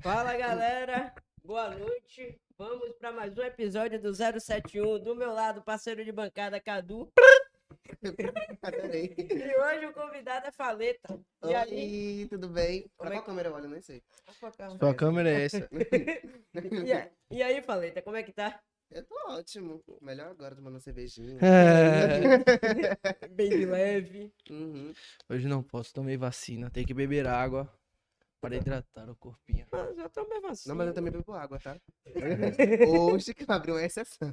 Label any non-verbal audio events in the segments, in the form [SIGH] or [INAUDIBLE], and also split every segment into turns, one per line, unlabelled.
Fala galera, boa noite. Vamos para mais um episódio do 071. Do meu lado, parceiro de bancada Cadu.
Adorei.
E hoje o convidado é Faleta. [LAUGHS] E aí,
Oi, tudo bem?
Como
Pra
é
qual
que-
câmera eu olho? Nem sei.
Sua câmera é essa.
e aí, e aí, Faleta, como é que tá?
Eu tô ótimo. Melhor agora tomando uma cervejinha.
É,
Bem de leve.
Uhum.
Hoje não posso, tomei vacina. Tem que beber água para hidratar o corpinho.
Mas eu assim. tomei vacina.
Não, mas eu também bebo água, tá? Hoje que abriu uma exceção.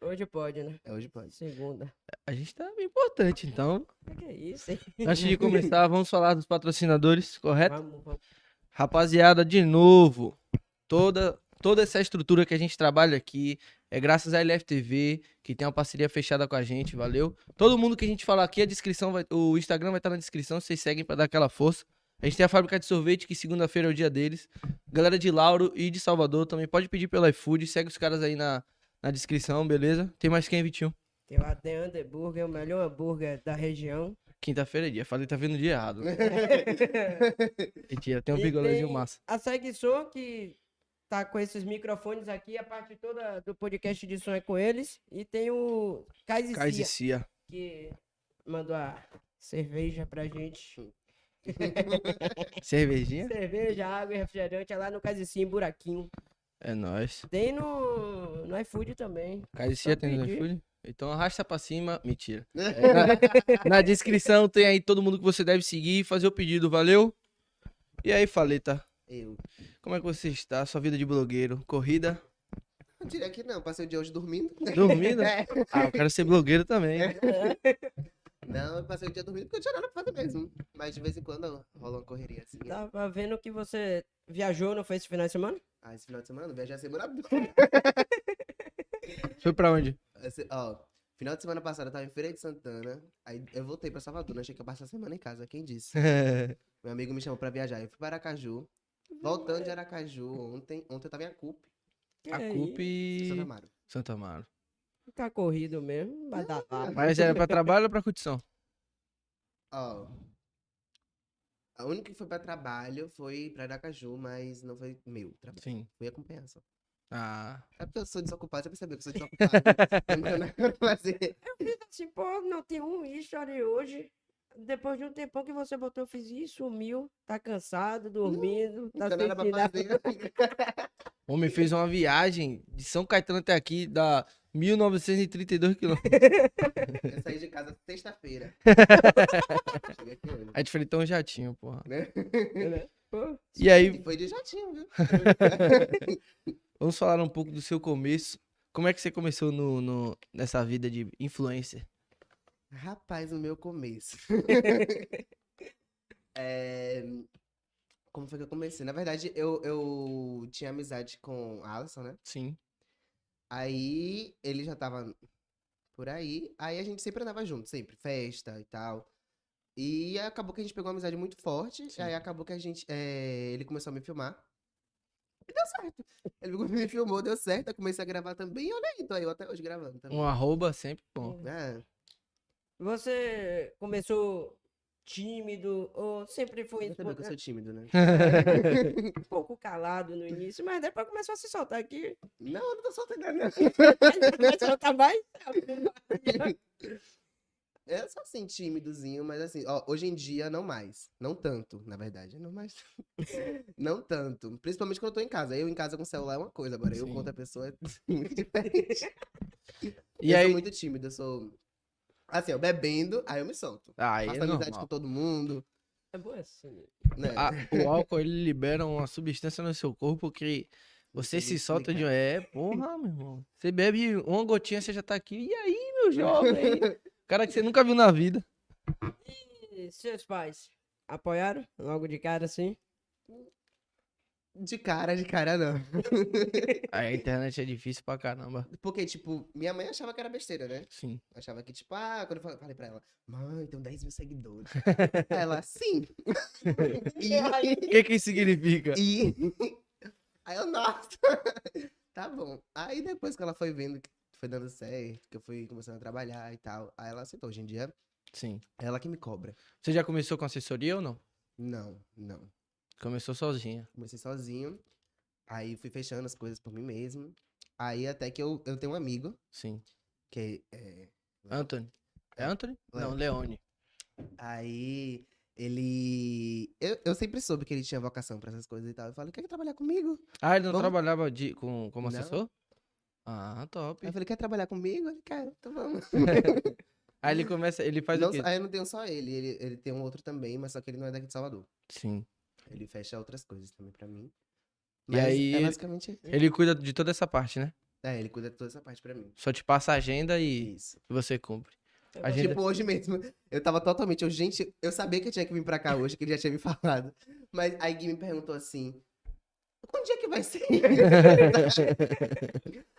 Hoje pode, né?
É, Hoje pode.
Segunda.
A gente tá bem importante, então.
O que é isso, hein?
Antes de começar, vamos falar dos patrocinadores, correto?
Vamos, vamos.
Rapaziada, de novo, toda, toda essa estrutura que a gente trabalha aqui é graças à LFTV, que tem uma parceria fechada com a gente, valeu? Todo mundo que a gente falar aqui, a descrição vai- o Instagram vai estar na descrição, vocês seguem pra dar aquela força. A gente tem a fábrica de sorvete, que segunda-feira é o dia deles. Galera de Lauro e de Salvador também pode pedir pelo iFood, segue os caras aí na, na descrição, beleza? Tem mais quem, Vitinho?
Tem o AD Hamburger, o melhor hambúrguer da região.
Quinta-feira é dia, falei, tá vendo o dia errado. Mentira, tem um
E
picolézinho
tem-
massa.
A Segson, que tá com esses microfones aqui, a parte toda do podcast de som é com eles. E tem o Kaiser
Cais e Cia.
que mandou a cerveja pra gente.
Cervejinha?
Cerveja, água e refrigerante é lá no Casicinho, Buraquinho.
É nóis.
Tem no, no iFood também.
Caricia
Só
tem no
pedir.
iFood? Então arrasta pra cima. Mentira. Na, [LAUGHS] na descrição tem aí todo mundo que você deve seguir e fazer o pedido, valeu? E aí, Faleta,
Eu.
como é que você está? Sua vida de blogueiro? Corrida?
Não diria que não. Passei o dia hoje dormindo.
Dormindo?
É.
Ah, eu quero ser blogueiro também.
Não, eu passei o dia dormindo porque eu tinha nada pra fazer mesmo. Mas de vez em quando rola uma correria assim.
Tava vendo que você viajou, não foi esse final de semana?
Ah, esse final de semana, não viajei a semana
Foi pra onde?
Esse- ó, final de semana passada eu tava em Feira de Santana. Aí eu voltei pra Salvador, né? achei que ia passar a semana em casa, quem disse? Meu amigo me chamou pra viajar. Eu fui pra Aracaju. Voltando de Aracaju, ontem, ontem eu tava em Acupe,
A
E aí,
culpa e.
Santa Amaro.
Santa Amaro.
Tá corrido mesmo, mas dá lá.
Mas era pra trabalho ou pra curtição?
Ó. A única que foi pra trabalho foi pra Aracaju, mas não foi meu trabalho.
Sim.
Fui acompanhar só.
Ah.
É porque eu sou desocupado, você percebeu que
[LAUGHS]
eu sou desocupado. eu não tenho nada pra fazer.
Tá
Assim, pô, não tem um history hoje. Depois de um tempão que você botou, eu fiz isso, sumiu, tá cansado, dormindo,
Não
tá
tenho
sem
nada pra
nada
né?
fazer.
O homem fez uma viagem de São Caetano até aqui, da 1932 quilômetros.
Eu saí de casa sexta-feira. Cheguei aqui hoje.
[LAUGHS]
né?
A gente enfrentou um jatinho, porra.
né?" Pô,
E aí,
E é foi de jatinho, viu?
Vamos falar um pouco do seu começo. Como é que você começou no, no- nessa vida de influencer?
Rapaz, o meu começo. É, Como foi que eu comecei? Na verdade, eu, eu tinha amizade com Alisson, né?
Sim.
Aí ele já tava por aí. Aí a gente sempre andava junto, sempre, festa e tal. E acabou que a gente pegou uma amizade muito forte.
Sim.
Aí acabou que a gente. é, Ele começou a me filmar. E deu certo. Ele [LAUGHS] me filmou, deu certo. Eu comecei a gravar também. E olha aí, tô aí, eu até hoje gravando também.
Um arroba sempre bom.
Hum.
É.
Você começou tímido ou sempre foi
Eu também que eu
um
sou tímido, né?
pouco calado no início, mas depois começou a se soltar
[LAUGHS]
aqui.
Não, eu não tô soltando nada.
Vai soltar mais?
Eu sou assim, tímidozinho, mas assim, ó, hoje em dia não mais. Não tanto, na verdade. Não mais. [LAUGHS] não tanto. Principalmente quando eu tô em casa. Eu em casa com o celular é uma coisa, agora eu
Sim.
com outra pessoa é [LAUGHS] muito diferente.
[LAUGHS] E
eu
aí.
sou muito tímido, eu sou. Assim, ó, bebendo, aí eu me solto.
Ah, aí é
Faço amizade com
normal.
todo mundo.
É bom assim.
Né?
Ah,
[LAUGHS]
o álcool ele libera uma substância no seu corpo que você
sei
se
nem
solta de.
explicar.
É, porra, meu irmão. Você bebe uma gotinha, você já tá aqui. E aí,
[LAUGHS]
meu jovem? Cara que você nunca viu na vida.
E seus pais apoiaram logo de cara assim?
De cara, de cara não.
Aí a internet é difícil pra caramba.
Porque, tipo, minha mãe achava que era besteira, né?
Sim.
Achava que, tipo, ah, quando eu fa- falei pra ela, mãe, tem 10 mil seguidores. ela,
[LAUGHS]
sim. [LAUGHS]
O
e,
que que isso significa?
e... [LAUGHS] Aí eu, nossa. [LAUGHS] tá bom. Aí depois que ela foi vendo que foi dando certo, que eu fui começando a trabalhar e tal, aí ela aceitou. Hoje em dia,
Sim.
é ela que me cobra.
Você já começou com assessoria ou não?
Não, não.
Começou sozinha.
Comecei sozinho. Aí fui fechando as coisas por mim mesmo. Aí até que eu, eu tenho um amigo,
Sim.
que é.
Anthony. É Anthony? Não, Leone.
Aí ele. Eu, eu sempre soube que ele tinha vocação pra essas coisas e tal. Eu falei, quer trabalhar comigo?
Ah, ele não
Vamos-
trabalhava de, com, como
Não. É
assessor? Ah, top.
Aí eu falei, quer trabalhar comigo? Ele, quero, então vamos.
Aí ele começa, ele faz
Não,
o quê?
aí eu não tenho só ele, ele, ele tem um outro também, mas só que ele não é daqui de Salvador.
Sim.
Ele fecha outras coisas também pra mim.
E
Mas
aí
é
ele-
basicamente.
Ele cuida de toda essa parte, né?
É, ele cuida de toda essa parte pra mim.
Só te passa a agenda e
Isso.
você cumpre.
Eu
A gente-
Tipo, hoje mesmo, eu tava totalmente. Eu, gente, eu sabia que eu tinha que vir pra cá hoje, que ele já tinha me [LAUGHS] falado. Mas aí Gui me perguntou assim: quando dia que vai ser? [LAUGHS]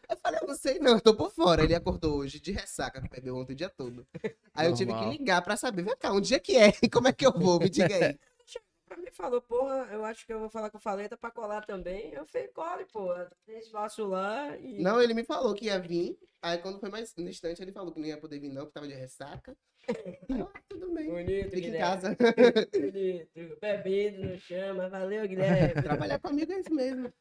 eu falei, eu não sei, não, eu tô por fora. Ele acordou hoje de ressaca, que bebeu ontem o dia todo. Aí eu tive
Normal.
que ligar pra saber, vem cá, onde dia que é? [LAUGHS] Como é que eu vou? Me diga aí.
Pra mim falou, porra, eu acho que eu vou falar com o Faleta pra colar também. Eu falei, cole, porra. Tem espaço lá e.
Não, ele me falou que ia vir. Aí quando foi mais no instante, ele falou que não ia poder vir, não, que tava de ressaca. Ah, tudo bem.
Bonito,
Fica em
Guilherme.
casa. [LAUGHS]
Bonito. Bebido, não chama. Valeu,
[LAUGHS]
Guilherme.
Trabalhar comigo é isso mesmo.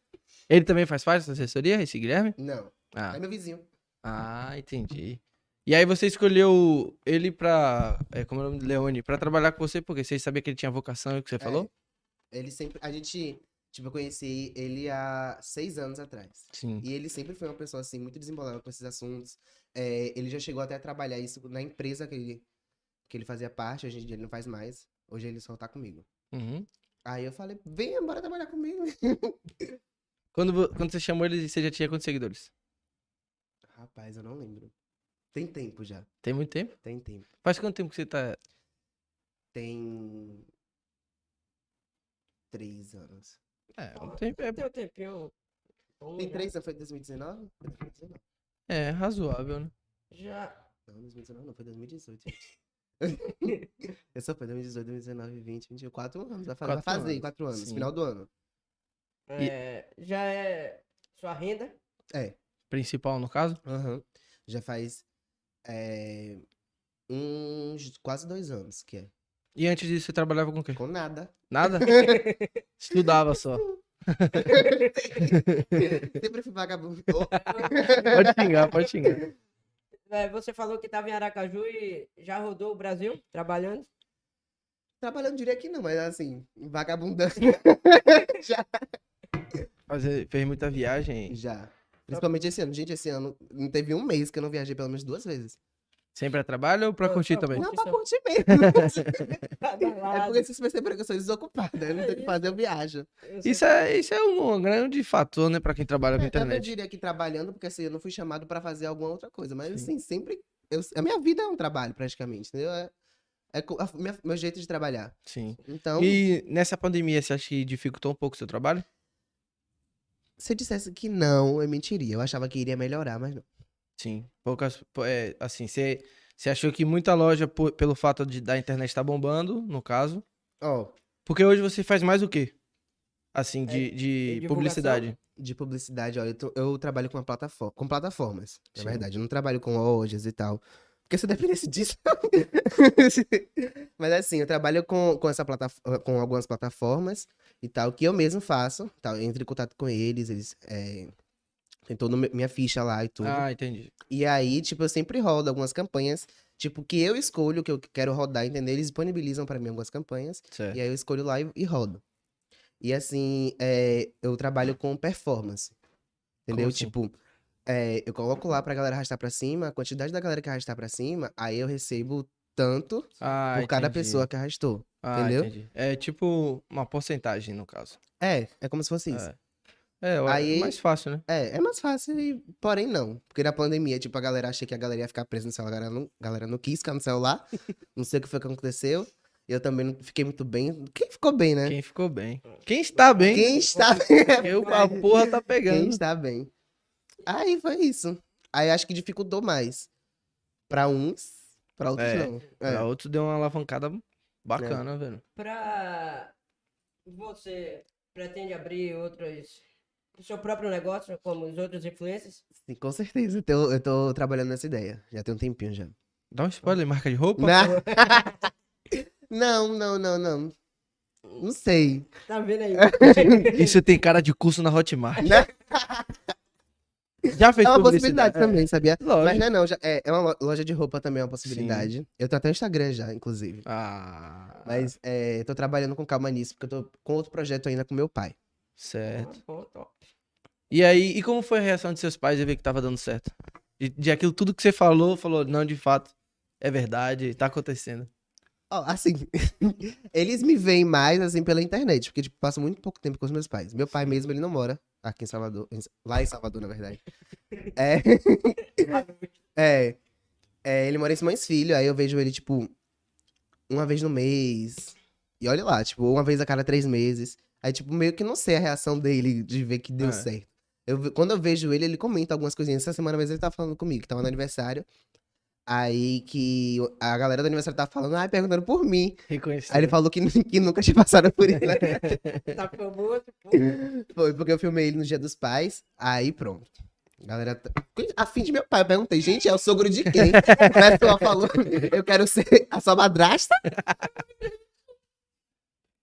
Ele também faz parte da assessoria, esse Guilherme?
Não,
Ah,
é meu vizinho.
ah entendi. E aí você escolheu ele pra, é, como é o nome do Leone, pra trabalhar com você, porque você sabia que ele tinha vocação, é o que você falou?
Ele sempre. A gente. Tipo, eu conheci ele há seis anos atrás.
Sim.
E ele sempre foi uma pessoa, assim, muito desembolada com esses assuntos. É, ele já chegou até a trabalhar isso na empresa que ele, que ele fazia parte. Hoje em dia ele não faz mais. Hoje ele só tá comigo.
Uhum.
Aí eu falei, vem, bora trabalhar comigo. [LAUGHS]
Quando, vo- quando você chamou ele, você já tinha quantos seguidores?
Rapaz, eu não lembro. Tem tempo já.
Tem muito tempo?
Tem tempo.
Faz quanto tempo que você tá...
Tem. Três anos.
É, um tempo é,
Tem um tempinho. bom né?
Tem
já.
três anos? Foi 2019? Foi 2019?
é razoável, né?
Já.
Não, 2019 não, foi 2018.
[LAUGHS]
eu só foi 2018, 2019, 20, 21, 4 um, anos. Vai fazer, vai
Quatro
fazer
anos,
4 anos,
sim.
final do ano.
E-
é, já é sua
[LAUGHS]
renda.
Principal, no caso.
Aham. Já faz é, uns quase dois anos que é.
E antes disso, você trabalhava com o quê?
Com
[LAUGHS]
nada.
Nada? Estudava só.
Sempre fui vagabundo. Oh,
Pode xingar, pode xingar.
É, você falou que estava em Aracaju e já rodou o Brasil trabalhando.
trabalhando direito aqui não, mas assim, vagabundando
Fazer, fez muita viagem,
já. Principalmente esse ano. Gente, esse ano não teve um mês que eu não viajei pelo menos duas vezes.
sempre a trabalho ou pra
Não,
curtir
não,
também?
Pô,
Não,
que
pra
são-
curtir mesmo. É
Badalado.
porque vocês perceberam que eu sou desocupada. Eu não tenho o que fazer, eu viajo.
Eu sei
Isso é, isso é um grande fator, né, pra quem trabalha com
É, Eu não
internet.
diria que trabalhando, porque assim, eu não fui chamado pra fazer alguma outra coisa. Mas
Sim.
assim, sempre. eu- a minha vida é um trabalho, praticamente, entendeu? É, é co- a minha- meu jeito de trabalhar.
Sim.
Então,
E nessa pandemia, você acha que dificultou um pouco o seu trabalho?
se eu dissesse que não, eu mentiria. Eu achava que iria melhorar, mas não.
Sim. Poucas. pô, é, assim, você, você achou que muita loja, pô- pelo fato de, da internet estar bombando, no caso.
Ó,
Porque hoje você faz mais o quê? Assim,
de
de, de,
divulgação.
publicidade.
de publicidade, ó, eu, tô- eu trabalho com, uma plataforma, com plataformas, na
Sim.
verdade. Eu não trabalho com lojas e tal. Porque se eu
[LAUGHS]
dependesse disso. [LAUGHS] Mas assim, eu trabalho com, com, essa plataforma, com algumas plataformas e tal, que eu mesmo faço. Tal, eu entro em contato com eles, eles. É, tem toda mi- minha ficha lá e tudo.
Ah, entendi.
E aí, tipo, eu sempre rodo algumas campanhas. Tipo, que eu escolho o que eu quero rodar, entendeu? Eles disponibilizam pra mim algumas campanhas.
Certo.
E aí eu escolho lá e, e rodo. E assim, é, eu trabalho com performance. Entendeu?
assim?
Tipo, é, eu coloco lá pra galera arrastar pra cima, a quantidade da galera que arrastar pra cima, aí eu recebo tanto
Ah,
por cada
entendi.
pessoa que arrastou.
Ah,
entendeu?
entendi. É tipo uma porcentagem, no caso.
É, é como se fosse isso.
É. É, eu-
Aí-
é mais fácil, né?
É, é mais fácil, e- porém não. Porque na pandemia, tipo, a galera achei que a galera ia ficar presa no celular, a galera não, a galera não quis ficar no
[LAUGHS]
celular. não sei o que foi que aconteceu. Eu também não fiquei muito bem. Quem ficou bem, né?
Quem ficou bem. Quem está bem,
Quem é está bem [LAUGHS]
eu, a porra tá
Quem
pegando.
está bem. Aí foi isso. Aí acho que dificultou mais. Pra uns, pra outros
É,
não. É.
Pra outros deu uma alavancada bacana, velho.
Pra você pretende abrir outros o seu próprio negócio, como os outros influencers?
Sim, com certeza. Eu tô, eu tô trabalhando nessa ideia. Já tem um tempinho já. Né? [LAUGHS]
Dá um spoiler, marca de roupa.
Na- Não, não, não, não. Não sei.
Tá vendo
[LAUGHS]
aí? Tá
Isso tem cara de curso na Hotmart. [LAUGHS] Já fez
Né? É uma
publicidade.
possibilidade também, sabia?
Lógico.
Mas não é não, já- é, é uma lo- loja de roupa também, é uma possibilidade. Eu tenho até o Instagram já, inclusive.
Ah,
Mas é, tô trabalhando com calma nisso, porque eu tô com outro projeto ainda com meu pai.
certo.
Bom, top.
E aí, e como foi a reação de seus pais em ver que tava dando certo? De, de aquilo tudo que você falou, falou, não, de fato, é verdade, tá acontecendo.
Ó, assim, eles me veem mais, assim, pela internet, porque, tipo, passo muito pouco tempo com os meus pais. Meu pai mesmo, ele não mora aqui em Salvador, em- lá em Salvador, na verdade. É, é, é, ele mora em Simões Filho, aí eu vejo ele, tipo, uma vez no mês, e olha lá, tipo, uma vez a cada três meses. Aí, tipo, meio que não sei a reação dele de ver que deu
É.
certo. Eu, ve- quando eu vejo ele, ele comenta algumas coisinhas. Essa semana mesmo ele tava falando comigo, que tava no aniversário. Aí que o- a galera do aniversário tava falando, ai, perguntando por mim.
Reconhecido.
Aí ele falou que, nu- que nunca tinha passado por isso. né? [LAUGHS]
Tá famoso, pô.
Foi porque eu filmei ele no Dia dos Pais. Aí pronto. A galera. tá- A fim de meu pai, eu perguntei, gente, é o sogro de quem? A pessoa falou, eu quero ser a sua [LAUGHS] madrasta.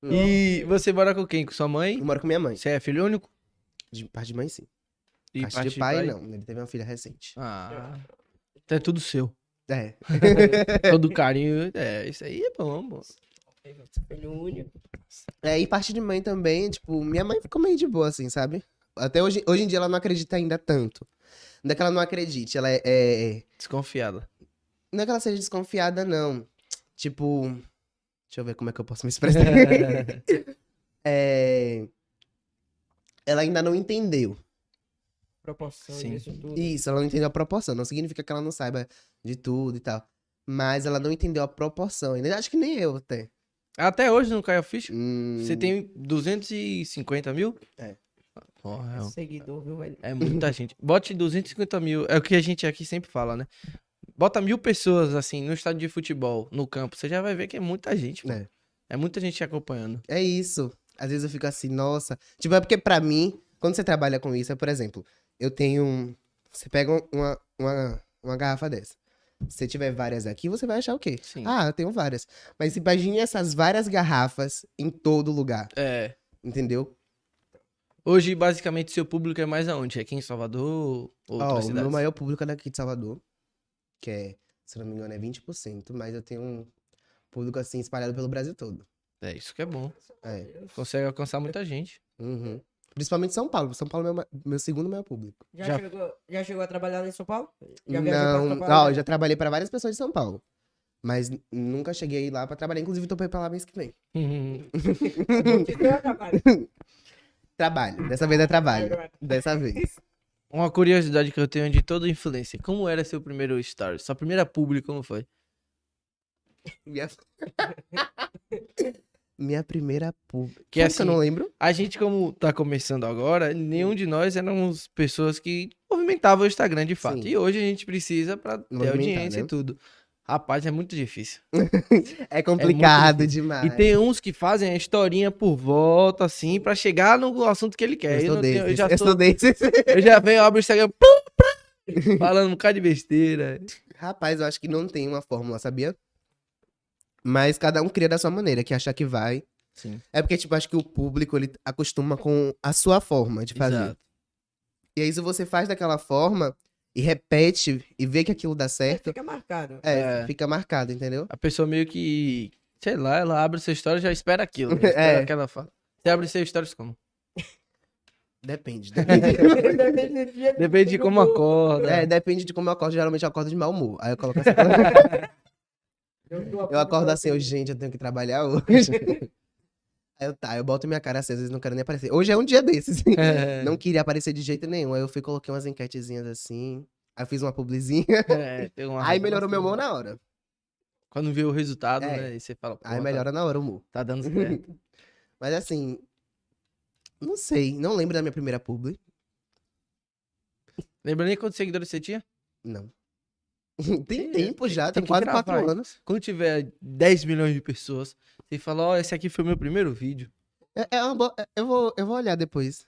E você mora com quem? Com sua mãe?
Eu moro com minha mãe.
Você é filho único?
De parte de mãe, sim.
E
parte, de pai, não. Ele teve uma filha recente.
Ah, então é tudo [LAUGHS] seu.
É.
Todo carinho, é, isso aí é bom, pô.
Filho único.
É, e parte de mãe também, tipo, minha mãe ficou meio de boa, assim, sabe? Até hoje, hoje em dia ela não acredita ainda tanto. Não é que ela não acredite, ela é- é.
[LAUGHS] Desconfiada.
Não é que ela seja desconfiada, não. Tipo. Deixa eu ver como é que eu posso me expressar.
[LAUGHS]
É, Ela ainda não entendeu.
Proporção
Sim.
disso tudo.
Isso, ela não entendeu a proporção. Não significa que ela não saiba de tudo e tal. Mas ela não entendeu a proporção. ainda. Acho que nem eu até.
Até hoje não caiu a ficha?
Hum,
Você tem 250 mil?
É.
Porra, é um-
Seguidor, viu, velho?
É muita gente. Bote 250 mil. É o que a gente aqui sempre fala, né? Bota mil pessoas, assim, no estádio de futebol, no campo. Você já vai ver que é muita gente, pô.
É.
É, muita gente te acompanhando.
É isso. Às vezes eu fico assim, nossa. Tipo, é porque pra mim, quando você trabalha com isso, é, por exemplo, eu tenho. um- Você pega um- uma, uma, uma garrafa dessa. Se tiver várias aqui, você vai achar o quê?
Sim.
Ah, eu tenho várias. Mas imagine essas várias garrafas em todo lugar,
É.
entendeu?
Hoje, basicamente, seu público é mais aonde? É aqui em Salvador ou
Ah, Ó,
outras
o
cidades?
meu maior público é daqui de Salvador, que é, se eu não me engano, é 20%, mas eu tenho um público assim espalhado pelo Brasil todo.
É, isso que é bom.
É.
Consegue alcançar muita gente. [LAUGHS]
Uhum. Principalmente São Paulo. São Paulo é meu, ma- meu segundo maior público.
Já,
Já-
Chegou, já chegou a trabalhar lá em São Paulo? Já viajou pra
Não,
São Paulo,
ó,
né?
eu já trabalhei pra várias pessoas de São Paulo. Mas n- nunca cheguei lá pra trabalhar. Inclusive, tô pra ir pra lá mês que vem.
Continua,
[LAUGHS]
trabalho.
Trabalho. Dessa vez é trabalho.
Agora.
Dessa vez.
Uma curiosidade que eu tenho de toda influência. Como era seu primeiro story? Sua primeira publi, como foi?
Minha, [LAUGHS] Minha primeira pública.
Que assim,
eu não lembro?
A gente, como tá começando agora, nenhum de nós éramos pessoas que movimentavam o Instagram de fato.
Sim.
E hoje a gente precisa pra ter
Movimentar,
audiência
né?
e tudo. Rapaz, é muito difícil.
É complicado
E
demais.
tem uns que fazem a historinha por volta, assim, pra chegar no assunto que ele
Eu,
quer. Eu,
sou
não tenho-
desses.
eu já
eu
sou-
sou desses.
eu já venho, abro o Instagram, pum, pra, falando um bocado de besteira.
[LAUGHS] Rapaz, eu acho que não tem uma fórmula, sabia? Mas cada um cria da sua maneira, que achar que vai.
Sim,
É porque, tipo, acho que o público, ele acostuma com a sua forma de fazer.
exato.
E aí, se você faz daquela forma e repete e vê que aquilo dá certo,
Fica
[LAUGHS]
marcado. [LAUGHS]
é,
É.
fica marcado, entendeu?
A pessoa meio que, sei lá, ela abre sua história e já espera aquilo. Já
[LAUGHS] É.
espera que ela fala. Você abre seus stories como?
Depende. depende.
Depende do dia-
Depende de como acorda.
[LAUGHS] É, depende de como eu acordo. Geralmente eu acordo de mau humor. Aí eu coloco assim, eu acordo assim, eu, gente, eu tenho que trabalhar
[LAUGHS]
hoje. Aí eu, tá, eu boto minha cara assim, às vezes não quero nem aparecer. Hoje é um dia desses.
[LAUGHS] É.
Não queria aparecer de jeito nenhum. Aí eu fui, coloquei umas enquetezinhas assim. Aí eu fiz uma publizinha.
É, tem uma
Aí
razão
melhorou meu
assim,
humor
né?
na hora.
Quando vê o resultado,
É.
né? E você fala, pô,
Aí
tá-
melhora na hora o humor. [LAUGHS]
tá, dando certo.
Mas assim. Não sei. Não lembro da minha primeira publi.
Lembra nem quantos seguidores você tinha?
Não. [LAUGHS] Tem tempo já,
tem
tem,
que
quase
gravar,
quatro
hein?
anos.
Quando tiver 10 milhões de pessoas, você fala, ó, esse aqui foi meu
[LAUGHS]
primeiro vídeo.
É, é uma boa- é- eu, vou, eu vou olhar depois.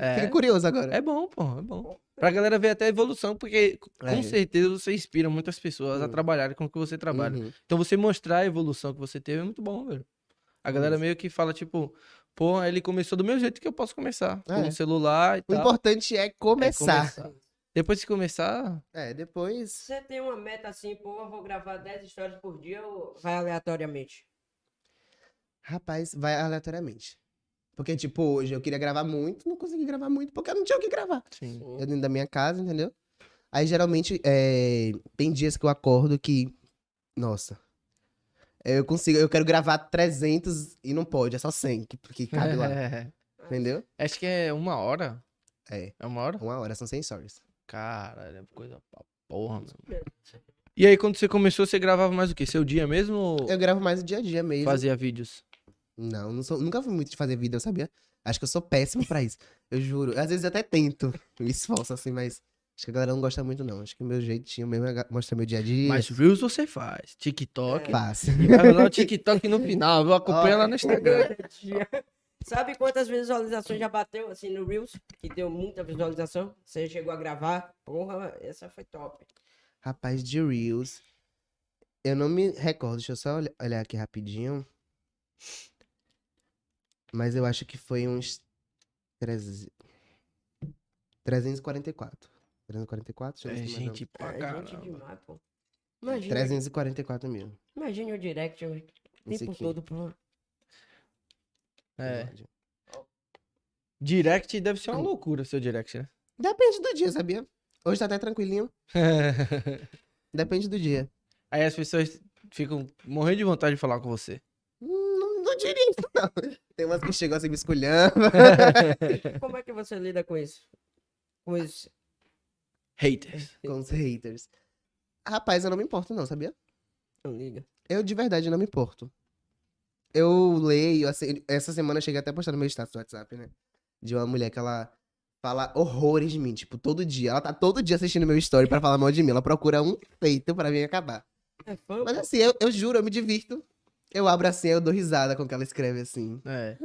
É.
Fiquei curioso agora.
É bom, pô, é bom. Pra galera ver até a evolução, porque c- com
É.
certeza você inspira muitas pessoas a
Hum.
trabalharem com o que você trabalha.
Uhum.
Então você mostrar a evolução que você teve é muito bom, velho. A galera meio que fala, tipo, pô, ele começou do meu jeito que eu posso começar.
É.
Com o celular e
O
tal.
importante é
Tá. É,
começar.
Depois que começar,
É, depois.
Você tem uma meta assim, pô, eu vou gravar 10 histórias por dia ou vai aleatoriamente?
Rapaz, vai aleatoriamente. Porque, tipo, hoje eu queria gravar muito, não consegui gravar muito porque eu não tinha o que gravar.
sim.
Eu dentro da minha casa, entendeu? Aí geralmente é, tem dias que eu acordo que. Nossa. Eu consigo, eu quero gravar 300 e não pode, é só 100 que, que cabe
[LAUGHS]
lá. Entendeu?
é, Acho que é uma hora.
É.
É uma hora?
Uma hora, são 100 stories.
Caralho, é coisa pra porra, mano. E aí, quando você começou, você gravava mais o quê? Seu dia mesmo ou
Eu gravo mais o dia a dia mesmo.
fazia vídeos?
Não, não sou, nunca fui muito de fazer vídeo, eu sabia? Acho que eu sou péssimo pra isso. Eu juro. Às vezes eu até tento. Me esforço assim, mas. Acho que a galera não gosta muito, não. Acho que o meu jeitinho mesmo é ga- mostrar meu dia a dia.
Mas Reels você faz. TikTok.
fácil.
Vai lá o TikTok no final. Eu acompanho lá no
é.
Instagram.
[LAUGHS] Sabe quantas visualizações já bateu assim no Reels? Que deu muita visualização. Você chegou a gravar. Porra, essa foi top.
Rapaz, de Reels. Eu não me recordo, deixa eu só olha- olhar aqui rapidinho. Mas eu acho que foi uns. 13... 344. 344? Deixa
É
eu ver se tem mais
gente pra
É, gente
caramba.
demais, pô.
algum.
Imagina,
344 mil.
imagina o direct o
Esse
tempo
aqui.
todo, pô.
Tipo, É.
verdade.
Direct deve ser uma loucura, seu direct, né? [LAUGHS]
Depende do dia, sabia? Hoje tá até tranquilinho. Depende do dia.
aí as pessoas ficam morrendo de vontade de falar com você.
Hum, Não, não diria isso, não. [LAUGHS] Tem umas que chegam assim me esculhando.
Como é que você lida com isso? Com isso?
Haters.
com os haters. Rapaz, eu não me importo, não, sabia?
Não liga.
Eu de verdade não me importo. Eu leio, assim, essa semana eu cheguei até a postar no meu status do WhatsApp, né? De uma mulher que ela fala horrores de mim, tipo, todo dia. Ela tá todo dia assistindo meu story pra falar mal de mim. Ela procura um feito pra mim acabar.
É fã,
Mas
pô.
assim, eu, eu juro, eu me divirto. Eu abro assim, eu dou risada com o que ela escreve assim.
É.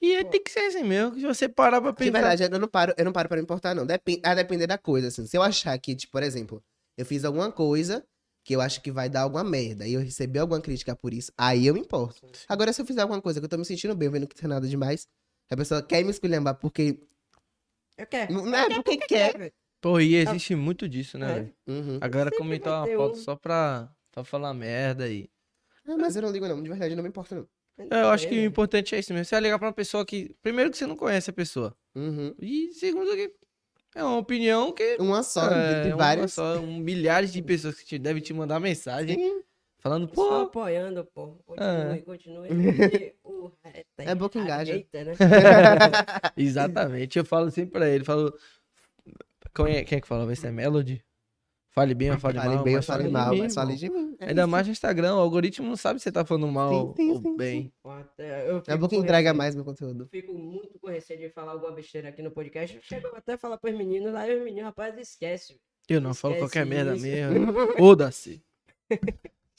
E aí tem que ser assim mesmo, que você parar pra
De
pensar.
verdade, eu não paro, eu não paro pra me importar, não. Depen- a depender da coisa, assim. Se eu achar que, tipo, por exemplo, eu fiz alguma coisa que eu acho que vai dar alguma merda e eu recebi alguma crítica por isso, aí eu me importo. Agora, se eu fizer alguma coisa que eu tô me sentindo bem, vendo que não tem nada demais, a pessoa quer me esculhambar porque.
Eu quero.
Não não é porque quer.
velho.
Pô, e existe muito disso, né?
É.
velho?
Uhum.
A galera comentou
vai
uma
ter
foto
um.
só pra, pra falar merda aí.
Ah, mas eu não ligo, não. De verdade, eu não me importo, não.
É, Eu acho que o
Beleza.
importante é isso mesmo. Você vai ligar pra uma pessoa que. Primeiro que você não conhece a pessoa.
Uhum.
E segundo que. É uma opinião que.
Uma só,
é,
de- de
uma
várias.
só, um milhares de pessoas que te, devem te mandar mensagem falando,
Só
pô.
apoiando, pô.
É.
Continue, continue. uh, E
[LAUGHS]
o hater-
É bom que engaja.
hater, né?
[LAUGHS]
Exatamente. Eu falo sempre pra ele, falo. Quem é, quem é que fala? Vai ser Melody? Fale bem ou fale,
Falei
mal.
bem, eu
mas
falei
de
mal,
mim,
mas falei
irmão.
de mim. É
Ainda
isso.
mais no Instagram, o algoritmo não sabe se você tá falando mal
Sim, sim,
ou
sim,
bem.
Pô, até eu
É
fico
bom que
com
entrega
receio.
mais meu conteúdo.
Fico muito com receio de falar alguma besteira aqui no podcast. Eu Chego até a falar pros meninos, aí os meninos, rapaz, esquece.
Eu não falo qualquer
Esquece
merda
isso.
mesmo. Foda-se.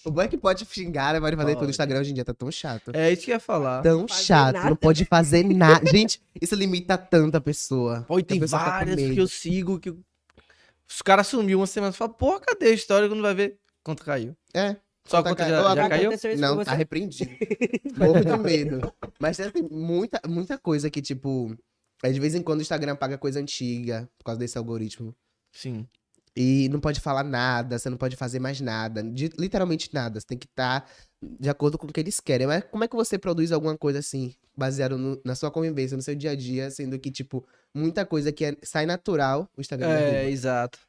O bom é que pode xingar, né? Pode fazer tudo. O
Pode.
Instagram hoje em dia tá tão chato.
É isso que eu ia falar.
tão
fazer
chato,
nada. né?
não
[LAUGHS]
pode fazer nada. Gente, isso limita tanto a pessoa.
Pô, e tem
a pessoa fica com
várias que
medo.
eu sigo que eu- os caras sumiu uma semana. Você fala, pô, cadê a história? Quando vai ver, conta caiu.
É.
Só a
Conta
conta
cai-
já,
ou a
já
conta-
caiu?
Aconteceu isso com
Não,
você?
tá
[LAUGHS]
repreendido. Morro de medo. Mas tem muita, muita coisa que, tipo. É de vez em quando o Instagram paga coisa antiga por causa desse algoritmo.
Sim.
E não pode falar nada, você não pode fazer mais nada. de- literalmente nada. Você tem que estar de acordo com o que eles querem. Mas como é que você produz alguma coisa assim, baseado no- na sua convivência, no seu dia a dia, sendo que, tipo, muita coisa que é- sai natural, o Instagram derruba.
É, exato.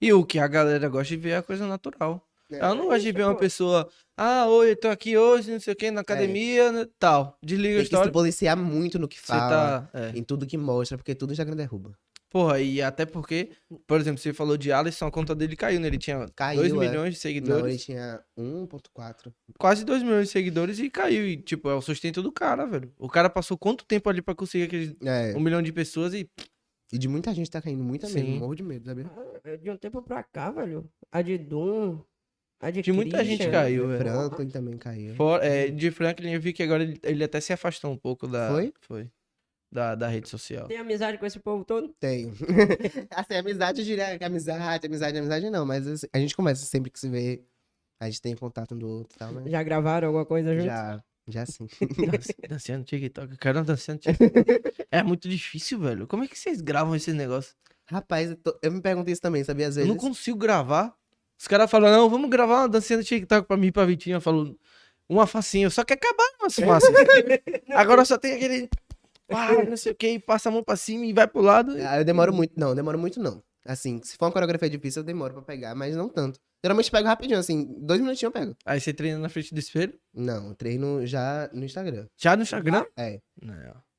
E o que a galera gosta de ver é a coisa natural.
É.
Ela não
É
gosta de
isso,
ver uma
pô.
pessoa, ah, oi, eu tô aqui hoje, não sei o que, na academia, né, tal. Desliga a
Tem que se
história.
policiar muito no que
Você
fala,
tá. é.
em tudo que mostra, porque tudo o Instagram derruba.
Porra, e até porque, por exemplo, você falou de Alisson, a conta dele caiu, né? Ele tinha 2
Caiu, é.
milhões de
Não,
seguidores.
ele tinha 1.4.
quase 2 milhões de seguidores e caiu. E, tipo, é o sustento do cara, velho. O cara passou quanto tempo ali pra conseguir aqueles
É,
1 um milhão de pessoas e.
e de muita gente tá caindo, muita mesmo,
Sim.
morro de medo, sabia?
Ah, De um tempo pra cá, velho. A de Doom. A de
De muita gente
Christian.
caiu, é. velho.
Franklin também caiu.
Fora- é, de Franklin, eu vi que agora ele, ele até se afastou um pouco da.
Foi?
Foi. Da, da rede social.
Tem amizade com esse povo todo?
Tenho. [LAUGHS] assim, amizade, eu diria que amizade, amizade, amizade não, mas assim, a gente começa sempre que se vê, a gente tem contato um do outro e tal, mas
Tá
Já gravaram alguma coisa junto?
já Já sim.
Dança- Dançando TikTok, eu quero uma dançando TikTok. É muito difícil, velho. Como é que vocês gravam esse negócio?
Rapaz, eu, tô- eu me perguntei isso também, sabia? Às
Eu
vezes.
não consigo gravar. Os caras falam, não, vamos gravar uma dancinha do TikTok pra mim e pra Vitinha. Eu falo, uma facinha. Eu só é quero acabar uma fumaça. Agora só tem aquele... pá, não sei o que, passa a mão pra cima e vai pro lado.
Ah, eu demoro muito. Não, eu demoro muito não. Assim, se for uma coreografia difícil, eu demoro pra pegar, mas não tanto. Geralmente eu pego rapidinho, assim, dois minutinhos eu pego.
Aí você treina na frente do espelho,
Não, eu treino já no Instagram.
já no Instagram.
É.
Não,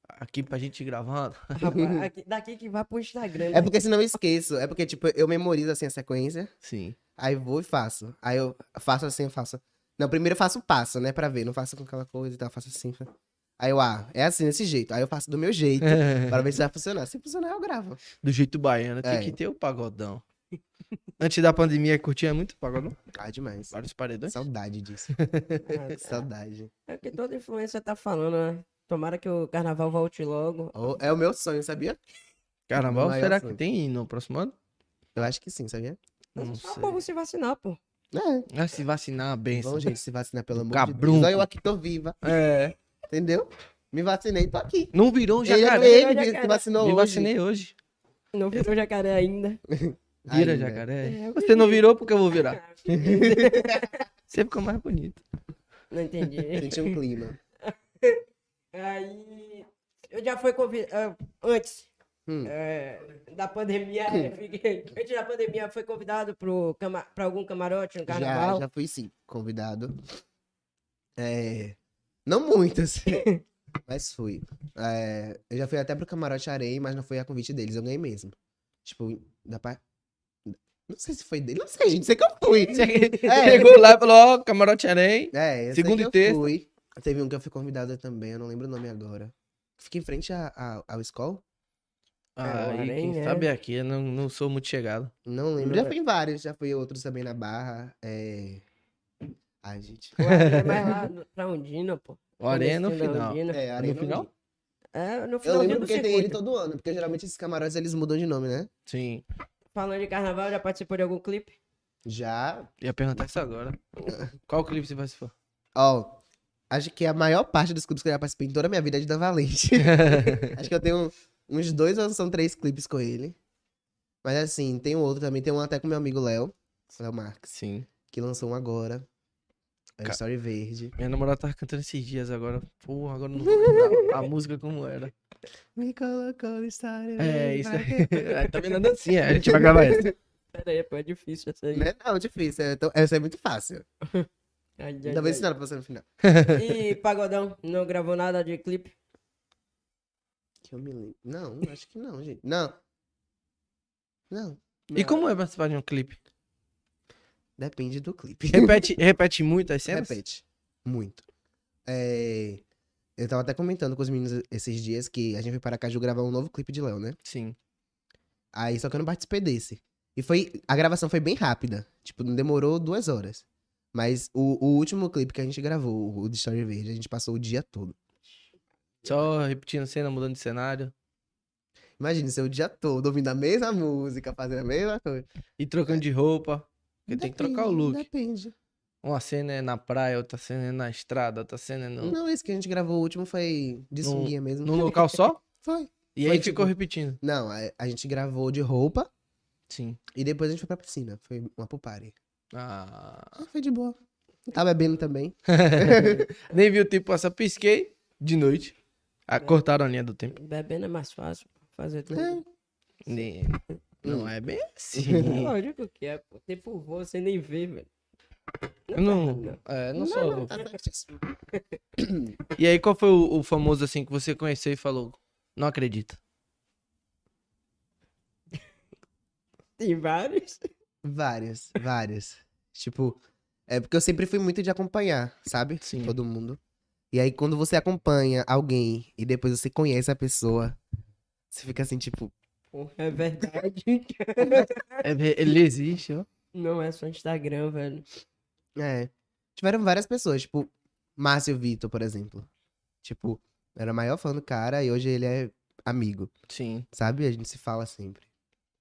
aqui pra gente gravar.
[LAUGHS]
Rapaz, aqui- daqui que vai pro Instagram. né?
É porque senão eu esqueço. É porque, tipo, eu memorizo assim a sequência,
[LAUGHS] Sim.
aí vou e faço. Aí eu faço assim, eu faço. Não, primeiro eu faço o passo, né? Pra ver. Não faço com aquela coisa e tal, eu faço assim. fa- Aí eu, ah, é assim, desse jeito. Aí eu faço do meu
[LAUGHS]
jeito. Pra ver se vai funcionar. Se funcionar, eu gravo.
Do jeito baiano, tem
É.
que ter o pagodão. [LAUGHS] Antes da pandemia, curtia muito pagodão?
Ah, demais.
Vários paredões?
Saudade disso.
Ah,
Saudade.
É o que toda influência tá falando, né? Tomara que o carnaval volte logo.
Oh, É o meu sonho, sabia?
Carnaval,
Maior
será que
sonho.
tem no próximo ano?
Eu acho que sim, sabia?
Não
Só o
sei.
povo se vacinar, pô.
É.
Ah, se vacinar, a benção.
Bom, gente, se vacinar, pelo amor de
Um Cabrunco.
Deus. Olha eu aqui, tô viva.
É.
Entendeu? Me vacinei, tô aqui.
Não virou um
Ele,
jacaré.
eu já
ele se
quero.
vacinou
Me
hoje.
vacinei hoje.
Não virou jacaré ainda.
Vira
Ainda.
jacaré.
É, eu
Você não
vi.
virou porque eu vou virar.
Ah, filho.
[LAUGHS] Você ficou mais bonito.
Não entendi.
Senti
[LAUGHS]
um clima.
Aí. Eu já fui convidado. Antes
Hum.
é, da pandemia.
Hum.
eu fiquei- antes da pandemia, foi convidado pro cama, pra algum camarote no
Já,
carnaval.
já fui sim, convidado. É, não muitas,
[LAUGHS]
mas fui. É, eu já fui até pro Camarote Arei, mas não foi a convite deles, eu ganhei mesmo. Tipo, da parte. Não sei se foi dele, não sei, gente, sei que eu fui.
Chegou lá e falou, ó, camarote arém.
É, eu
Segundo
sei
e
que eu
terça.
fui. Teve um que eu fui convidada também, eu não lembro o nome agora. Fica em frente a, a- ao Skol?
Ah, e
Arém,
quem
é.
sabe é aqui, eu não, não sou muito chegado.
Não lembro.
Não
Já
é.
fui em vários, já fui em outros também na Barra. É... Ai, gente.
Pô, aí vai lá no- pra Undina,
[LAUGHS]
pô.
O arém é no
Comecinho da
final.
Undina.
É, Arei
no
não
final?
vi.
É, no
Eu
finalzinho
lembro
do
porque tem ele
circuito.
todo ano, porque geralmente esses camarotes eles mudam de nome, né?
Sim.
Falando de carnaval, já participou de algum clipe?
Já.
Ia perguntar isso agora. Qual clipe você vai se for?
Ó, acho que a maior parte dos clipes que eu já participei em toda a minha vida é de Dan Valente. [LAUGHS] acho que eu tenho uns dois ou são três clipes com ele. Mas assim, tem um outro também, tem um até com meu amigo Léo, Léo Marques,
Sim.
que lançou um agora. É
Ca-
Story Verde.
Minha namorada tava cantando esses dias agora. Pô, agora eu não vou lembrar a música como era.
[LAUGHS] Me colocou Story
É, isso
vai
aí. [LAUGHS] É, Tá vendo
[LAUGHS]
a dancinha? A gente vai gravar essa.
Pera aí, pô, é difícil essa aí.
que-
Né?
Não é não, difícil. é, então- Essa é muito fácil.
Ai, ai,
Talvez
ai.
tá-
ensinar pra você no final.
E Pagodão, não gravou nada de clipe?
Que eu me lembro. Não, acho que não, gente. Não. Não.
[LAUGHS] E como é participar de um [LAUGHS] clipe?
Depende do clipe. [LAUGHS]
Repete, repete muito as cenas?
Repete. Muito. É, Eu tava até comentando com os meninos esses dias que a gente foi para Caju gravar um novo clipe de Léo, né?
Sim.
Aí só que eu não participei desse. E foi. A gravação foi bem rápida. Tipo, não demorou duas horas. Mas o, o último clipe que a gente gravou, o de Story Verde, a gente passou o dia todo.
Só repetindo cena, mudando de cenário.
Imagina, ser o dia todo ouvindo a mesma música, fazendo a mesma coisa.
E trocando de roupa. Porque tem que trocar o
Depende,
look.
Depende.
Uma cena é na praia, outra cena é na estrada, outra cena
[LAUGHS]
é no,
Não, esse que a gente gravou o último foi de
Num-
sunguinha mesmo.
num local só.
Foi.
E
Foi
aí ficou
tipo-
repetindo.
Não, a, a gente gravou de roupa
Sim.
e depois a gente foi pra piscina. Foi uma pool party.
Ah.
Ah, foi de boa. Tá bebendo também.
Nem vi o tempo passar, pisquei de noite. Ah, cortaram a linha do tempo.
Bebendo é mais fácil pô, fazer tudo.
É.
Nem-
Hum.
Não é bem assim.
Lógico que é, pô. Tempo voa, você nem vê, velho.
Eu não, é, não sou.
tá certíssimo.
E aí, qual foi o, o famoso assim que você conheceu e falou? Não acredito.
Tem vários.
Vários, vários. Tipo, é porque eu sempre fui muito de acompanhar, sabe?
Sim.
Todo mundo. E aí, quando você acompanha alguém e depois você conhece a pessoa, você fica assim, tipo,
Porra, é verdade. [LAUGHS]
É ver- ele existe, ó.
Não é só Instagram, velho.
é. Tiveram várias pessoas, tipo, Márcio Vitor, por exemplo. Tipo, eu era o maior fã do cara e hoje ele é amigo,
Sim.
sabe? A gente se fala sempre.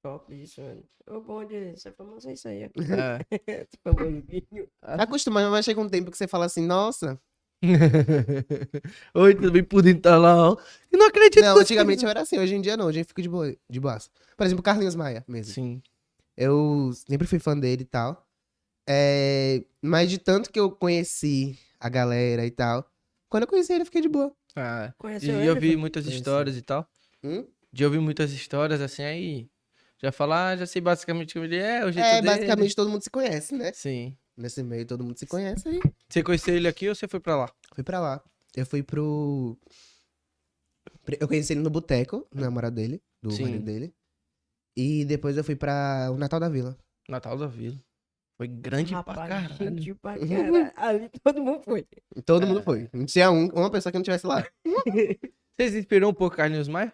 Top isso, velho. É O bom de ser famoso é isso aí. ó.
É.
Ser famosinho.
um
[LAUGHS]
Acostuma, mas chega um tempo que você fala assim, nossa,
[LAUGHS] Oi, tudo bem por dentro, tá lá, ó. Eu não acredito
Não,
que eu-
antigamente eu era assim, hoje em dia não, hoje eu fico de boa, de boas. Por exemplo, Carlinhos Maia mesmo.
Sim.
Eu sempre fui fã dele e tal. É, mas de tanto que eu conheci a galera e tal, quando eu conheci ele eu fiquei de boa.
Ah, e
Conheceu
eu
ele? um
vi muitas
Conheci.
histórias e tal.
Hum?
De ouvir muitas histórias, assim, aí... Já falar, ah, já sei basicamente como ele é, o jeito
É,
dele.
basicamente todo mundo se conhece, né?
Sim.
Nesse meio todo mundo se conhece aí.
Você conheceu ele aqui ou você foi pra lá?
Fui pra lá. Eu fui pro. pre- Eu conheci ele no boteco, no namorado dele, do
Sim.
marido dele. E depois eu fui pra o Natal da Vila.
Natal da Vila. Foi grande pra
Rapaz,
caralho.
gente pra
[LAUGHS]
caralho. Ali todo mundo foi.
E Todo mundo foi. Não tinha um- uma pessoa que não tivesse lá.
Vocês inspirou um pouco Carlinhos Maia?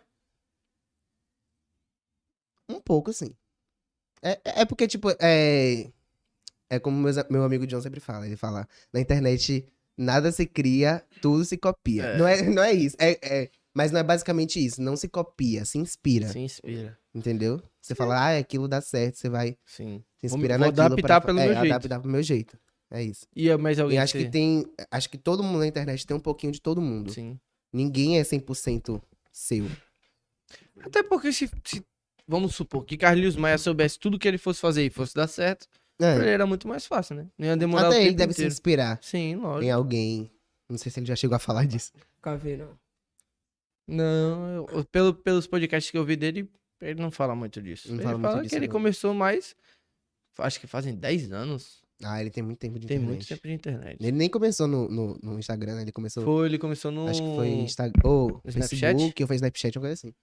Um pouco, sim. É, é- é porque, tipo, é. É como meus, meu amigo John sempre fala. Ele fala: na internet nada se cria, tudo se copia.
É.
Não, é, não é isso. É, é- mas não é basicamente isso. Não se copia, se inspira.
Se inspira.
Entendeu? Você fala, ah, aquilo dá certo, você vai
Sim.
se
Vou-
inspirar
vou
naquilo.
adaptar
pra,
pelo
é,
meu jeito.
adaptar pro meu jeito. É isso.
E é mais
E
alguém
acho que tem. Acho que todo mundo na internet tem um pouquinho de todo mundo.
Sim.
Ninguém é 100% seu.
Até porque se, se- Vamos supor que Carlinhos Maia soubesse tudo que ele fosse fazer e fosse dar certo, pra ele
É.
era muito mais fácil, né? Não ia demorar o
Até
tempo
ele deve se
inteiro.
inspirar
Sim, lógico.
em alguém. Não sei se ele já chegou a falar [LAUGHS] disso.
Nunca vi, não.
Não, eu- eu- pelo, pelos podcasts que eu vi dele, ele não fala muito disso.
Não
ele
fala muito
fala
disso,
que ele
não.
começou mais. Acho que fazem 10 anos.
Ah, ele tem muito tempo de
Tem
internet.
muito tempo de internet.
Ele nem começou no, no, no Instagram, né? Ele começou.
Foi, ele começou no.
Acho que foi Instagram. Ou
Snapchat?
Facebook, ou foi Snapchat, uma coisa assim.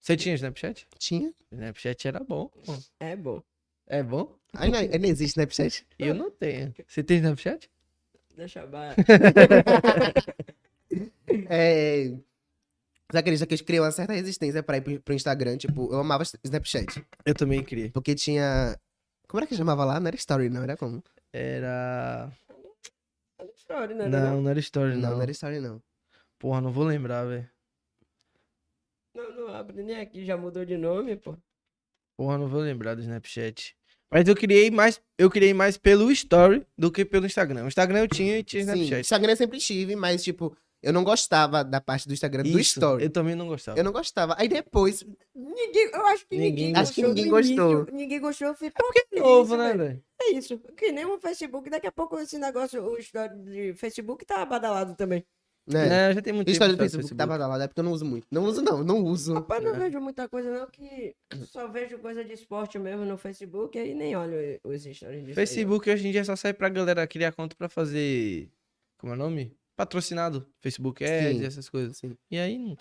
Você tinha Snapchat?
Tinha.
Snapchat era bom. pô.
É bom.
É bom?
Aí não, aí não existe
[LAUGHS]
Snapchat.
Eu não tenho. Você tem Snapchat?
Deixa
[LAUGHS]
baixo.
É. Você acredita que eu criei uma certa resistência pra ir pro- pro Instagram? Tipo, eu amava Snapchat.
Eu também criei.
Porque tinha. Como era que chamava lá? Não era Story, não. Era como?
Era.
História, né?
Não, não era Story,
Não,
não.
não era Story, não.
Porra, não vou lembrar, velho.
Não, não abre nem aqui, já mudou de nome, pô.
Porra, não vou lembrar do Snapchat. Mas eu criei mais, eu criei mais pelo Story do que pelo Instagram. O Instagram eu tinha e tinha
Sim,
Snapchat.
Instagram eu sempre tive, mas, tipo, eu não gostava da parte do Instagram do
Isso,
Story.
Eu também não gostava.
Eu não gostava. Aí depois,
Ninguém, eu acho que ninguém,
Ninguém
gostou.
Acho que ninguém
do início.
gostou.
ninguém gostou. Eu falei, pô, que
É
isso,
novo, né,
velho?
velho?
É isso. Que nem o Facebook. Daqui a pouco esse negócio, o história de Facebook tá badalado também.
né?
É. já tem muito tempo.
História do
sabe,
Facebook, tá badalada, é porque eu não uso muito. Não uso, não, não uso.
Rapaz, não
É.
vejo muita coisa não, que só vejo coisa de esporte mesmo no Facebook, aí nem olho os stories disso aí,
Facebook hoje em dia só sai pra galera criar conta pra fazer. Como é o nome? Patrocinado. Facebook Ads,
Sim.
essas coisas.
Sim.
E aí. não-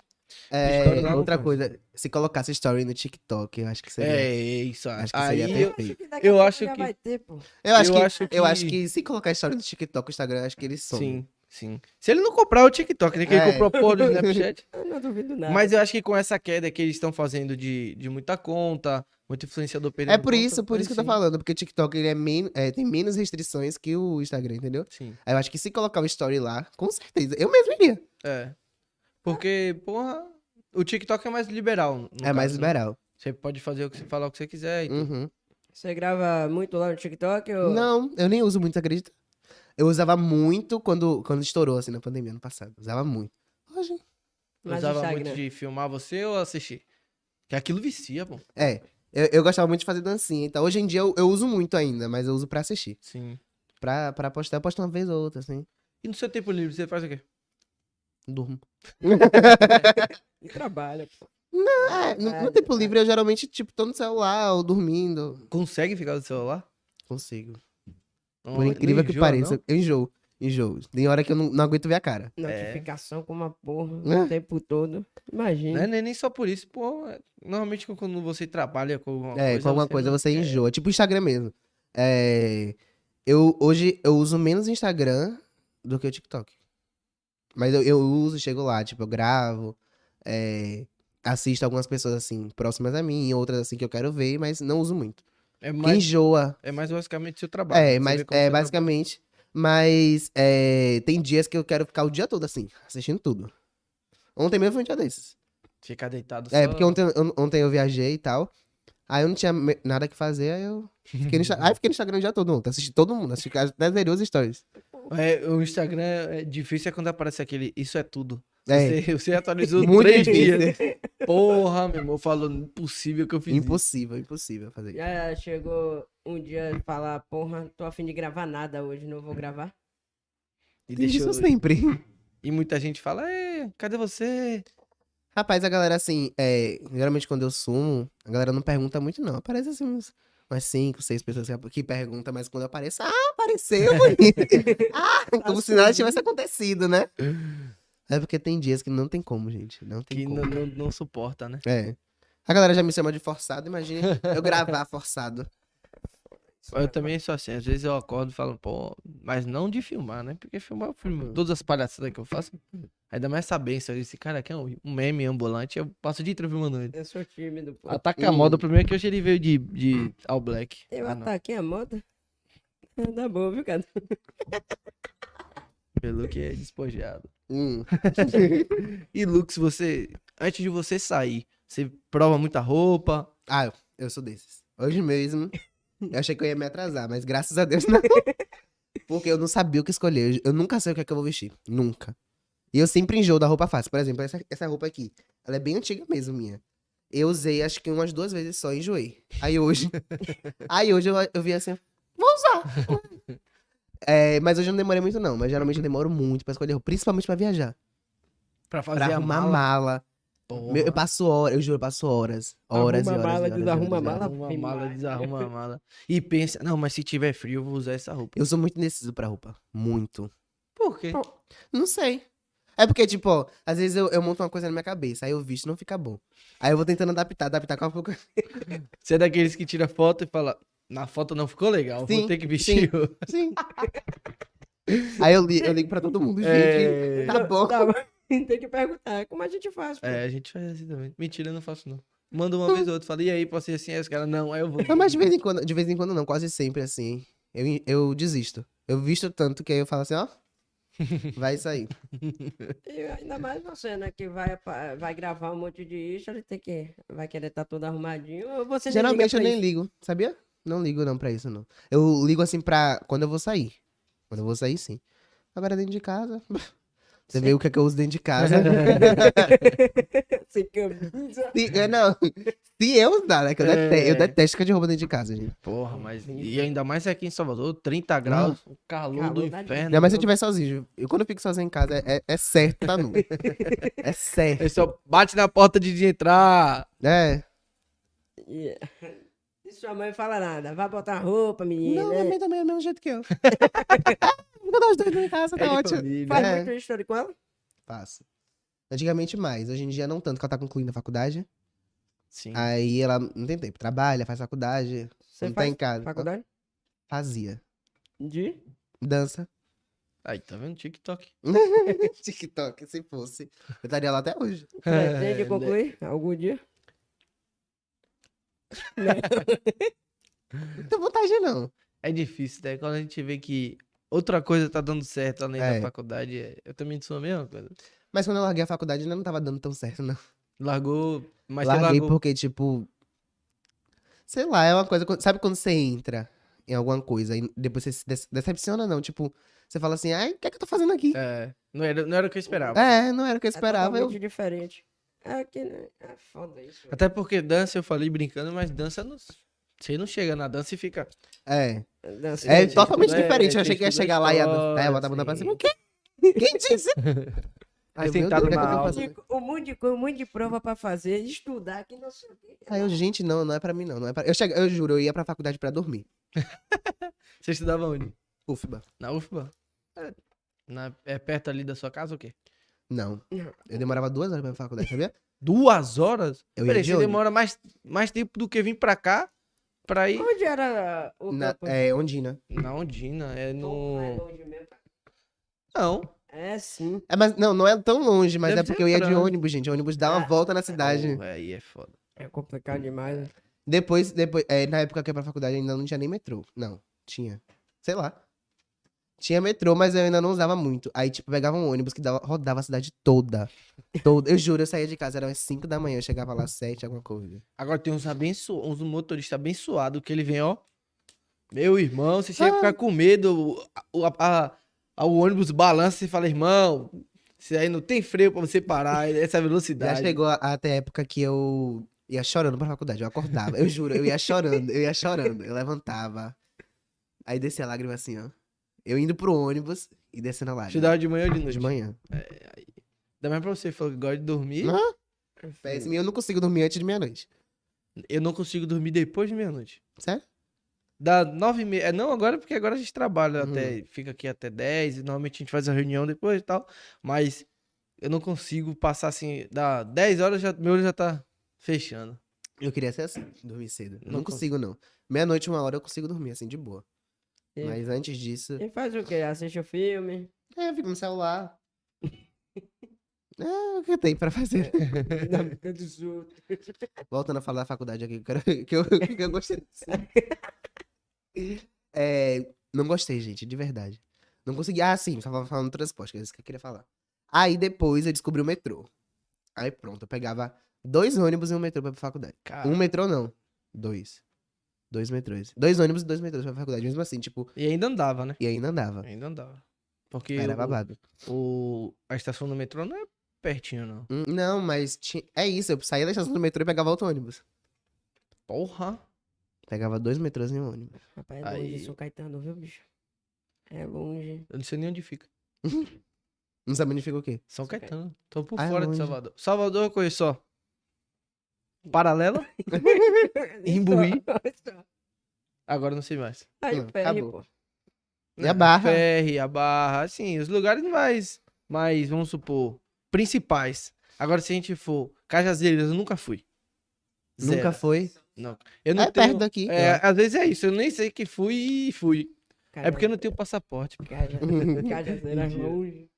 É,
Story lá não
outra
faz.
coisa, se colocasse Story no TikTok, eu acho que seria.
É isso.
Acho que
aí
seria
não.
eu,
Eu acho que daqui
é eu
a pouco
acho
já
que-
vai ter, pô.
Eu, acho,
É, eu
que,
acho
eu acho
que-
que se colocar Story no TikTok, o Instagram, eu acho que ele some.
Sim, sim. Se ele não comprar o TikTok, né? Que ele
É.
comprou porra do
[LAUGHS]
Snapchat.
Eu não duvido nada.
Mas eu acho que com essa queda que eles estão fazendo de, de muita conta, muito influenciador perdendo
É por
conta,
isso, por
aí
isso que eu tô
sim,
falando, porque o TikTok ele é men- é, tem menos restrições que o Instagram, entendeu?
Sim,
Aí Eu acho que se colocar o story lá, com certeza. Eu mesmo iria.
é. Porque, porra, o TikTok é mais liberal. no
é mais
caso, né?
liberal.
Você pode fazer o que você falar o que você quiser. e tudo.
Uhum.
Você grava muito lá no TikTok? Ou...
Não, eu nem uso muito, acredita? Eu usava muito quando, quando estourou, assim, na pandemia, ano passado. Usava muito. Hoje.
Mas
Usava
Instagram.
muito de filmar você ou assistir. Que aquilo vicia, pô.
É. Eu, eu gostava muito de fazer dancinha. Então, hoje em dia eu, eu uso muito ainda, mas eu uso pra assistir.
Sim.
Pra, pra postar, eu posto uma vez ou outra, assim.
E no seu tempo livre, você faz o quê?
Durmo.
E trabalha, pô.
É, no, no tempo livre eu geralmente, tipo, tô no celular ou dormindo.
Consegue ficar no celular?
Consigo.
Não-
Por
não
incrível que
enjoa,
pareça,
não?
eu enjoo. Enjoo. Tem hora que eu não, não aguento ver a cara.
É.
Notificação com uma porra
É.
Né?
o tempo todo.
Não
Imagina.
é nem nem só por isso, pô. é- Normalmente quando você trabalha com alguma
É,
coisa.
com alguma coisa
não-
você enjoa. Tipo o Instagram mesmo. É, eu, hoje eu uso menos Instagram do que o TikTok. Mas eu, eu uso, chego lá, tipo, eu gravo, é, assisto algumas pessoas assim, próximas a mim, e outras assim que eu quero ver, mas não uso muito.
É
Que
mais,
enjoa.
é mais basicamente seu trabalho.
É,
você
mas
vê como
é
você
basicamente. Mas é, tem dias que eu quero ficar o dia todo assim, assistindo tudo. Ontem mesmo foi um dia desses.
trabalha. Ficar deitado
É,
só-
porque ontem eu, ontem eu viajei e tal. Aí eu não tinha me-
Uhum.
Tá nada que fazer, aí eu fiquei no Instagram. aí eu fiquei no Instagram o dia todo ontem. Assisti todo mundo, assisti quase- até zerei os stories.
Pô,
[LAUGHS] É, o Instagram é difícil é quando aparece aquele isso é tudo.
É,
Você, [LAUGHS] você atualizou
muito
três
difícil. né?
dias. Porra, meu irmão, falando impossível que eu fiz. isso.
Impossível, impossível fazer isso.
Já chegou um dia e falar, porra, tô afim de gravar nada hoje, não vou gravar.
E,
Tem
deixou-
isso sempre. [LAUGHS]
e muita gente fala, é, cadê você?
Rapaz, a galera assim, é, geralmente quando eu sumo, a galera não pergunta muito, não. Aparece assim uns, umas 5, 6 pessoas que- que perguntam, mas quando eu apareço, ah,
[LAUGHS]
apareceu! ah, como se nada tivesse acontecido, né? É porque tem dias que não tem como, gente. Não tem
Que
como.
não, não, não suporta, né?
É. A galera já me chama de forçado, imagina eu gravar forçado.
Eu também sou assim, às vezes eu acordo e falo, pô, mas não de filmar, né? Porque filmar eu filmo. Todas as palhaçadas que eu faço, ainda mais essa benção. Esse cara aqui é um um meme ambulante, eu passo o dia inteiro filmando ele.
Eu sou tímido, pô.
Ataca a moda, o problema é que hoje ele veio de,
Hum.
de All Black.
Eu
Ah, não.
ataquei a moda. [LAUGHS] Tá bom, viu, cara?
Pelo que é despojado.
Hum.
E Lux, você. Antes de você sair, você prova muita roupa.
Ah, eu- eu sou desses. Hoje mesmo, eu achei que eu ia me atrasar, mas graças
[LAUGHS]
a Deus não. Porque eu não sabia o que escolher. Eu nunca sei o que é que eu vou vestir. Nunca. E eu sempre enjoo da roupa fácil. Por exemplo, essa, essa roupa aqui. Ela é bem antiga mesmo, minha. Eu usei acho que umas duas vezes só e enjoei.
[LAUGHS]
Aí hoje. aí hoje eu, eu vi assim. Vou usar! É, mas hoje eu não demorei muito, não. Mas geralmente eu demoro muito pra escolher roupa, principalmente pra viajar.
Pra fazer
Pra arrumar mala.
Porra.
Meu, eu passo horas, eu juro, eu passo horas. Horas
Arruma
e horas.
a mala,
e horas, e
desarruma a
horas, e horas.
mala,
Arruma a
vem
mala,
mais.
[LAUGHS] desarruma a mala. E pensa, não, mas se tiver frio, eu vou usar essa roupa.
Eu sou muito indeciso pra roupa. Muito.
Por quê?
Não sei. É porque, tipo, ó, às vezes eu, eu monto uma coisa na minha cabeça, aí eu visto não fica bom. Aí eu vou tentando adaptar, adaptar com a [LAUGHS] pouco.
Você é daqueles que tira foto e fala, na foto não ficou legal, vou
Sim,
ter que vestir. [LAUGHS] outra."
[LAUGHS] Sim. Assim. aí eu, li, eu ligo pra todo mundo, gente.
É...
Tá bom.
Tá bom. [LAUGHS] Tem que perguntar, como a gente faz? pô?
é, a gente faz assim também. Mentira, eu não faço não. Manda uma vez ou outra, fala, e aí, posso ir assim? Aí os caras, não, aí eu vou.
Não, mas de vez em quando, de vez em quando não, quase sempre assim. Eu, eu desisto. Eu visto tanto que aí eu falo assim, ó. Vai sair.
E ainda mais você, né? Que vai, pa- vai gravar um monte de isso, ele tem que. Vai querer estar todo arrumadinho. Ou você nem liga
Geralmente eu
pra
nem ligo, sabia? Não ligo não pra isso, não. Eu ligo assim pra quando eu vou sair. Quando eu vou sair, sim. Agora dentro de casa. [LAUGHS] Você vê o que, é que eu uso dentro de casa. né?
isso. assim, Sem camisa.
se, é, não. Se eu usar, né? Que eu,
É.
dete- eu detesto ficar de roupa dentro de casa, gente.
Porra, mas. E ainda mais aqui em Salvador, 30 graus, o calor,
Calor
do
da
inferno.
Ainda mais se eu estiver sozinho. Eu, quando eu fico sozinho em casa, é, é certo, tá nu. É certo.
[LAUGHS] Ele só bate na porta de de entrar.
É.
[LAUGHS] E- E sua mãe fala nada. Vai botar roupa, menina. né?
Não, minha mãe também é do mesmo jeito que eu. Fica nós dois dentro de casa, [LAUGHS]
É
tá
de
ótimo.
família.
Faz
É.
muito história com ela?
Faço. Antigamente mais, hoje em dia não tanto, que ela tá concluindo a faculdade.
Sim.
Aí ela não tem tempo, trabalha, faz faculdade,
Você
não tá
faz
em casa.
faculdade?
Fazia.
De?
Dança. [LAUGHS]
Aí, tá vendo? TikTok.
TikTok, se fosse. Eu estaria lá até hoje.
Pretende
É,
concluir algum dia?
Não tem vontade, não.
É difícil, né? Quando a gente vê que outra coisa tá dando certo além da
É.
faculdade, é- eu também sou a mesma coisa.
Mas quando eu larguei a faculdade, ainda não tava dando tão certo, não.
Largou, mas você
larguei
largou.
porque, tipo. Sei lá, é uma coisa. Sabe quando você entra em alguma coisa e depois você se dece- decepciona, não? Tipo, você fala assim, ai, o que é que eu tô fazendo aqui?
É, não era, não era o que eu esperava.
É, não era o que eu esperava.
É
eu...
totalmente diferente. É que né, é foda isso. velho.
Até porque dança, eu falei brincando, mas dança não. Você não chega na dança e fica.
É.
Dança
É
de-
totalmente
estudou- é,
diferente. eu
você
achei que ia
estudou
chegar lá e ia dançar, ia
história,
botar a bunda pra
assim.
cima. O quê? Quem
[LAUGHS]
disse? Ai, meu
sentado
Deus, o que é que eu
na
tô
aula.
fazendo?
de- um monte de coisa, um monte de prova pra fazer, estudar, que não sei o quê.
Aí eu, gente, não, não é pra mim, não. não é pra... eu, chega... eu juro, eu ia pra faculdade pra dormir.
Você estudava onde?
Ufba.
Na UFBA? É, na- é perto ali da sua casa ou o quê?
Não.
Não.
Eu demorava duas horas pra ir pra faculdade, sabia?
Duas horas?
Eu ia
Peraí,
de
você
ônibus.
demora mais, mais tempo do que vir pra cá pra ir.
Onde era o
Na,
campo?
é, Ondina.
Na Ondina, é
Pouco mais
no.
longe mesmo.
Não.
É sim.
É, mas, não, não é tão longe, mas
Deve
é porque
ser
eu ia de
trânsito.
ônibus, gente. ônibus dá uma
Ah.
volta na cidade.
Oh, aí é foda.
É complicado demais. né?
Depois, depois é, na época que eu ia pra faculdade, ainda não tinha nem metrô. Não, tinha. Sei lá. Tinha metrô, mas eu ainda não usava muito. Aí, tipo, pegava um ônibus que dava- rodava a cidade toda. Toda. Eu juro, eu saía de casa, era umas 5 da manhã, eu chegava lá às 7, alguma coisa.
Agora tem uns abenço... uns motorista
Ah.
abençoado que ele vem, ó. Meu irmão, você chega a ficar com medo. o- a- a- Aí o ônibus balança e fala, irmão, isso aí não tem freio pra você parar, essa
[LAUGHS] Já
velocidade.
chegou a- até a época que eu ia chorando pra faculdade. Eu acordava, eu juro, eu ia chorando, eu ia chorando. Eu levantava. Aí descia a lágrima assim, ó. Eu indo pro ônibus e descendo a lágrima.
Estudava de manhã ou de noite?
de manhã.
Ainda mais pra você, falou que gosta de dormir.
Não. Péssimo. E assim, eu não consigo dormir antes de meia-noite.
Eu não consigo dormir depois de meia-noite.
Sério?
Dá nove e meia. é, Não agora, porque agora a gente trabalha
Uhum.
até. Fica aqui até dez. E normalmente a gente faz a reunião depois e tal. Mas eu não consigo passar assim. Dá dez horas, já, meu olho já tá fechando.
Eu queria ser assim, dormir cedo. Não,
Não
consigo, não. Meia-noite, uma hora eu consigo dormir, assim, de boa.
É.
Mas antes disso.
E faz o quê? Assiste o filme?
É, eu fico no celular. é o que tem pra fazer.
dá bica dos outros.
Voltando a falar da faculdade aqui, que eu, quero- [LAUGHS] que eu, que eu gostei disso. É, não gostei, gente, de verdade. Não consegui. Ah, sim, tava falando do transporte, que é isso que eu queria falar. Aí depois eu descobri o metrô. Aí pronto, eu pegava dois ônibus e um metrô pra ir pra faculdade.
Cara.
Um metrô não, dois. Dois metrôs. Dois ônibus e dois metrôs pra faculdade, mesmo assim, tipo,
E ainda andava, né?
e ainda andava.
Ainda andava. Porque
Era
o-
babado.
o- a estação do metrô não é pertinho, não.
Hum, Não, mas ti- é isso, eu saía da estação do metrô e pegava outro ônibus.
Porra!
Pegava dois metrôs e um ônibus.
Rapaz, é longe
Aí-
São Caetano, viu, bicho? É longe.
Eu não sei nem onde fica.
Não sabe onde fica o quê?
São
São
Caetano.
Caetano. Tô por
Ah, é
fora de
longe.
Salvador. Salvador eu conheço só. Paralela? [LAUGHS] Em Buí.
[LAUGHS] Só-
Agora eu não sei mais.
Aí
Hum,
o ferry,
acabou.
pô.
E a Barra?
Né? Ferre, a Barra, assim, os lugares mais, mais, vamos supor, principais. Agora, se a gente for, Cajazeiras, eu nunca fui.
Nunca
Zero.
foi?
Eu não
é
tenho...
perto daqui.
É, às vezes é isso, eu nem sei que fui e fui. É porque eu não tenho passaporte.
Caja- Cajazeiras é
Mentira.
longe.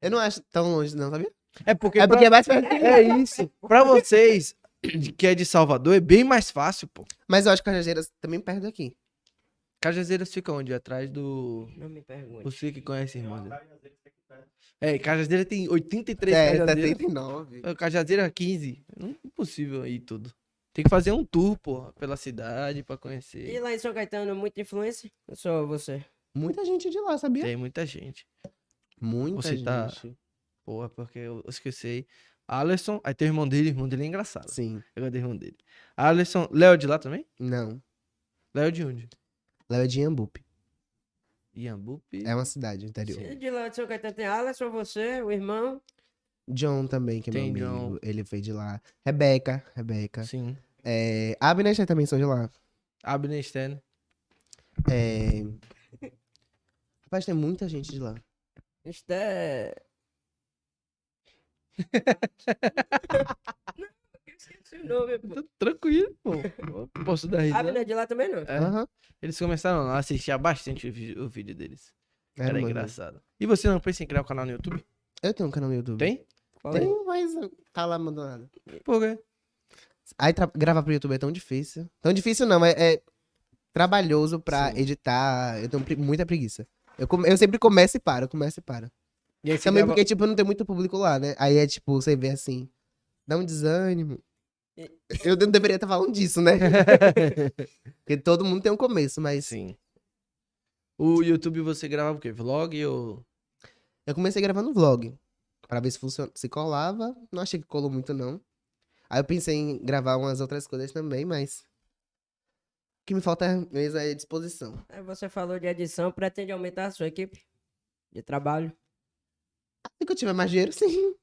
Eu não acho tão longe, não, sabia?
É porque,
É porque é mais perto.
pra- [LAUGHS] é isso. Pra vocês que é de Salvador, é bem mais fácil, pô.
Mas eu acho que Cajazeiras também perto daqui.
Cajazeiras fica onde? Atrás do...
Não me pergunte.
Você que conhece, irmão. né? É, Cajazeira tem 83
é,
Cajazeiras.
79.
Ô, Cajazeira 15. Não é possível aí tudo. Tem que fazer um tour, porra, pela cidade pra
E
conhecer.
lá em São Caetano, muita influência? Ou Só você.
Muita gente de lá, sabia?
Tem muita gente.
Muita
É. Você
gente.
tá- Porra, porque eu esqueci. Alisson, aí tem o irmão dele, o irmão dele é engraçado.
Sim.
Eu gosto do irmão dele. Alisson, Léo é de lá também?
Não.
Léo é de onde?
Lá é de Iambupe.
Iambupe.
É uma cidade do interior.
E de lá de São Caetano tem Alan, só você, o irmão.
John também, que é
Tem
meu
John.
amigo. Ele foi de lá. Rebeca. Rebeca.
Sim.
É... Abner também são de lá.
Abner Stern.
É... Rapaz, tem muita gente de lá.
Isto
[LAUGHS]
é. Não, eu esqueci o nome, pô.
Tá Tranquilo,
[LAUGHS]
pô. Eu Posso dar
A
risada.
mina de lá também não.
É.
Aham.
Eles começaram a assistir bastante o vi- o vídeo deles.
É,
Era
mano.
engraçado. E você não pensa em criar um canal no YouTube?
Eu tenho um canal no YouTube.
Tem?
Qual é?
Tem, mas tá lá abandonado.
Por quê?
Aí tra- gravar pro YouTube é tão difícil. Tão difícil não, é, é trabalhoso pra editar. Eu tenho pre- muita preguiça. Eu, come- eu sempre começo e paro, começo e paro.
E aí você
Também
grava-
porque, tipo, não tem muito público lá, né? Aí é tipo, você vê assim, dá um desânimo.
É.
Eu não deveria estar falando disso,
[LAUGHS]
né? porque todo mundo tem um começo, mas
Sim. O YouTube você grava o quê? Vlog ou...
eu comecei gravando vlog. Pra ver se funciona, se colava. Não achei que colou muito, não. Aí eu pensei em gravar umas outras coisas também, mas. O que me falta mesmo é disposição.
Aí Você falou de edição, pretende aumentar a sua equipe de trabalho.
Se eu tiver mais dinheiro, [LAUGHS] sim.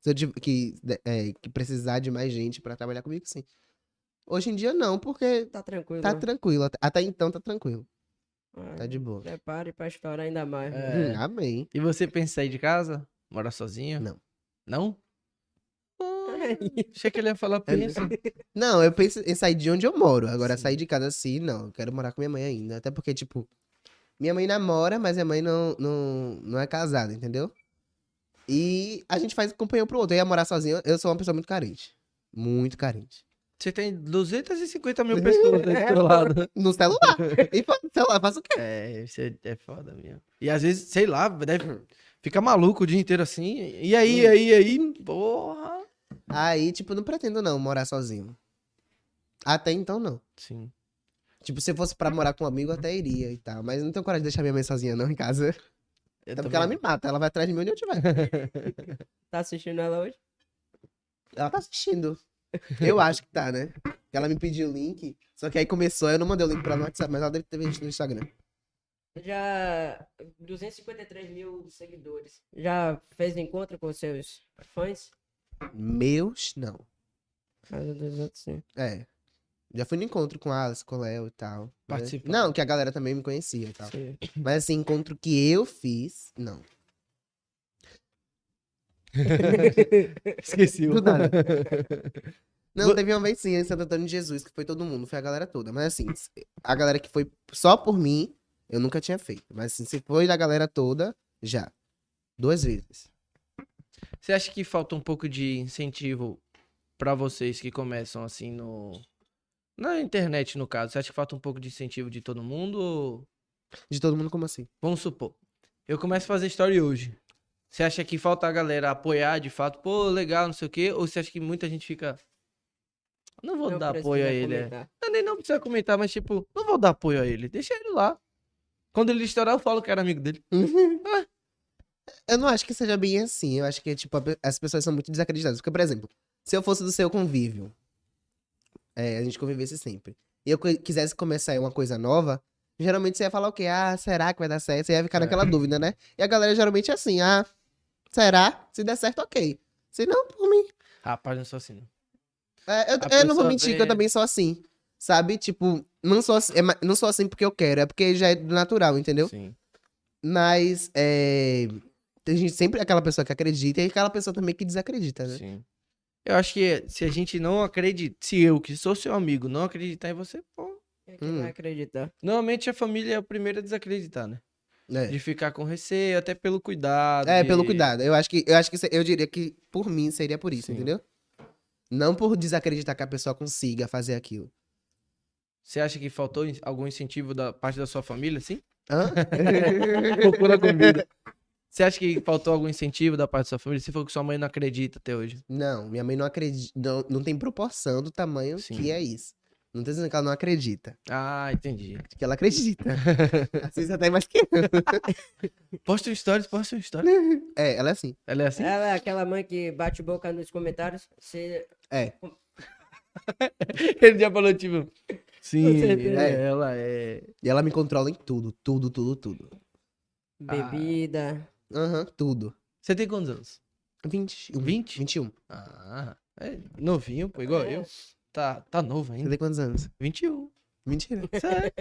Se eu tiver que, é, que precisar de mais gente pra trabalhar comigo, sim. Hoje em dia não, porque
Tá tranquilo.
tá
né?
tranquilo. Até- Até então tá tranquilo.
Ah,
Tá de boa.
Prepare pra estourar ainda mais. né?
É.
Hum, amei.
E você pensa em sair de casa? Morar sozinho?
Não.
Não? Achei que ele ia falar
É
pensa.
Não, eu penso em sair de onde eu moro. Agora,
Sim.
sair de casa assim, não. Eu quero morar com minha mãe ainda. Até porque, tipo, minha mãe namora, mas minha mãe não, não, não é casada, entendeu? E a gente faz companhia um pro outro. Eu ia morar sozinho, eu sou uma pessoa muito carente. Muito carente.
Você tem 250 [LAUGHS] mil pessoas do seu lado.
No celular. [LAUGHS] E fa- celular, faço o quê?
É, isso é, é foda mesmo. E às vezes, sei lá, deve... Fica maluco o dia inteiro assim. E aí,
Hum.
aí, aí... Porra!
Aí, tipo, não pretendo não morar sozinho. Até então, não.
Sim.
Tipo, se fosse pra morar com um amigo, eu até iria e tal. Mas não tenho coragem de deixar minha mãe sozinha, não, em casa.
Eu
Até
também
Então, porque ela me mata. Ela vai atrás de mim onde eu tiver.
[LAUGHS] Tá assistindo ela hoje?
Ela tá assistindo. Eu acho que tá, né? Porque Ela me pediu o link. Só que aí começou, eu não mandei o link pra ela no WhatsApp, mas ela deve ter visto no Instagram.
Já 253 mil seguidores. Já fez encontro com seus fãs?
Tá. Meus, não.
Casa dos outros, sim.
É. Já fui no encontro com a Alice, com o Léo e tal. mas-
Participou.
Não, que a galera também me conhecia e tal. [LAUGHS]
Sim.
Mas assim, encontro que eu fiz, não.
[LAUGHS] [LAUGHS] Esqueci
Do
o
nada. Não,
Vo-
teve uma vez sim, em Santo Antônio de Jesus, que foi todo mundo, foi a galera toda. Mas assim, a galera que foi só por mim, eu nunca tinha feito. Mas assim, se foi da galera toda, já. Duas vezes.
Você acha que falta um pouco de incentivo pra vocês que começam assim no. Na internet, no caso. Você acha que falta um pouco de incentivo de todo mundo? Ou...
De todo mundo, como assim?
Vamos supor. Eu começo a fazer story hoje. Você acha que falta a galera apoiar de fato? Pô, legal, não sei o quê. Ou você acha que muita gente fica. Não vou
Não
dar
precisa
apoio a ele. é.
comentar.
Não, nem não precisa comentar, mas tipo, não vou dar apoio a ele. Deixa ele lá. Quando ele estourar, eu falo que era amigo dele.
Eu não acho que seja bem assim. Eu acho que, tipo, a pe- as pessoas são muito desacreditadas. Porque, por exemplo, se eu fosse do seu convívio, é, a gente convivesse sempre, e eu co- quisesse começar aí uma coisa nova, geralmente você ia falar o quê? Ah, será que vai dar certo? Você ia ficar
É.
naquela dúvida, né? E a galera geralmente é assim, ah, será? Se der certo, ok. Se não, por mim.
Rapaz, não sou assim. não.
É, eu
A
eu não vou
pessoa
mentir que
vê-
eu também sou assim. Sabe? Tipo, não sou, assim, é ma- não sou assim porque eu quero, é porque já é do natural, entendeu?
Sim.
Mas é, tem gente sempre aquela pessoa que acredita e aquela pessoa também que desacredita, né?
Sim. Eu acho que se a gente não acredita, se eu, que sou seu amigo, não acreditar em você, pô.
É que
Hum.
vai acreditar.
Normalmente a família é a primeira a desacreditar, né?
É.
De ficar com receio, até pelo cuidado.
É,
de-
pelo cuidado. Eu acho que eu acho que se- eu diria que por mim seria por isso,
Sim.
entendeu? Não por desacreditar que a pessoa consiga fazer aquilo.
Você acha que faltou in- algum incentivo da parte da sua família, sim? [LAUGHS]
Hã?
Procura comida. Você acha que faltou algum incentivo da parte da sua família? Você falou que sua mãe não acredita até hoje.
não, minha mãe não acredita, não, não tem proporção do tamanho
Sim.
que é isso. Não tô dizendo que ela não acredita,
Ah, entendi.
acho que ela
[LAUGHS]
acredita. Assim até mais que eu.
Posta um stories, posta um stories.
É, ela é assim.
Ela é assim?
Ela é aquela mãe que bate boca nos comentários. Se
[LAUGHS] Ah. Ele já falou, tipo. Sim,
certeza.
é, ela é.
E ela me controla em tudo, tudo, tudo, tudo.
bebida.
Aham, tudo.
Ah. Você tem quantos anos?
21.
20?
21.
Ah, é novinho, pô, igual
É.
eu. Tá, tá novo
Você
ainda.
tem quantos anos?
21.
Mentira.
Sério?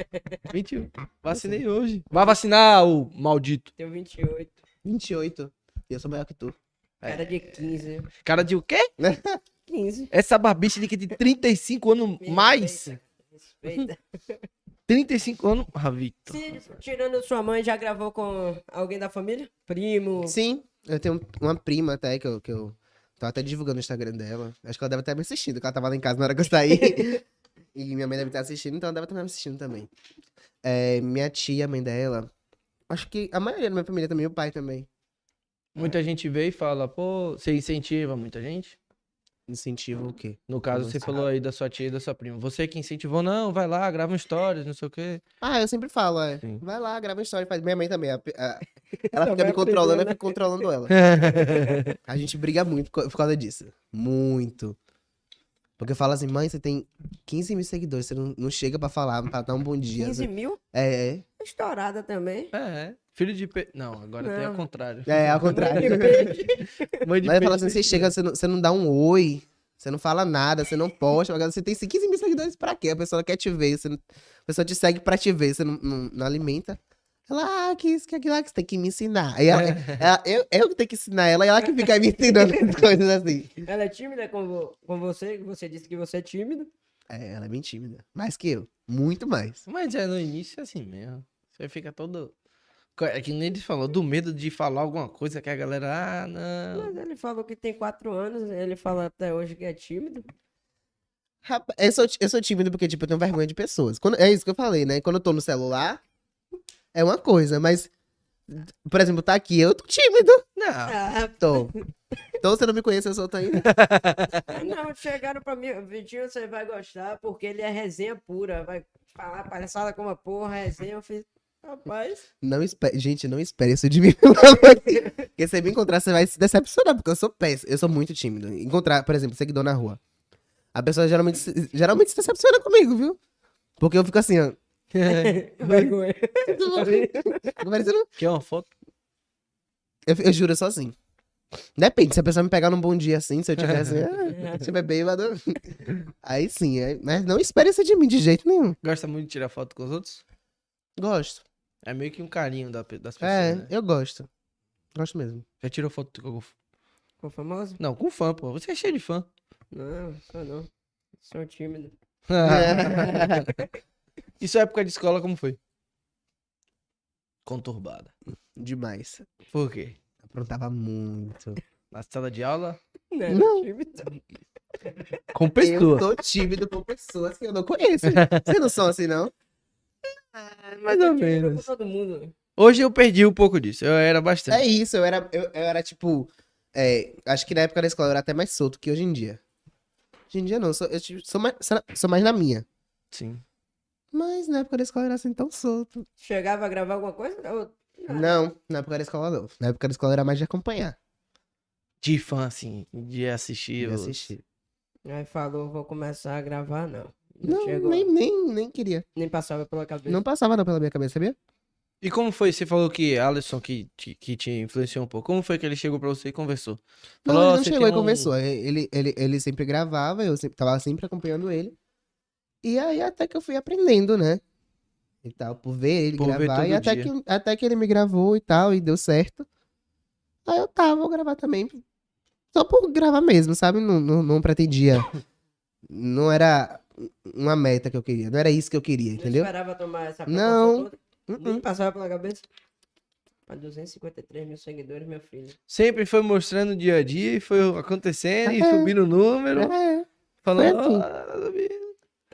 21. Vacinei hoje. Vai vacinar, o maldito.
Tenho 28.
28. E eu sou maior que tu.
É.
Era de 15.
Cara de o quê?
15.
Essa barbicha ali que tem 35 anos
Me
mais.
respeita,
[LAUGHS]
Respeita.
35 anos. Ah, Vitor.
Se, tirando sua mãe, já gravou com alguém da família? Primo.
[LAUGHS] Sim, eu tenho uma prima até que eu, que eu tô até divulgando o Instagram dela. Acho que ela deve estar me assistindo, que ela tava lá em casa na hora que eu saí. e minha mãe deve estar assistindo, então ela deve estar me assistindo também. É, minha tia, a mãe dela. Acho que a maioria da minha família também, o pai também.
Muita gente vê e fala, pô, você incentiva muita gente.
Incentivo o quê?
No caso, você
Nossa.
falou aí da sua tia e da sua prima. Você que incentivou, não, vai lá, grava um stories, não sei
[LAUGHS]
o quê.
Ah, eu sempre falo, é.
Sim.
Vai lá, grava uma história. Faz... Minha mãe também. a- a- ela fica
Também
me controlando, eu
aprendeu, né?
fico controlando ela.
É,
A gente briga muito por co- por causa disso. Muito. Porque eu falo assim, mãe, você tem 15 mil seguidores, você não, não chega pra falar, pra dar um bom dia.
15 mil?
É, é,
Estourada também.
é, filho de pe... Não, agora tem ao
Não.
contrário.
é
[LAUGHS]
ao contrário.
[LAUGHS] Mãe
Mas eu
peixe.
falo assim, você chega, você não, você não dá um oi, você não fala nada, você não posta, mas você tem 15 mil seguidores pra quê? A pessoa quer te ver, você não- a pessoa te segue pra te ver, você não, não- não alimenta. Ela, ah, que isso, que aquilo, ah, que você tem que me ensinar. Aí ela- ela- eu, eu que tenho que ensinar ela, e ela que fica me ensinando [LAUGHS] as coisas assim.
Ela é tímida com, vo- com você? Você disse que você é tímido.
É, ela é bem tímida. Mais que eu. Muito mais.
Mas é no início é assim mesmo. Você fica todo. Co- É que nem ele falou, do medo de falar alguma coisa que a galera. Ah, não.
Mas ele falou que tem 4 anos. Ele fala até hoje que é tímido.
Rapaz, eu sou, ti- eu sou tímido porque, tipo, eu tenho vergonha de pessoas. Quando- é isso que eu falei, né? Quando eu tô no celular, é uma coisa, mas Por exemplo, tá aqui, eu tô tímido.
Não.
Ah,
Tô. Então você não me conhece, eu sou ainda.
não, chegaram pra mim, Vitinho, você vai gostar, porque ele é resenha pura. Vai falar palhaçada como a porra, resenha. Eu fiz,
[LAUGHS]
rapaz,
Não espere, gente, não espere isso de mim. pelo amor de Deus. Porque se você me encontrar, você vai se decepcionar, porque eu sou péssimo. Eu sou muito tímido. Encontrar, por exemplo, seguidor na rua. A pessoa geralmente se, geralmente se decepciona comigo, viu? Porque eu fico assim, ó.
vergonha.
fico parecendo-
Quer uma foto?
Eu, eu juro, eu sou assim. Depende, se a pessoa me pegar num bom dia assim, se eu tiver assim, ah, tiver bêbado. Aí sim, aí- mas não espere isso de mim de jeito nenhum.
Gosta muito de tirar foto com os outros?
Gosto.
É meio que um carinho da pe- das pessoas,
É,
né?
eu gosto. Gosto mesmo.
Já tirou foto com algum... f-
Ficou famoso?
Não, com fã, pô. Você é cheio
[LAUGHS]
de fã.
Não, sou não. Sou tímido.
E sua época de escola como foi? Conturbada.
Demais.
Por quê?
Aprontava muito.
Na sala de aula?
Não, era
Não.
tímido.
Com
Eu
pessoa.
tô tímido com pessoas que eu não conheço. Vocês não são assim, não? É,
Mais ou
Eu tive
menos.
Com todo mundo.
Hoje eu perdi um pouco disso. Eu era bastante.
É isso, eu era, eu, eu era tipo. é, acho que na época da escola eu era até mais solto que hoje em dia. Hoje em dia não, eu sou, eu tipo, sou mais, sou mais na minha.
Sim.
Mas na época da escola eu era assim tão solto.
Chegava a gravar alguma coisa? Eu...
Não, na época da escola não. Na época da escola eu era mais de acompanhar.
De fã, assim. De
De
assistir. os-
assistir.
Aí falou, vou começar a gravar, não. Não,
Não,
chegou.
nem, nem, nem queria.
Nem passava pela cabeça.
Não passava não pela minha cabeça, sabia?
E como foi? Você falou que Alisson que te, que te influenciou um pouco. Como foi que ele chegou pra você e conversou?
Não,
Falou,
ele
"Ó,
não
você
chegou e
tem um-
conversou. Ele, ele, ele sempre gravava, eu sempre, tava sempre acompanhando ele. E aí até que eu fui aprendendo, né? E tal, por ver ele
Por ver
gravar. e
todo
até
dia.
que, até que ele me gravou e tal, e deu certo. Aí eu tava, vou gravar também. Só por gravar mesmo, sabe? Não, não, não
[COUGHS]
pretendia. não era uma meta que eu queria. Não era isso que eu queria,
Não
entendeu?
esperava tomar essa
Não.
proporção toda.
Uh-uh.
Nem passava pela cabeça. Mas 253 mil seguidores, meu filho. [LAUGHS]
Sempre foi mostrando o dia a dia e foi acontecendo e
É.
subindo o número.
É,
Falando.
assim.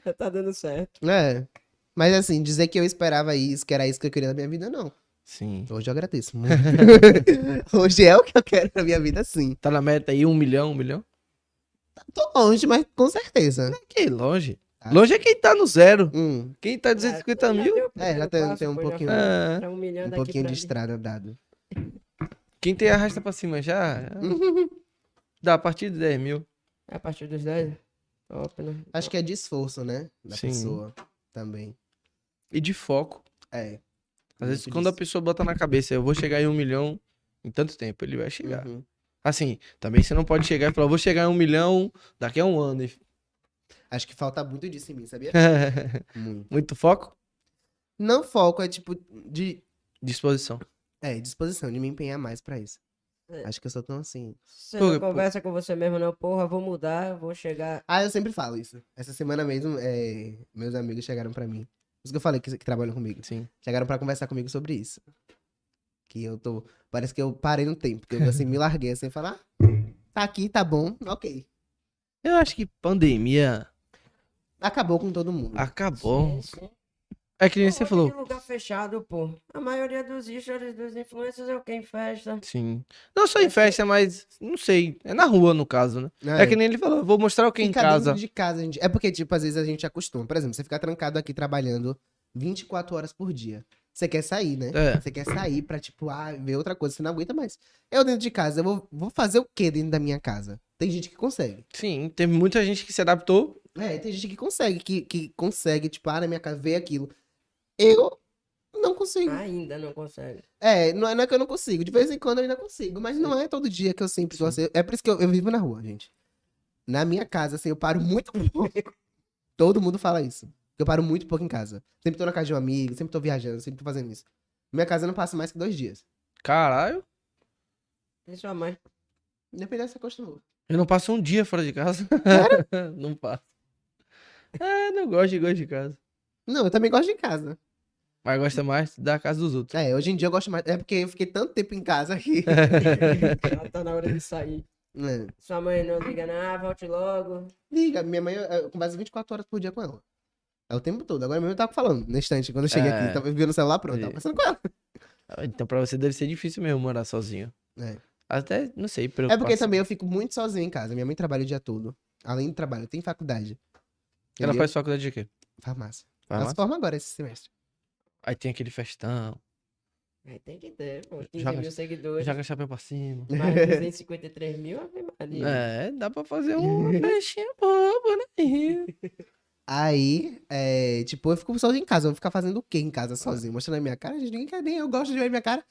"Ah,
Tá dando certo.
é. Mas assim, dizer que eu esperava isso, que era isso que eu queria na minha vida, não.
Sim.
Hoje eu
[LAUGHS]
agradeço muito. Hoje é o que eu quero na minha vida, sim.
Tá na meta aí, um milhão, um milhão?
Tô longe, mas com certeza.
Que longe.
Tá.
Longe é quem tá no zero.
Hum,
Quem tá 250 mil.
É, já tem- tem um pouquinho-
É.
Tá
um
humilhando
pouquinho de
aqui pra [LAUGHS]
estrada dado.
Quem tem arrasta pra cima já.
Hum.
Dá a partir de 10 mil.
mim. A partir dos 10? Top, né?
Acho que é de esforço, né? Da
Sim.
pessoa também.
E de foco.
É.
Às vezes,
Muito
quando a
disso.
pessoa bota na cabeça, eu vou chegar em um milhão em tanto tempo, ele vai chegar.
Uhum.
Assim, também você não pode chegar e falar, vou chegar em um milhão daqui a um ano. e-
Acho que falta muito disso em mim, sabia? Muito.
[LAUGHS] Muito foco,
Não foco, é tipo de.
disposição.
É, disposição, de me empenhar mais pra isso.
É.
Acho que eu sou tão assim.
Você
Pô,
não
pô.
conversa com você mesmo, não. Porra, vou mudar, vou chegar.
Ah, eu sempre falo isso. Essa semana mesmo, é, meus amigos chegaram pra mim. Os que eu falei que, que trabalham comigo.
Sim.
Chegaram pra conversar comigo sobre isso. Que eu tô. Parece que eu parei no tempo, que eu assim, me larguei assim e falar, "Ah, tá aqui, tá bom, ok.
Eu acho que pandemia
Acabou com todo mundo.
Ah, acabou.
Sim, sim.
É que nem
Pô,
você
hoje
falou.
tem lugar fechado, pô. A maioria dos stories dos influencers é o que em festa.
Sim. Não só em festa, mas não sei. É na rua, no caso, né? É que nem ele falou, eu vou mostrar o que em um
Ficar
casa.
dentro de casa, gente. É porque, tipo, às vezes a gente acostuma. Por exemplo, você ficar trancado aqui trabalhando 24 horas por dia. Você quer sair, né?
É.
Você quer sair pra, tipo, ah, ver outra coisa, você não aguenta mais. Eu dentro de casa, eu vou, vou fazer o quê dentro da minha casa? Tem gente que consegue.
Sim, teve muita gente que se adaptou.
É, tem gente que consegue, que, que consegue, tipo, ah, na minha casa, ver aquilo. Eu não consigo.
Ainda não consegue.
É, não é, não é que eu não consigo. De vez em quando eu ainda consigo, mas não é todo dia que eu sempre sou assim. É por isso que eu, eu vivo na rua, gente. Na minha casa, assim, eu paro muito pouco. [LAUGHS] todo mundo fala isso. Eu paro muito pouco em casa. Sempre tô na casa de um amigo, sempre tô viajando, sempre tô fazendo isso. Minha casa eu não passa mais que dois dias.
Caralho,
Tem sua mãe.
Independente se acostumou.
eu não passo um dia fora de casa. [LAUGHS] não passo. É, não gosto de gosto de casa.
Não, eu também gosto de casa.
Mas gosta mais da casa dos [LAUGHS] outros.
É, hoje em dia eu gosto mais. É porque eu fiquei tanto tempo em casa [LAUGHS] aqui.
Ela tá na hora de sair.
É.
Sua mãe não liga, não, ah, volte logo.
Liga, minha mãe, eu eu converso 24 horas por dia com ela. É o tempo todo. Agora mesmo eu tava falando, na instante, quando eu cheguei
É.
aqui, tava vendo o celular pronto,
E-
tava conversando com ela.
Ah, Então pra você deve ser difícil mesmo morar sozinho.
É.
Até, não sei,
É porque
preocupação.
também eu fico muito sozinho em casa. Minha mãe trabalha o dia todo. Além do trabalho, tem faculdade.
Ela
Entendeu?
faz faculdade de quê?
farmácia. Ela se
Farmácia?
forma agora esse semestre.
Aí tem aquele festão,
Aí tem que ter, pô. 15
Joga-
mil seguidores,
joga chapéu pra cima.
mais 253 mil, Ave Maria.
É, dá
[LAUGHS]
pra fazer uma festinha boba, né?
Aí, é, tipo, eu fico sozinho em casa. Eu vou ficar fazendo o quê em casa sozinho? Mostrando a minha cara? Gente, ninguém quer nem eu gosto de ver minha cara.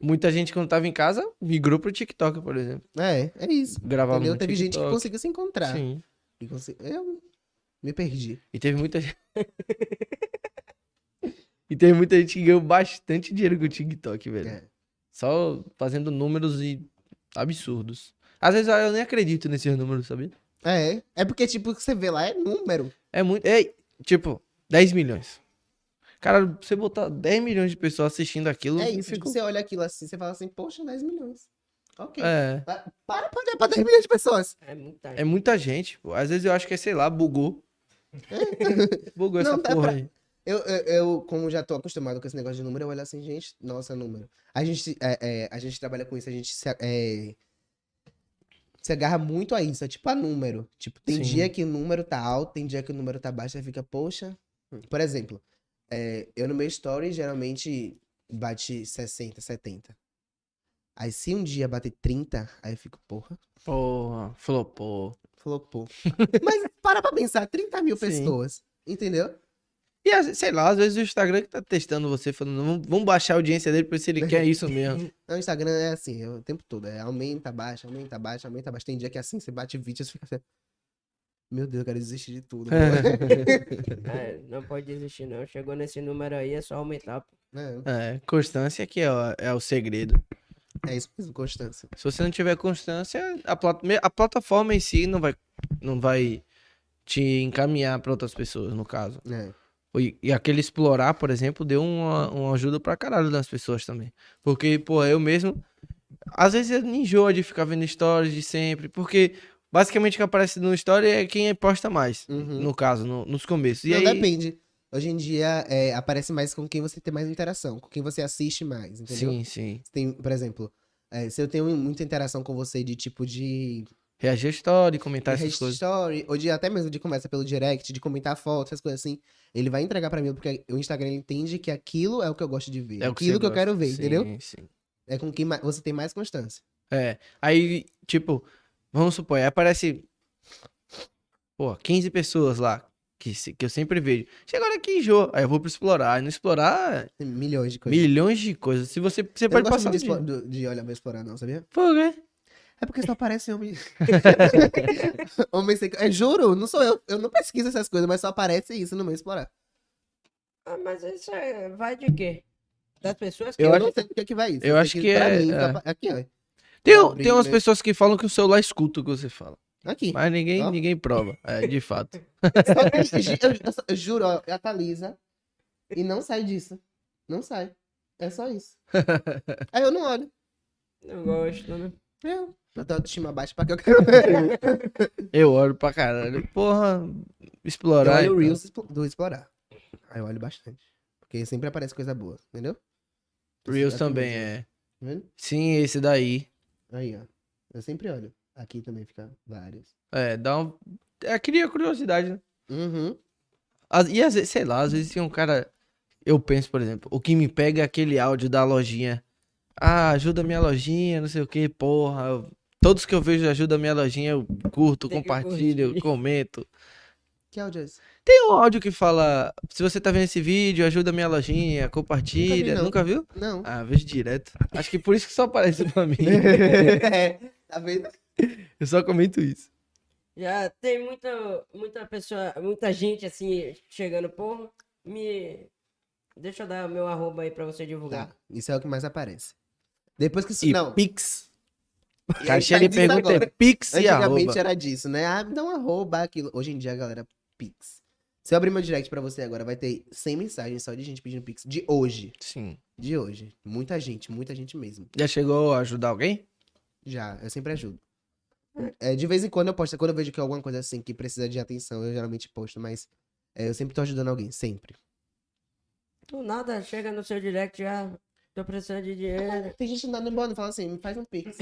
Muita gente quando tava em casa migrou pro TikTok, por exemplo.
É, é isso.
Gravava
Entendeu?
no
Teve gente que
TikTok.
conseguiu se encontrar.
Sim.
E conse- Eu me perdi.
E teve muita [LAUGHS] gente. e teve muita gente que ganhou bastante dinheiro com o TikTok, velho.
É.
Só fazendo números e absurdos. Às vezes eu nem acredito nesses números, sabia?
É, é porque, tipo, o que você vê lá é número.
É muito. É, tipo, 10 milhões. Cara, você botar 10 milhões de pessoas assistindo aquilo.
É
eu
isso. Tipo, você olha aquilo assim, você fala assim, poxa, 10 milhões. Ok.
É.
Pa- Para pra olhar pra 10 milhões de pessoas.
É muita
É muita gente, pô. Às vezes eu acho que é, sei lá,
[LAUGHS]
bugou. bugou
Não
essa
dá
porra
pra-
aí.
Eu, eu, eu, como já tô acostumado com esse negócio de número, eu olho assim, gente, nossa, número. A gente, é, é, a gente trabalha com isso, a gente se, a- é, se agarra muito a isso, é tipo a número. Tipo, tem
Sim.
dia que o número tá alto, tem dia que o número tá baixo, aí fica, poxa. Por exemplo, é, eu no meu story geralmente bate 60, 70. Aí se um dia bater 30, aí eu fico, porra,
Porra, flopou.
falou,
[LAUGHS]
pô. Mas para pra pensar, 30 mil
Sim.
pessoas, entendeu?
E às- sei lá, às vezes o Instagram que tá testando você, falando, vamos, vamos baixar a audiência dele pra ver se ele quer é
[LAUGHS]
isso mesmo.
Não, o Instagram é assim, é o tempo todo. É aumenta, baixa, aumenta, baixa, aumenta, baixa. Tem dia que é assim, você bate 20, você fica assim. Meu Deus, eu quero desistir de
[LAUGHS]
tudo.
É, não pode desistir, não. Chegou nesse número aí, é só aumentar. pô.
é,
é, constância que é, o- é o segredo.
é isso mesmo, constância.
Se você não tiver constância, a, plat- me- a plataforma em si não vai, não vai te encaminhar pra outras pessoas, no caso.
É.
E, e aquele explorar, por exemplo, deu uma, uma ajuda pra caralho das pessoas também. Porque, porra, eu mesmo. Às vezes eu me enjoo de ficar vendo stories de sempre. Porque basicamente o que aparece no story é quem posta mais.
Uhum.
No caso, no- nos começos. E
Não
aí,
depende. Hoje em dia é, aparece mais com quem você tem mais interação, com quem você assiste mais, entendeu?
Sim, sim.
Você Tem, por exemplo, é, se eu tenho muita interação com você de tipo de
Reagir a story, comentar essas
Rede
coisas.
Story, ou de, até mesmo de conversa pelo direct, de comentar foto, essas coisas assim. Ele vai entregar pra mim, porque o Instagram ele entende que aquilo é o que eu gosto de ver.
É o que
aquilo
você
que eu quero
gosta.
ver, entendeu?
Sim, sim.
É com quem ma- você tem mais constância.
É. Aí, tipo, vamos supor, aí aparece. Pô, 15 pessoas lá. Que, se- que eu sempre vejo. Chega a hora que enjoa. Aí eu vou pro explorar. Aí no explorar,
Tem milhões de coisas.
Milhões de coisas. Se você, você
Eu não
pode
gosto
passar
muito
o
de,
dia.
explo- do- de olhar pra explorar, não, sabia?
Pô, né?
É porque só aparece homem. [LAUGHS] homem sem. É, juro, não sou eu. Eu não pesquiso essas coisas, mas só aparece isso no meu explorar.
Ah, mas isso é... vai de quê? Das pessoas que
Eu
Eu,
acho-
não sei o que, é que vai isso.
eu
sei
acho que
pra
é-
mim,
é.
só apa- Aqui, ó.
Tem,
Abrir,
tem umas
né?
pessoas que falam que o celular escuta o que você fala.
Aqui.
Mas ninguém,
Ó.
ninguém prova. É, de fato.
Só que- eu, eu só- eu juro, ó, atualiza. E não sai disso. Não sai. É só isso.
[LAUGHS]
Aí eu não olho.
não gostam, né?
Eu, eu tô autoestima baixa
[LAUGHS]
pra que eu quero ver.
Eu olho pra caralho. Porra,
Eu olho
explorar.
o
então.
um Reels explo- do Explorar. Aí eu olho bastante. Porque sempre aparece coisa boa, entendeu?
Reels
Assim,
também é.
Tá vendo?
Sim, esse daí.
Aí, ó. Eu sempre olho. Aqui também fica vários.
É, dá um. É, cria curiosidade, né?
Uhum.
Às- E às vezes, sei lá, às vezes tem um cara. Eu penso, por exemplo, o que me pega é aquele áudio da lojinha. Ah, ajuda minha lojinha, não sei o que, porra. eu- Todos que eu vejo ajuda minha lojinha, eu curto,
Tem que
compartilho,
curtir.
comento.
Que áudio é esse?
Tem um áudio que fala: se você tá vendo esse vídeo, ajuda a minha lojinha, compartilha. Nunca,
Nunca
viu? [LAUGHS]
Não. [LAUGHS]
Ah, vejo direto. Acho que por isso que só aparece pra mim.
tá vendo?
Eu só comento isso.
Já tem muita, muita pessoa, muita gente assim chegando, porra, me. Deixa eu dar o meu arroba aí pra você divulgar.
Tá. Isso é o que mais aparece. Depois que isso.
E
Não.
Pix.
aí
Caixinha
tá
de
disso
pergunta é
agora.
Pix e
Antigamente
arroba.
era disso, né? Ah, me dá um arroba, aquilo. Hoje em dia, galera, Pix. Se eu abrir meu direct pra você agora, vai ter 100 mensagens só de gente pedindo Pix. De hoje.
Sim.
De hoje. Muita gente, muita gente mesmo.
Já chegou a ajudar alguém?
Já, eu sempre ajudo. É, de vez em quando eu posto. Quando eu vejo que é alguma coisa assim que precisa de atenção, eu geralmente posto, mas é, eu sempre tô ajudando alguém, sempre.
Do nada chega no seu direct já. Tô precisando de dinheiro.
Tem gente andando embora e fala assim, me faz um pix.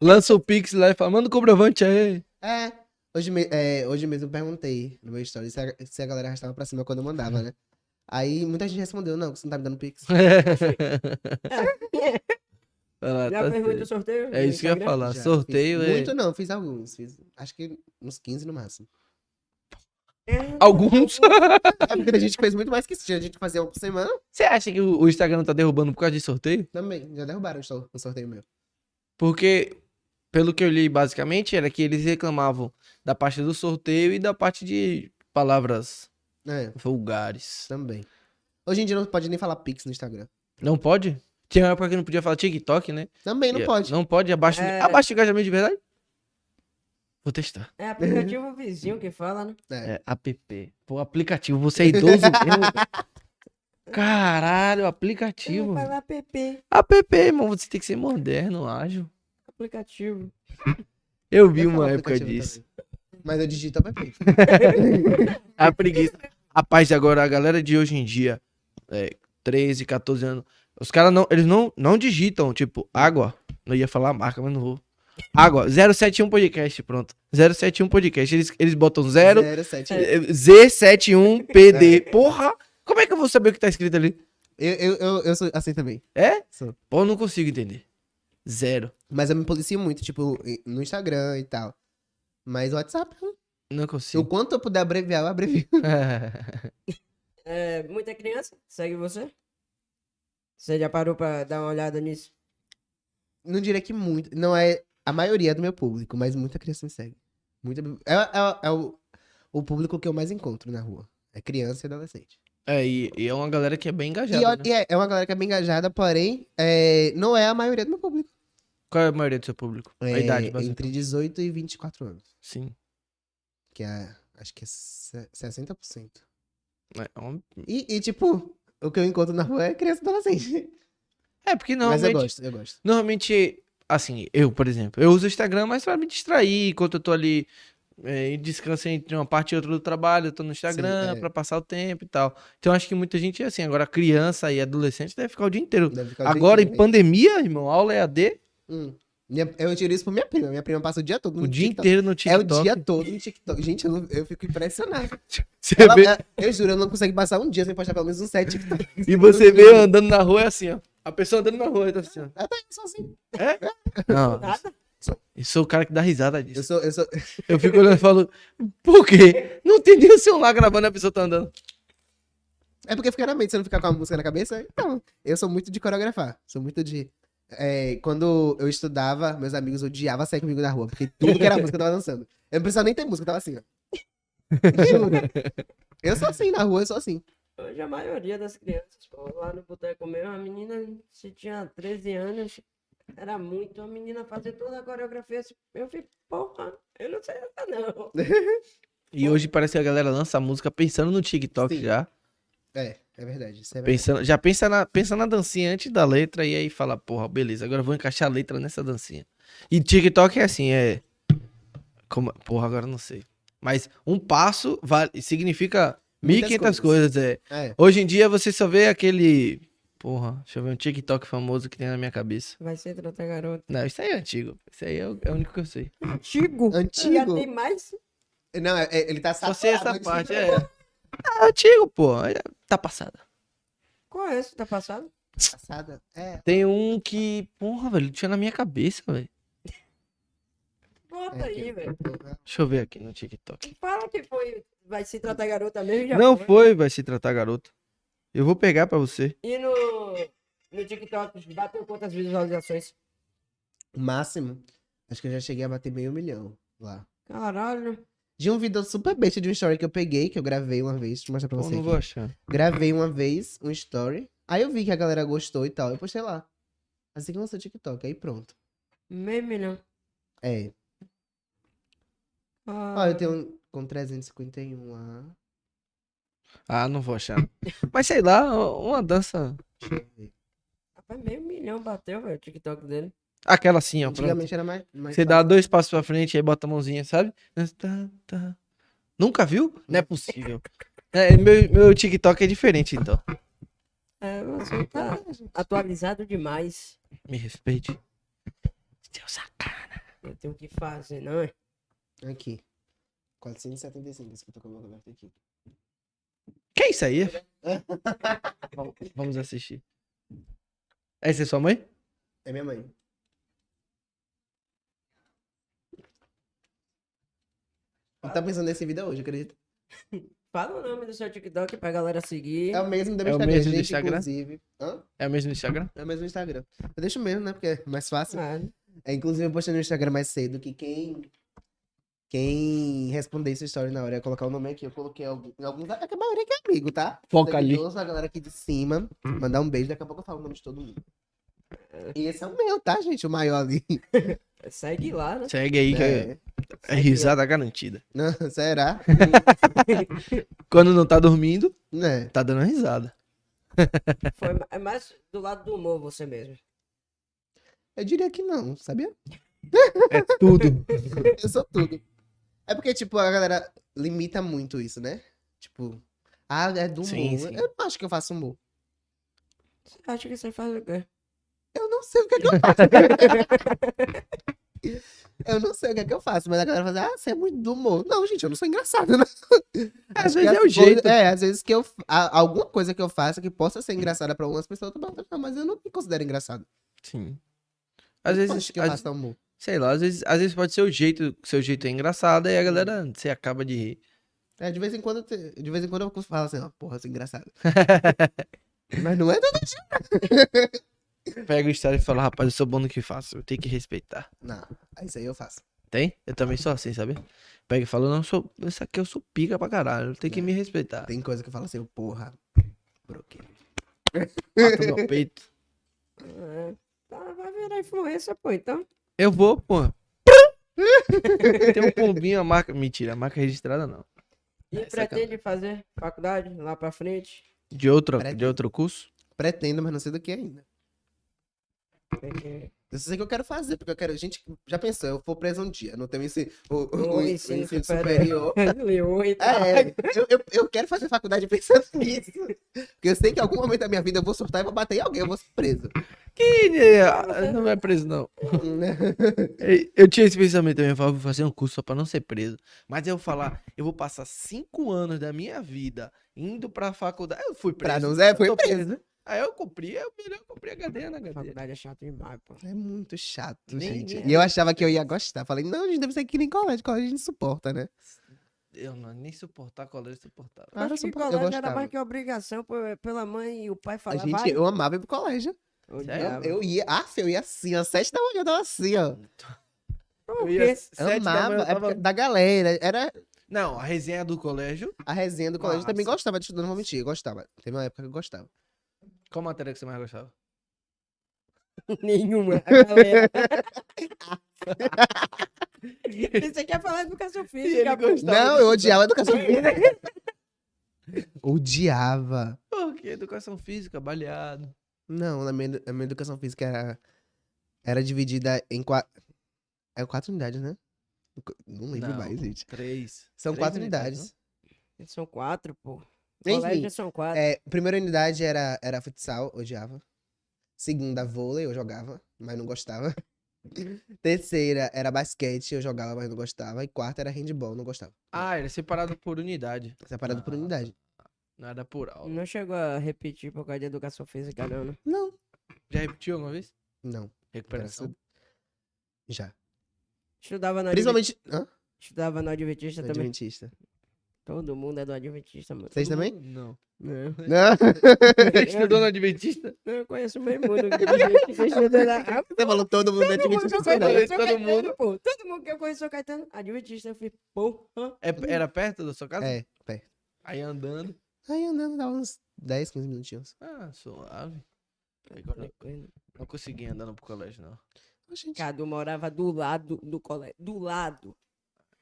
Lança o Pix lá e fala, manda o comprovante aí.
É. Hoje, me- é, hoje mesmo eu perguntei no meu story se a, se a galera arrastava pra cima quando eu mandava, né? Aí muita gente respondeu, não, que você não tá me dando pix.
Ah,
Já
tá
fez muito
certo.
sorteio?
É
no
isso que eu ia
Instagram?
falar.
Já,
Sorteio
fiz,
é.
Muito não, fiz alguns. Fiz, acho que uns 15 no máximo.
É.
Alguns.
É porque a gente fez muito mais que isso. A gente fazia um por semana
Você acha que o o Instagram tá derrubando por causa de sorteio?
também. Já derrubaram um sor- um sorteio meu.
Porque, pelo que eu li, basicamente, era que eles reclamavam da parte do sorteio e da parte de palavras
É,
vulgares.
também. Hoje em dia não pode nem falar pix no Instagram.
Não pode? Tinha uma época que não podia falar TikTok, né?
Também não
E-
pode.
Não pode, abaixo,
É.
abaixo do engajamento de verdade? Vou testar.
[LAUGHS] É aplicativo vizinho que fala, né?
É.
É, app. Pô, aplicativo, você é idoso
[LAUGHS]
mesmo? Caralho, aplicativo.
Vai lá, PP.
App, irmão, você tem que ser moderno, ágil.
Aplicativo.
Eu vi
Eu falo
uma época
aplicativo
disso.
também. Mas eu digito app.
A preguiça. Rapaz, agora a galera de hoje em dia, é, 13, 14 anos, os caras não, eles não, não digitam, tipo, água. Eu ia falar a marca, mas não vou. Água, 071 podcast, pronto. 071 podcast. Eles, eles botam 0
sete.
eh, Z71PD. Porra! Como é que eu vou saber o que tá escrito ali?
Eu, eu, eu, eu sou assim também.
É?
Sou.
Pô, eu não consigo entender. Zero.
Mas eu me policio muito, tipo, e- no Instagram e tal. Mas o WhatsApp,
Não
o
consigo.
quanto eu puder abreviar, eu abrevio. [LAUGHS]
É, muita criança segue você? Você já parou pra dar uma olhada nisso?
Não diria que muito. Não é a maioria do meu público, mas muita criança me segue. Muita, é é, é o, o público que eu mais encontro na rua. É criança e adolescente.
[LAUGHS] é, e, e é uma galera que é bem engajada.
e ó-
né?
e é, é uma galera que é bem engajada, porém, é, não é a maioria do meu público.
Qual é a maioria do seu público? a
É,
idade, basicamente.
entre 18 e 24 anos.
Sim.
Que é, acho que é se- 60%.
É, um-
E, e, tipo, o que eu encontro na rua é criança e adolescente.
é, porque
Mas eu
normalmente
gosto, eu gosto.
Normalmente, assim, eu, por exemplo, eu uso o Instagram mais pra me distrair enquanto eu tô ali é, em descanso entre uma parte e outra do trabalho, eu tô no Instagram
é.
pra passar o tempo e tal. Então acho que muita gente é assim, agora criança e adolescente deve ficar o dia inteiro.
Deve ficar o dia
Agora em
inteiro,
pandemia, irmão, aula é AD,
né? Hum. Minha- eu tiro isso pra minha prima. Minha prima passa o dia todo no
o dia
TikTok.
inteiro no TikTok.
É o dia todo no TikTok. Gente, eu, não- eu fico impressionado.
Você
Ela- é
vê-
ela- eu juro, eu não consigo passar um dia sem postar pelo menos uns sete TikTok.
e você vê andando na rua é assim, ó. A pessoa andando na rua
[LAUGHS]
tá assim, ó.
Até eu sou assim.
Não,
Nada.
eu sou o cara que dá risada
Eu
disso.
sou, eu sou.
Eu fico olhando e falo, por quê? Não tem nem o celular gravando e a pessoa tá andando.
É porque fica na mente, você não ficar com a música na cabeça. Então, eu sou muito de coreografar. Sou muito de. É, quando eu estudava, meus amigos odiavam sair comigo na rua, porque tudo que era música eu tava dançando. Eu não precisava nem ter música, eu tava
[LAUGHS]
assim, ó. Juro. Eu sou assim na rua, eu sou assim.
Hoje a maioria das crianças, pô, lá no boteco mesmo, a menina, se tinha 13 anos, era muito. A menina fazia toda a coreografia. assim, Eu fico, porra, eu não sei nada não.
E hoje parece que a galera lança a música pensando no TikTok
Sim.
já.
É, é verdade. Isso é verdade.
Pensando, já pensa na, pensa na dancinha antes da letra e aí fala, porra, beleza, agora eu vou encaixar a letra nessa dancinha. E TikTok é assim, é. Como, porra, agora eu não sei. Mas um passo vale, significa
Muitas
1500
coisas.
coisas. é.
É.
Hoje em dia você só vê aquele. Porra, deixa eu ver um TikTok famoso que tem na minha cabeça.
[LAUGHS] Vai ser tratar garota.
Não, isso aí é antigo. Isso aí é o, é o único que eu sei.
Antigo? Já
[LAUGHS] Antigo.
tem mais.
Não, é- é- ele tá né?
Só sei essa
saturado de-
parte, é. Ah, antigo, pô. é- Tá passada.
Qual é esse? Tá passado?
Passada. É.
Tem um que. Porra, velho, tinha na minha cabeça, velho.
Bota
É,
aí,
que-
velho.
Deixa eu ver aqui no TikTok.
Fala que foi. Vai se tratar garota mesmo e já
Não foi, vai se tratar garoto. Eu vou pegar pra você.
E no, no TikTok, bateu quantas visualizações?
O máximo, acho que eu já cheguei a bater meio milhão lá.
Caralho.
De um vídeo super besta de um story que eu peguei, que eu gravei uma vez, deixa eu mostrar pra
Eu
você
não
aqui.
vou achar.
Gravei uma vez um story, aí eu vi que a galera gostou e tal, eu postei lá. Assim que lançou o TikTok, aí pronto.
Meio milhão.
É. Ó, eu tenho um com 351 lá.
Ah, não vou achar. [LAUGHS] Mas sei lá, uma dança.
Deixa eu ver.
Rapaz, meio milhão bateu, velho, o TikTok dele.
Aquela assim, ó. pronto.
Antigamente era mais. mais
Você dá dois passos pra frente e aí bota a mãozinha, sabe? Tá, tá. Nunca viu? Não é possível. É, meu, meu TikTok é diferente, então.
É, o assunto tá atualizado demais.
Me respeite. Seu sacana.
Eu tenho que fazer, não é?
Aqui. 475, esse que eu tô com o meu aberto aqui.
Que isso aí? Vamos- Vamos assistir. Essa é sua mãe?
É minha mãe. Não tá pensando nesse vídeo hoje, acredito.
Fala o nome do seu TikTok pra galera seguir.
É o mesmo do meu
É o
Instagram,
mesmo do
gente,
Instagram?
inclusive. Hã?
É a mesma do Instagram?
É o mesmo do Instagram. Eu deixo o mesmo, né? Porque é mais fácil.
Ah,
É, inclusive, eu postei no Instagram mais cedo que quem... Quem responder essa história na hora ia colocar o nome aqui. Eu coloquei algum- alguns... É que a maioria que é amigo, tá?
Foca ali.
Seguidores, A galera aqui de cima. Mandar um beijo. Daqui a pouco eu falo o nome de todo mundo. E esse é o meu, tá, gente? O maior ali.
segue
[LAUGHS]
lá, né?
Segue aí que
É.
é, é risada garantida.
Não,
[LAUGHS]
será?
Quando não tá dormindo,
né?
tá dando risada.
Foi, é mais do lado do humor você mesmo.
Eu diria que não, sabia?
É tudo.
Eu sou tudo. É porque, tipo, a galera limita muito isso, né? Tipo, ah, é do humor.
Sim, sim.
Eu não acho que eu faço humor.
Você acha que você faz o quê?
Eu não sei o que é que eu faço. [LAUGHS] eu não sei o que é que eu faço, mas a galera fala, assim, ah, você é muito do humor. Não, gente, eu não sou engraçado, não.
Às
Acho que
vezes é o
coisas-
jeito.
É, às vezes que eu. a- alguma coisa que eu faça que possa ser engraçada pra algumas pessoas, eu tô falando, não, mas eu não me considero engraçado.
[LAUGHS] Sim. Às
Eu
vezes,
acho que eu
às-
faço humor.
sei lá, às vezes, às vezes pode ser o jeito, seu jeito é engraçado e a galera você acaba de rir.
É, de vez em quando, eu te- de vez em quando eu falo assim, ó, porra, isso é [LAUGHS] engraçado. Mas não é todo dia.
Pega o story e fala, rapaz, eu sou bom no que faço, eu tenho que respeitar.
Não, aí isso aí eu faço.
Tem? Eu também sou assim, sabe? Pega e fala, não, eu sou, isso aqui eu sou pica pra caralho, tem que me respeitar.
Tem coisa que eu falo assim, eu, porra, broquei.
Bata meu peito.
Ah, tá, vai virar influência, pô, então.
Eu vou, pô. Tem um pombinho, a marca. Mentira, a marca registrada não.
E
É, sacanagem.
pretende fazer faculdade lá pra frente?
De outro,
Parece-
de outro curso?
Pretendo, mas não sei do que ainda.
Porque
Eu sei o que eu quero fazer, porque eu quero. Gente, já pensou, eu for preso um dia, não tenho ensino, o, o-
No
o- o
ensino
Um ensino
superior.
superior.
Leão e tal.
É, eu, eu, eu quero fazer faculdade pensando [LAUGHS] nisso. Porque eu sei que em algum momento da minha vida eu vou surtar e vou bater em alguém, eu vou ser preso.
Ih, ah, Não é preso, não. Ei, Eu tinha esse pensamento também, eu falava, vou fazer um curso só pra não ser preso. Mas eu falar, eu vou passar cinco anos da minha vida indo pra faculdade. Eu fui preso.
[LAUGHS] pra não ser, foi
tô
preso.
preso. Aí eu cumpri, eu, eu cumpri a cadeia na cadeia.
Faculdade é chato demais, pô.
É muito chato,
Nem-
gente.
nem-
E eu achava que eu ia gostar. Falei, não, gente, deve ser que nem colégio. Colégio a gente suporta, né?
Eu não, nem suportar colégio suportava.
Ah, eu
Acho que
supo- eu
colégio era
gostava.
mais que obrigação pô, pela mãe e o pai
A
falar,
gente,
vai.
eu amava ir pro colégio.
Odiava.
Eu ia, ah, eu ia assim, às sete da manhã eu tava assim, ó.
Por
Eu ia
quê?
às sete da manhã,
amava, é
eu
da,
tava-
da galera. Era
Não, a resenha do colégio.
a resenha do colégio. Eu também
Massa.
gostava de estudar, não vou mentir, eu gostava. Teve uma época que eu gostava.
Qual matéria que você mais gostava?
Nenhuma. A [LAUGHS] galera. Você quer falar de educação física, pô?
não, eu odiava educação
[LAUGHS]
física. odiava.
Porque educação física, baleado.
Não, na minha, edu- a minha educação física era, era dividida em quatro. É quatro unidades, né? Não lembro
Não.
mais, gente.
Três.
São
Três né?
quatro unidades.
São quatro, pô.
Enfim,
Colégio são quatro.
É, primeira unidade era, era futsal, odiava. Segunda, vôlei, eu jogava, mas não gostava. Terceira era basquete, eu jogava, mas não gostava. E quarta era handball, não gostava.
Ah, era separado por unidade.
Separado por
Ah.
unidade.
Não era por aula.
Não chegou a repetir por causa de educação física, não, né?
Não.
Já repetiu alguma vez?
Não.
Recuperação.
Já.
Estudava na
Principalmente. Hã?
Estudava no Adventista também.
Adventista.
Todo mundo é do Adventista, mano.
Vocês
Todo
também?
mundo- Não.
Não.
[LAUGHS] Não.
Você [LAUGHS] estudou no Adventista?
Não, eu conheço bem mundo. que Adventista estuda lá. Ah,
Você falou todo mundo é
todo mundo que
Adventista.
eu
não sei não.
conheço,
Todo
Caetano,
mundo.
pô. Todo mundo que eu conheço é Caetano. Adventista. Eu falei, porra.
[LAUGHS]
É- era perto da sua casa?
É, pé.
Aí andando.
Aí andando dá uns 10, 15 minutinhos.
Ah, suave. Agora não, não consegui andar não pro colégio, não.
Ô, gente.
Cadu morava do lado do colégio. Do lado.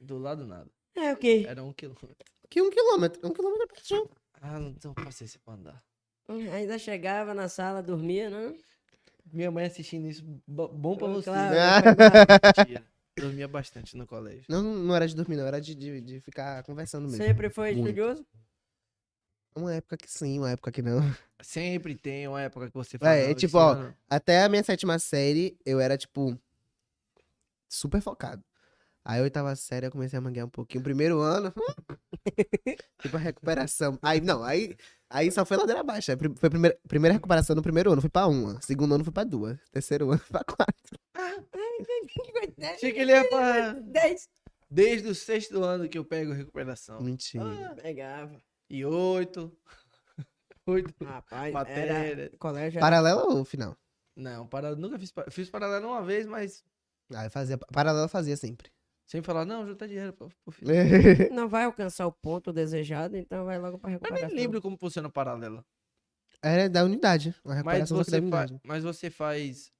Do lado nada.
É o quê?
Era um quilômetro.
Que um quilômetro. Um quilômetro é pertinho.
Ah, não tenho paciência pra andar.
Ainda chegava na sala, dormia, né?
Minha mãe assistindo isso, bo- bom pra
Eu,
você.
claro,
né?
eu falava,
Mentira. Dormia bastante no colégio.
Não, não era de dormir, não. Era de, de, de ficar conversando mesmo.
[LAUGHS] Sempre foi
Muito.
estudioso?
Uma época que sim, uma época que não. [LAUGHS]
Sempre tem uma época que você
Vai, é
"Não,
tipo,
isso
ó,
não".
Até a minha sétima série, eu era, tipo, super focado. Aí, oitava série, eu comecei a manguear um pouquinho. Primeiro ano, hum, [LAUGHS] tipo, a recuperação. Aí, não, aí, aí só foi ladeira abaixo. Aí, pri- Foi a primeira, primeira recuperação no primeiro ano, fui pra uma. Segundo ano, fui pra duas. Terceiro ano, [LAUGHS] fui pra quatro.
Achei que ele ia pra...
10.
Desde o sexto ano que eu pego recuperação.
Hum.
Ah,
Mentira.
Pegava.
E oito. [LAUGHS] Oito
Rapaz, era...
matérias.
colégio era...
Paralelo ou final?
Não, paralelo, nunca fiz paralelo. Fiz paralelo uma vez, mas
Ah, eu fazia, paralelo eu fazia sempre.
sem falar, não, juntar dinheiro pro, pro
É,
filho.
não vai alcançar o ponto desejado, então vai logo pra
Eu
recuperação.
nem lembro como funciona o paralelo.
Era da unidade. é Uma
Mas
recuperação só que da
você, fa-
unidade.
mas você faz.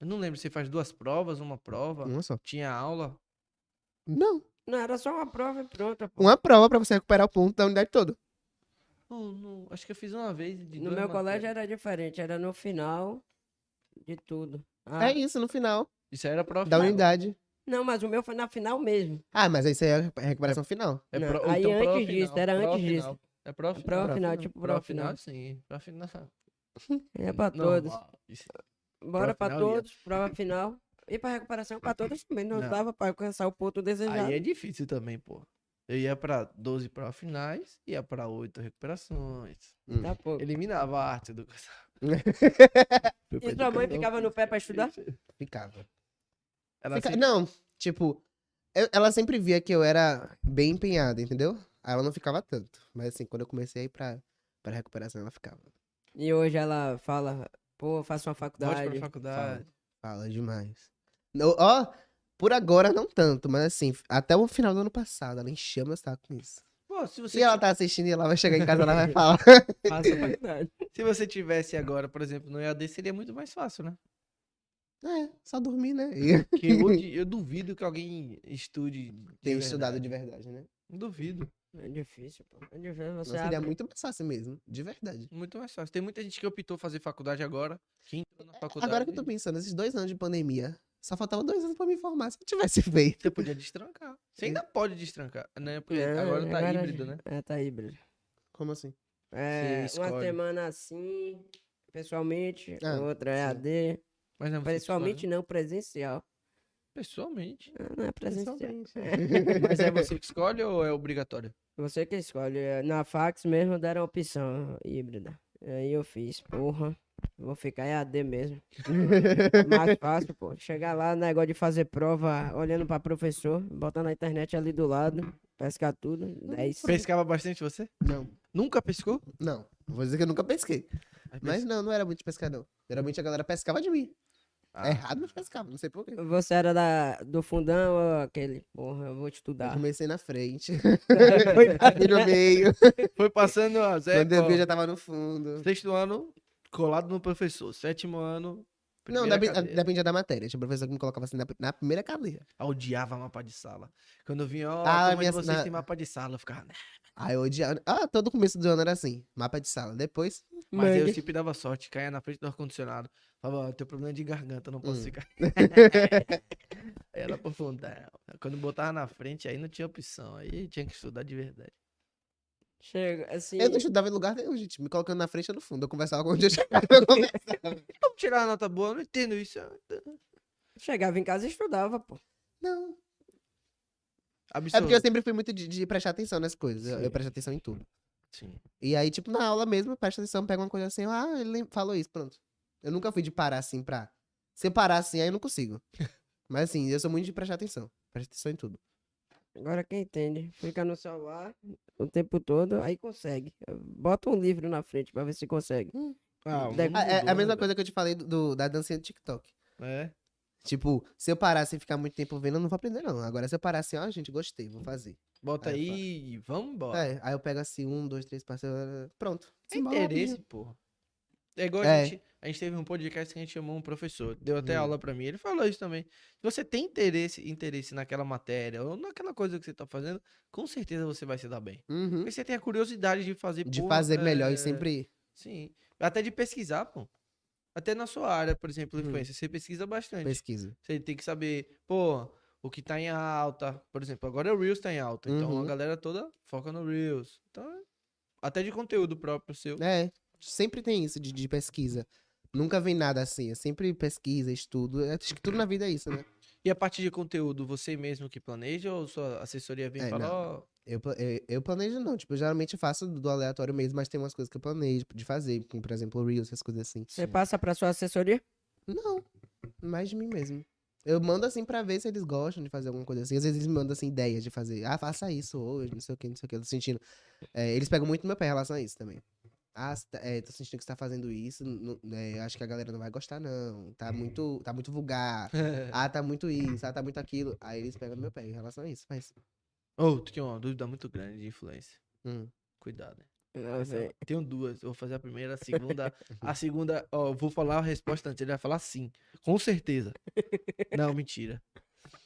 Eu não lembro se faz duas provas, uma prova.
Uma só.
Tinha aula.
Não.
Não, era só uma prova e pronta. pô.
Uma prova pra você recuperar o ponto da unidade toda.
Não, não- acho que eu fiz uma vez. De
No
duas
meu colégio é
matérias.
era diferente, era no final de tudo. Ah,
É isso, no final.
Isso aí era prova.
Da
final.
unidade.
Não, mas o meu foi na final mesmo.
Ah, mas isso aí é a recu- recuperação final.
É
Não,
pro-
aí
então, prova
antes disso,
final,
era
prova
antes disso.
final. É prova
É
final.
prova final, tipo prova final.
sim. Prova final.
É pra todos.
Normal. Isso-
Bora pra
final ia.
todos, prova final. E pra recuperação pra todos também. Não,
Não.
dava pra alcançar o ponto desejado.
Aí é difícil também, pô. Eu ia pra 12 provas finais, ia pra 8 recuperações.
Tá pouco.
Eliminava a arte do
[LAUGHS]
E sua mãe ficava no pé pra estudar?
Ficava.
Ela
Fica-
sempre-
Não, tipo, eu- ela sempre via que eu era bem empenhada, entendeu? Aí ela não ficava tanto. Mas assim, quando eu comecei a ir pra, pra recuperação, ela ficava.
E hoje ela fala, pô, eu faço uma
Volte pra
faculdade.
faculdade.
Fala demais. No- Ó, por agora não tanto, mas assim, até o final do ano passado, ela encheu meu saco com isso.
Pô, se você,
Se ela tá assistindo e ela vai chegar em casa, ela vai falar.
Faço faculdade.
se você tivesse agora, por exemplo, no EAD, seria muito mais fácil,
[LAUGHS]
né?
É, só dormir, né? E
Que hoje eu duvido que alguém estude. de
tem
verdade.
estudado de verdade, né?
Duvido.
[LAUGHS] É difícil, pô. É difícil. Você
Nossa, seria
abre-
muito mais fácil mesmo, de verdade.
Muito mais fácil. Tem muita gente que optou fazer faculdade agora, que entrou na faculdade.
É, Agora que eu tô pensando, esses dois anos de pandemia, só faltavam dois anos pra me formar. Se eu tivesse [LAUGHS] feito.
Você podia destrancar. Você
É.
ainda pode destrancar, né? Porque
É,
agora tá híbrido, né?
É, tá híbrido.
Como assim?
É, uma
escolhe.
semana assim, pessoalmente,
Ah,
outra é AD.
Mas não, você
Pessoalmente
escolhe.
não, presencial.
Pessoalmente.
Ah, Não é presencial.
[LAUGHS] Mas é você que escolhe ou é obrigatório?
Você que escolhe. é, Na fax mesmo deram a opção híbrida. Aí eu fiz, porra. Vou ficar EAD mesmo. É Mais fácil, pô. Chegar lá, negócio de fazer prova, olhando pra professor, botar na internet ali do lado, pescar tudo, é 10.
Pescava bastante você?
Não,
Nunca pescou?
[LAUGHS] não. Vou dizer que eu nunca pesquei.
Aí
Mas
pes-
não, não era muito de pescar, não. Geralmente a galera pescava de mim.
Ah,
Errado, mas pescava, não sei porquê.
Você era da, do fundão ou aquele? Porra, eu vou
Eu
estudar.
comecei na
[LAUGHS]
frente,
Foi pra
fui no meio.
Foi passando a zero.
Quando eu vi, eu já tava no fundo.
Sexto ano, colado no professor. Sétimo ano.
Não,
primeira
depen-
cadeira.
dependia da matéria. Tinha professor que me colocava assim na, na primeira cadeira.
Eu Odiava mapa de sala. Quando eu vinha, ó,
Ah,
ah, como é
minha-
que vocês
na-
têm mapa de sala? Eu ficava, né?
Aí eu odiava. Ah, todo começo do ano era assim: mapa de sala. Depois,
Mas
Mangue.
eu sempre dava sorte, caía na frente do ar-condicionado. Falava, ó, tenho problema de garganta, não posso
Hum. [LAUGHS]
ficar. aí ela aprofundava. Quando botava na frente, aí não tinha opção. Aí tinha que estudar de verdade.
Chega, assim.
eu não estudava em lugar nenhum, gente. Me colocando na frente ou no fundo. Eu conversava com onde eu chegava. Eu
[LAUGHS]
conversava.
Como tirar a nota boa? Eu não entendo isso. é
Chegava em casa e estudava, pô.
Não, É
Absurdo.
porque eu sempre fui muito de, de prestar atenção nas coisas. Eu,
Sim.
eu presto atenção em tudo.
Sim.
E aí, tipo, na aula mesmo, eu presto atenção, pego uma coisa assim, eu, ah, ele lem- falou isso, pronto. Eu nunca fui de parar assim pra. Se eu parar assim, aí eu não consigo. [LAUGHS] Mas assim, eu sou muito de prestar atenção. Presta atenção em tudo.
Agora quem entende, fica no celular o tempo todo, aí consegue. Bota um livro na frente pra ver se consegue.
Ah, o
Deve-
mundo
Ah, é, é
mudou,
a mesma
né,
coisa que eu te falei do, do- da dancinha do TikTok.
velho? É.
Tipo, se eu parar assim e ficar muito tempo vendo, eu não vou aprender, não. Agora, se eu parar assim, ó, gente, gostei, vou fazer.
Bota
Aí eu
aí,
falo.
e vamos embora.
É, aí eu pego assim, um, dois, três, parceiro. Pronto.
É interesse, porra. É igual a
É.
gente. A gente teve um podcast que a gente chamou um professor, deu até
Hum.
aula pra mim, ele falou isso também. Se você tem interesse, interesse naquela matéria ou naquela coisa que você tá fazendo, com certeza você vai se dar bem.
Uhum.
Porque você tem a curiosidade de fazer
De
porra,
fazer melhor
é,
e sempre.
Sim. Até de pesquisar, pô. Até na sua área, por exemplo,
Hum.
influência, você pesquisa bastante.
Pesquisa.
Você tem que saber, pô, o que tá em alta. Por exemplo, agora o Reels tá em alta. Então
Uhum.
a galera toda foca no Reels. Então Até de conteúdo próprio seu.
É, sempre tem isso de, de pesquisa. Nunca vem nada assim, é sempre pesquisa, estudo. é- Acho que tudo na vida é isso, né?
E a partir de conteúdo, você mesmo que planeja ou sua assessoria vem
É,
e fala,
[LAUGHS] não.
ó,
Eu, pla- eu, eu planejo não, tipo, eu geralmente faço do do aleatório mesmo, mas tem umas coisas que eu planejo de fazer, como, por exemplo, Reels, essas coisas assim.
Você passa pra sua assessoria?
Não, mais de mim mesmo. Eu mando assim pra ver se eles gostam de fazer alguma coisa assim. Às vezes eles me mandam assim ideias de fazer. Ah, faça isso hoje, não sei o que, não sei o que. Eu tô sentindo. É, eles pegam muito no meu pé em relação a isso também. Ah, cê tá- é, tô sentindo que você tá fazendo isso. não- é, acho que a galera não vai gostar, não. Tá muito, tá muito vulgar. Ah, tá muito isso, ah, tá muito aquilo. Aí eles pegam no meu pé em relação a isso. Mas.
Ô, tu tem uma dúvida muito grande de influência.
Hum.
Cuidado, né?
Não
Essa-
sei.
Tenho duas. Eu vou fazer a primeira, a segunda. A segunda, ó, eu vou falar a resposta antes. Ele vai falar sim. Com certeza. Não, mentira.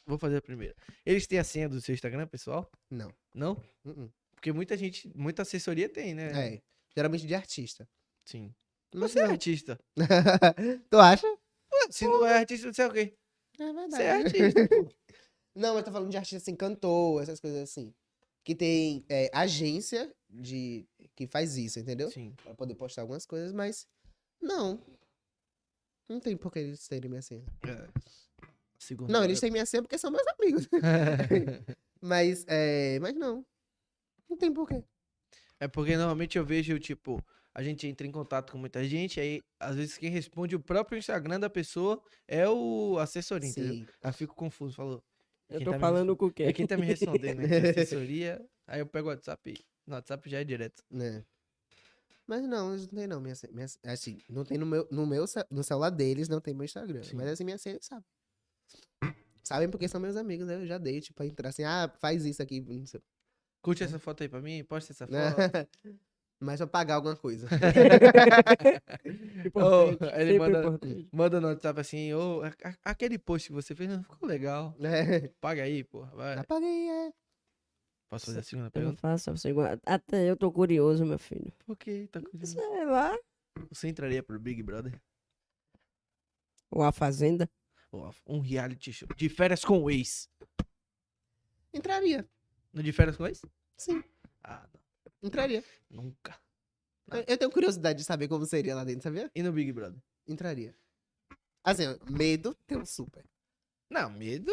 Vou fazer a primeira. Eles têm a senha do seu Instagram, pessoal?
Não.
Não?
uh-uh.
Porque muita gente, muita assessoria tem, né?
É. Geralmente de [LAUGHS] artista.
Sim.
Mas
Você é
não.
artista.
tu acha?
Ué, Se não é artista, você é o quê?
É
Você é artista. pô.
Não, mas tô falando de artista assim, cantor, essas coisas assim. Que tem é, agência de que faz isso, [LAUGHS] entendeu?
Sim.
Pra poder postar algumas coisas, mas não. Não tem por que eles terem minha senha.
É. Segunda.
Não, eles têm minha senha porque são meus amigos. [LAUGHS] mas, é, mas não. Não tem porquê.
[LAUGHS] É porque normalmente eu vejo, tipo, a gente entra em contato com muita gente, aí às vezes quem responde o próprio Instagram da pessoa é o assessoria, entendeu?
Sim.
Aí eu fico confuso, falo,
Eu
Quem
tô
tá me
falando com o quê? [LAUGHS]
é quem tá [LAUGHS] me respondendo, né? Que é
[LAUGHS]
assessoria, aí eu pego o WhatsApp, e- no WhatsApp já é direto.
Né? Mas não, eles não tem não. Minha, senha- minha, assim, não tem no meu, no meu ce- no celular deles, não tem meu Instagram.
Sim.
Mas assim, minha senha eles sabem. Sabem porque são meus amigos, né? Eu já dei, tipo, pra entrar assim, ah, faz isso aqui, não sei.
Curte essa foto aí pra mim, posta essa
né?
foto.
[LAUGHS] Mas pra pagar alguma [LAUGHS] coisa.
[LAUGHS]
Ô,
Importante,
aí ele
sempre
manda,
importante.
manda no WhatsApp assim, ô, a- a- aquele post que você fez, não ficou legal.
né?
Paga aí, porra, vai.
Apaguei, é.
Posso fazer a segunda
Eu
pergunta?
faço a segunda. Até eu tô curioso, meu filho.
Por que tá curioso?
Sei lá.
Você entraria pro Big Brother?
Ou a Fazenda.
Ou um reality show? De férias com o ex.
Entraria.
Não é de férias com ex?
Sim,
Ah, não.
entraria.
Nunca.
Eu, eu tenho curiosidade de saber como seria lá dentro, sabia?
E no Big Brother?
Entraria. Assim, ó, medo tem um super.
Não, medo.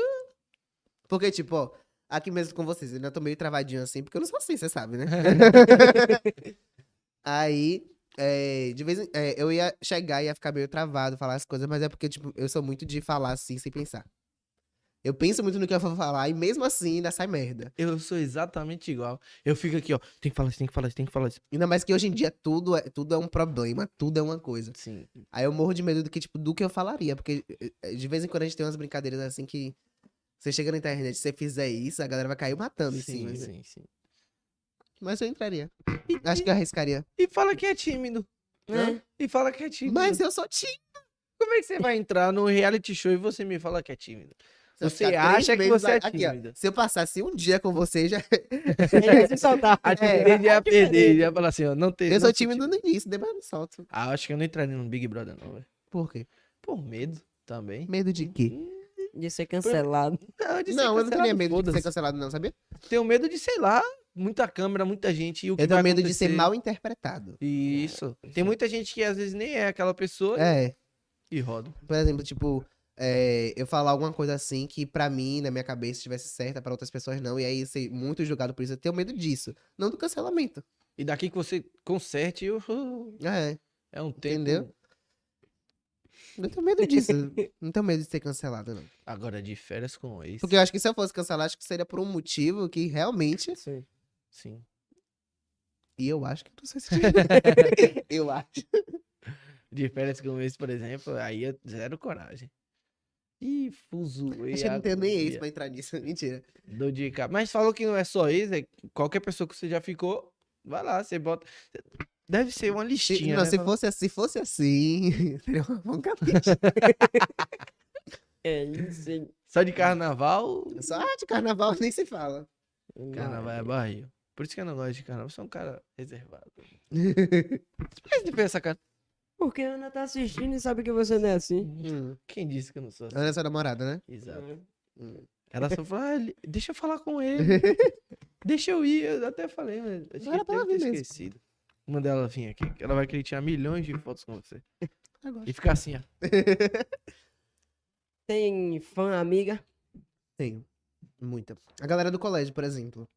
Porque, tipo, ó, aqui mesmo com vocês, eu ainda tô meio travadinho assim, porque eu não sou assim, você sabe, [LAUGHS] né? Aí, é, de vez em, é, eu ia chegar e ia ficar meio travado, falar as coisas, mas é porque, tipo, eu sou muito de falar assim sem pensar. Eu penso muito no que eu vou falar e mesmo assim ainda sai merda.
Eu sou exatamente igual. Eu fico aqui, ó. Tem que falar isso, tem que falar isso, tem que falar isso.
Ainda mais que hoje em dia tudo é, tudo é um problema, tudo é uma coisa.
Sim.
Aí eu morro de medo do que, tipo, do que eu falaria, porque eh, eh, de vez em quando a gente tem umas brincadeiras assim que você chega na internet, se você fizer isso, a galera vai cair matando em cima.
Sim, é
assim.
sim, sim.
Mas eu entraria.
E,
Acho que eu arriscaria.
e fala que é tímido.
É.
[LAUGHS] né? E fala que é tímido.
Mas eu sou tímido.
como é que você vai entrar no reality show e você me fala que é tímido?
Se eu
Você
ficar três
acha que
meses
você é
a- aqui, ó,
tímida.
se eu passasse um dia com você, já
Ele se soltar.
A gente
É,
ele ia perder, ele ia falar assim, ó. Não tem.
Eu
não
sou tímido no início, depois eu me solto.
Ah, acho que eu não entraria no Big Brother, não, velho.
Por quê?
Por medo também.
Medo de quê?
De ser cancelado.
Não, de ser
Não, eu não tenho
cancelado,
medo de ser
foda-se.
cancelado, não, sabia?
Tenho medo de, sei lá, muita câmera, muita gente. E o que
Eu tenho
vai
medo de ser
acontecer.
mal interpretado.
Isso. Tem muita gente que às vezes nem é aquela pessoa
É.
e roda.
Por exemplo, tipo, é, eu falar alguma coisa assim que pra mim, na minha cabeça, estivesse certa, pra outras pessoas não, e aí ser muito julgado por isso. Eu tenho medo disso. Não do cancelamento.
E daqui que você conserte, eu-
É.
é um tempo.
Entendeu? Eu tenho medo [LAUGHS] disso. não tenho medo de ser cancelado, não.
Agora, de férias com ex.
Porque eu acho que se eu fosse cancelar, acho que seria por um motivo que realmente.
Sim.
Sim.
E eu acho que não sei se. [LAUGHS] eu acho.
De férias com ex, por exemplo, aí eu zero coragem. Ih, fuso.
Acho que eu não tenho nem ex pra entrar nisso. Mentira.
Dou de cara. Mas falou que não é só ex, é qualquer pessoa que você já ficou, vai lá, você bota. Deve ser uma
Se-
listinha.
não,
né?
se,
Fala-
fosse, se fosse assim, [LAUGHS] seria uma- um capítulo. [LAUGHS]
É isso. hein?
Só de carnaval.
Só ah, de carnaval nem se fala.
Carnaval é barril. Por isso que eu não gosto de carnaval, você é um cara
[LAUGHS]
reservado. Mas de essa cara.
Porque a Ana tá assistindo e sabe que você não é assim.
Hum.
Quem disse que eu não sou assim?
Ana é sua namorada, né?
Exato.
Hum.
Ela só falou, ah, ele-
[LAUGHS]
deixa eu falar com ele. deixa eu ir. Eu até falei, mas eu
Não era pra
deve
ela vir
ter
mesmo.
esquecido. Manda ela vir aqui, que ela vai querer tirar milhões de fotos com você. E ficar assim,
[LAUGHS]
ó.
Tem fã amiga?
Tenho. Muita. A galera do colégio, por exemplo.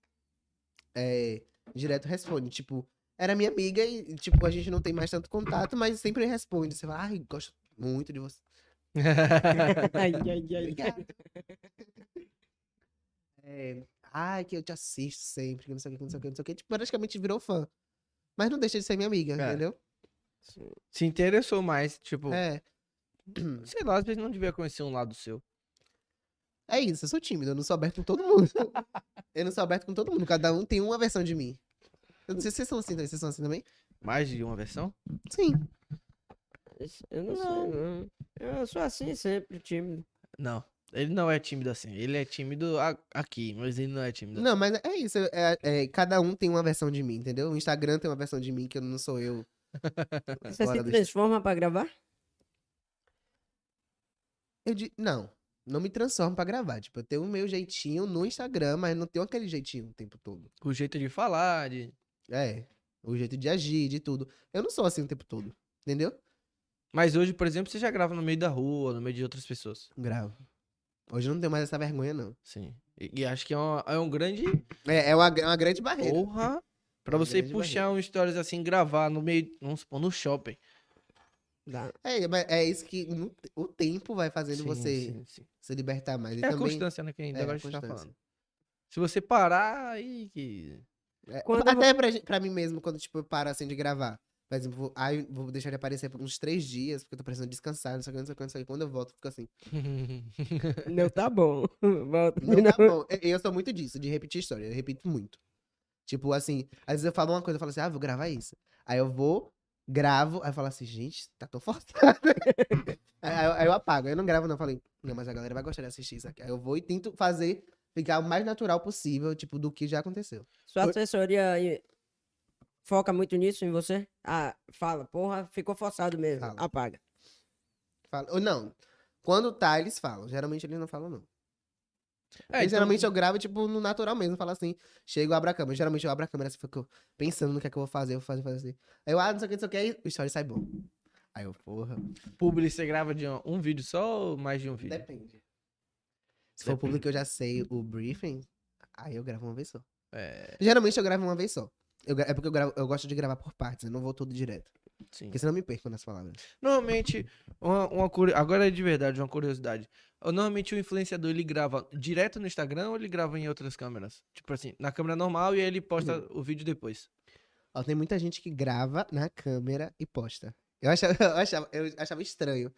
É, direto responde, tipo, era minha amiga e, tipo, a gente não tem mais tanto contato, mas sempre responde. Você fala, ai, gosto muito de você.
Ai, ai,
[LAUGHS]
ai.
Obrigado. É, ai, que eu te assisto sempre, que não sei o que, que não sei o que, não sei o que. Tipo, praticamente virou fã. Mas não deixa de ser minha amiga,
Cara,
entendeu?
Se interessou mais, tipo,
É.
sei lá, às vezes não devia conhecer um lado seu.
É isso, eu sou tímido, eu não sou aberto com todo mundo. [LAUGHS] eu não sou aberto com todo mundo, cada um tem uma versão de mim. Eu não sei se vocês são assim, também, vocês são assim também?
Mais de uma versão?
Sim.
Eu não,
Não.
sei, não. Eu sou assim sempre, tímido.
Não. Ele não é tímido assim. Ele é tímido a- aqui, mas ele não é tímido.
Não, mas é isso. é- é, cada um tem uma versão de mim, entendeu? O Instagram tem uma versão de mim que eu não sou eu.
Tá
Você
Fora
se
do-
transforma pra gravar?
Eu di- Não, não me transformo pra gravar. Tipo, eu tenho o meu jeitinho no Instagram, mas não tenho aquele jeitinho o tempo todo.
assim. O jeito de falar, de...
É, o jeito de agir, de tudo. Eu não sou assim o tempo todo, entendeu?
Mas hoje, por exemplo, você já grava no meio da rua, no meio de outras pessoas.
Gravo. Hoje eu não tenho mais essa vergonha, não.
Sim. E, e acho que é, uma- é um grande
É, é uma, é uma grande barreira.
porra pra você
grande
puxar um stories assim, gravar no meio, vamos supor, no shopping.
Dá.
É, mas é isso que no- o tempo vai fazendo
Sim,
você
sim, sim.
se libertar mais. E
É a
também-
constância, né, que a gente
é,
agora está
constância.
falando. Se você parar, aí que...
É,
Quando
até pra, gen- pra mim mesmo, quando tipo, eu paro assim de gravar. Por exemplo, vou, ai, vou deixar de aparecer por uns três dias, porque eu tô precisando descansar, não sei o que, não sei o que, não sei o que. Quando eu volto, fica assim.
Não tá bom. [LAUGHS] Volta.
Não tá bom. Eu, eu sou muito disso, de repetir história. Eu repito muito. Tipo, assim, às vezes eu falo uma coisa, eu falo assim, ah, vou gravar isso. Aí eu vou, gravo, aí eu falo assim, gente, tá tão forçado. [LAUGHS] aí, aí eu- aí eu apago, aí eu não gravo, não. Eu Falei, não, mas a galera vai gostar de assistir isso aqui. Aí eu vou e tento fazer ficar o mais natural possível, tipo, do que já aconteceu.
Sua assessoria e- foca muito nisso em você? Ah, fala, porra, ficou forçado mesmo.
Fala.
Apaga.
Fala, ou não. Quando tá, eles falam. Geralmente eles não falam, não.
É,
Porque
então-
geralmente eu gravo, tipo, no natural mesmo. Falo assim, chego, abro a câmera. Geralmente eu abro a câmera, assim, fico pensando no que é que eu vou fazer, eu vou fazer, fazer assim. Aí eu, ah, não sei o que, não sei o que, aí o story sai bom. Aí eu, porra,
Publi, você grava de um, um vídeo só ou mais de um vídeo?
depende. Se for público, eu já sei o briefing, aí eu gravo uma vez só.
É,
Geralmente eu gravo uma vez só. Eu gra- é porque eu, gravo- eu gosto de gravar por partes, eu não vou tudo direto.
sim.
Porque senão eu me perco nas palavras.
Normalmente, uma, uma curi- agora é de verdade, uma curiosidade. Ah, Normalmente o influenciador ele grava direto no Instagram ou ele grava em outras câmeras? Tipo assim, na câmera normal e aí ele posta o vídeo depois.
Ó, tem muita gente que grava na câmera e posta. Eu achava, [LAUGHS] eu achava, eu achava estranho,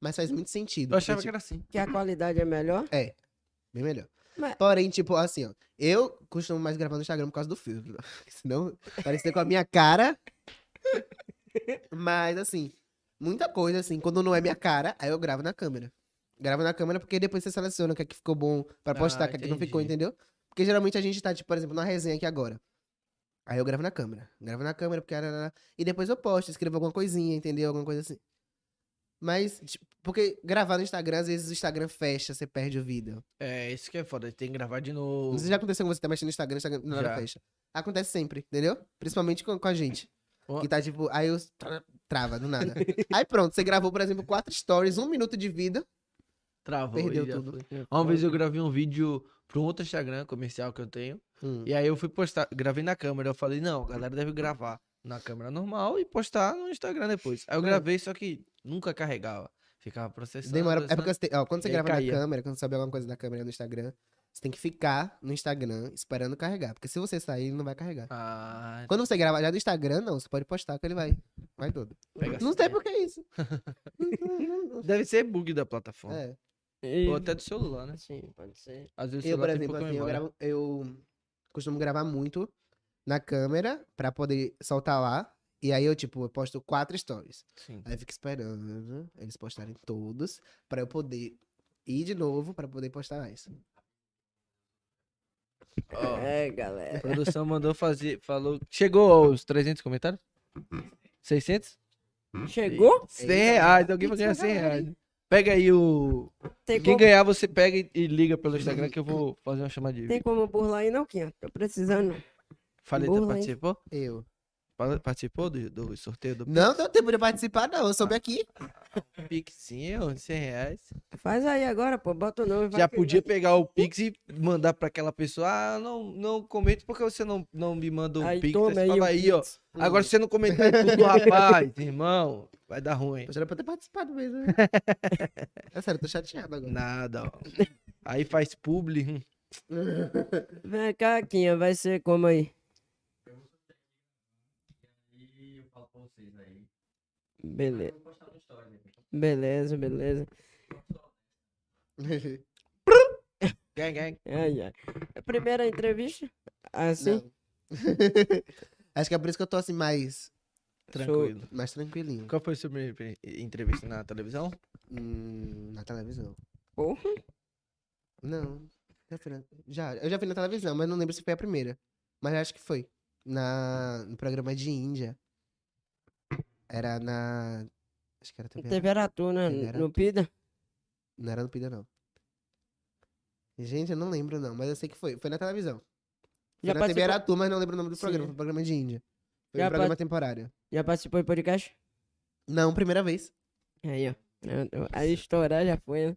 mas faz muito sentido.
Eu
porque,
achava
tipo,
que era assim.
Que a qualidade é melhor.
Bem melhor.
Mas-
Porém, tipo, assim, ó. Eu costumo mais gravar no Instagram por causa do filtro. [LAUGHS] Senão, parecia com a minha cara. Mas, assim, muita coisa, assim, quando não é minha cara, aí eu gravo na câmera. Gravo na câmera porque depois você seleciona o que é que ficou bom pra postar, o que é que não ficou,
entendi.
entendeu? Porque geralmente a gente tá, tipo, por exemplo, numa resenha aqui agora. Aí eu gravo na câmera. Gravo na câmera porque. arará, E depois eu posto, escrevo alguma coisinha, entendeu? Alguma coisa assim. Mas, tipo, porque gravar no Instagram, às vezes o Instagram fecha, você perde o vídeo.
É, isso que é foda, tem que gravar de
Não
novo.
sei se já aconteceu com você tá mexendo no Instagram, Instagram na hora
Já.
fecha. Acontece sempre, entendeu? Principalmente com, com a gente.
Ó.
Que tá tipo, aí eu tra- trava do
[LAUGHS]
nada. aí pronto, você gravou, por exemplo, quatro stories, um minuto de vida.
Travou. e
perdeu
já
tudo.
foi. Uma vez eu gravei um vídeo pra um outro Instagram comercial que eu tenho.
Hum.
E aí eu fui postar, gravei na câmera. Eu falei, não, a galera deve gravar na câmera normal e postar no Instagram depois. Aí eu
É.
gravei, só que nunca carregava. Ficava processando.
Demora. É
processando.
porque você tem- ó, quando você
né? E aí
grava na
caía.
câmera, quando você sobe alguma coisa da câmera no Instagram, você tem que ficar no Instagram esperando carregar. Porque se você sair, ele não vai carregar.
Ah,
Quando você grava já do Instagram, não, você pode postar que ele vai. Vai todo.
pega
Não
assim,
sei
né?
por que isso. Não- não- não-
Deve ser bug da plataforma.
É.
E...
Ou até do celular, né?
Ah, Sim, pode ser.
Às vezes o
Eu, por
celular tem
exemplo,
pouca
assim, eu,
memória.
gravo- eu costumo gravar muito na câmera pra poder soltar lá. E aí eu, tipo, eu posto quatro stories.
Sim.
Aí eu fico esperando eles postarem todos pra eu poder ir de novo pra poder postar mais.
Ó,
É, galera.
a produção mandou fazer, falou... Chegou aos 300 comentários? 600?
Chegou?
100 reais, alguém vai ganhar 100 reais. Pega aí o...
Tem
Quem
como,
ganhar, você pega e- e liga pelo Instagram que eu vou fazer uma chamada de
tem
vídeo.
como burlar aí não, Quinha? Tô precisando.
Faleta
burla, hein?
participou?
Eu.
Pa- Participou do, do sorteio do
Não deu tempo de participar, não. Eu soube aqui.
Pixinho, 100 reais?
Faz aí agora, pô, bota o nome. vai
Já
que-
podia pegar o Pix e mandar pra aquela pessoa. Ah, não, não comente porque você não, não me manda o
Aí,
Pix.
toma
Aí,
aí
fala
o
aí, ó.
Pix.
Hum.
Agora se você não comentar em tudo, rapaz, irmão, vai dar ruim.
Poxa, era pra ter participado mesmo. né? é sério, eu tô chateado agora. [LAUGHS]
Nada, ó. Aí faz publi. hum.
Vem cá, Quinha, vai ser como aí? Beleza. né? Beleza, beleza.
Gang, gang.
Ai, ai. A primeira entrevista? Assim?
Não. [LAUGHS] Acho que é por isso que eu tô assim mais,
Tranquilo.
mais tranquilinho.
Qual foi a sua primeira pre- entrevista na televisão?
Hum, na televisão.
Porra.
Não. Já, fui na- já, eu já vi na televisão, mas não lembro se foi a primeira. Mas acho que foi. Na, no programa de Índia. Era na. Acho que era TV. aberta.
Temperatura, né?
Temperatura.
No PIDA?
Não era no Pida, não. Gente, eu não lembro, não. Mas eu sei que foi. Foi na televisão. Foi
Já
na TV
participou,
Aratu, mas não lembro o nome do programa.
Sim.
Foi um programa de Índia. Foi
Já
um programa
part-
temporário.
já participou de podcast?
Não, primeira vez.
Aí, ó. Eu- eu- Aí estourar já foi, né?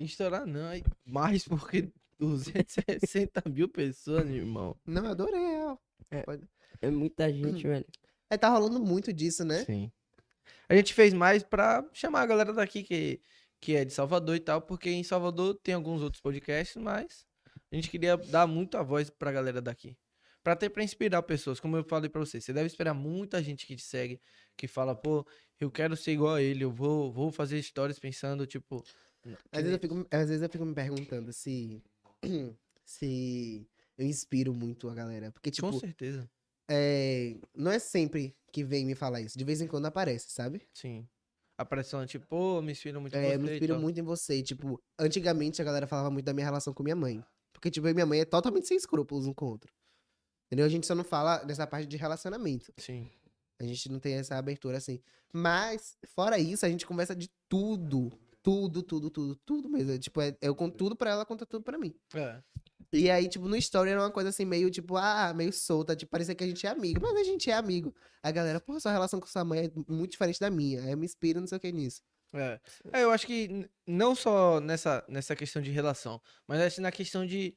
Estourar não, aí mais porque 260 mil pessoas, irmão.
Não, eu adorei. ó.
É muita gente, velho.
É, tá rolando muito disso, né?
Sim. A gente fez mais pra chamar a galera daqui que, que é de Salvador e tal, porque em Salvador tem alguns outros podcasts, mas a gente queria dar muito a voz pra galera daqui. Pra ter pra inspirar pessoas, como eu falei pra você, você deve esperar muita gente que te segue, que fala, pô, eu quero ser igual a ele, eu vou, vou fazer histórias pensando, tipo.
Às vezes, eu fico, às vezes eu fico me perguntando se. [CLEARS THROAT] se eu inspiro muito a galera. Porque, tipo,
Com certeza.
é, não é sempre que vem me falar isso. De vez em quando aparece, sabe?
Sim. A pressão, tipo, pô, eu me inspiro muito em
É, eu
você
me
e
inspiro
tal.
muito em você. E, tipo, antigamente a galera falava muito da minha relação com minha mãe. Porque, tipo, eu e minha mãe é totalmente sem escrúpulos um com o outro. Entendeu? A gente só não fala dessa parte de relacionamento.
Sim.
A gente não tem essa abertura assim. Mas, fora isso, a gente conversa de tudo. Tudo, tudo, tudo, tudo mesmo. É, Tipo, é- eu conto tudo pra ela, ela conta tudo pra mim.
É.
E aí, tipo, no story era uma coisa assim, meio tipo, ah, meio solta, tipo, parecia que a gente é amigo, mas a gente é amigo. A galera, pô, sua relação com sua mãe é muito diferente da minha. Aí eu me inspiro, não sei o que nisso.
É. É, eu acho que n- não só nessa, nessa questão de relação, mas acho que na questão de.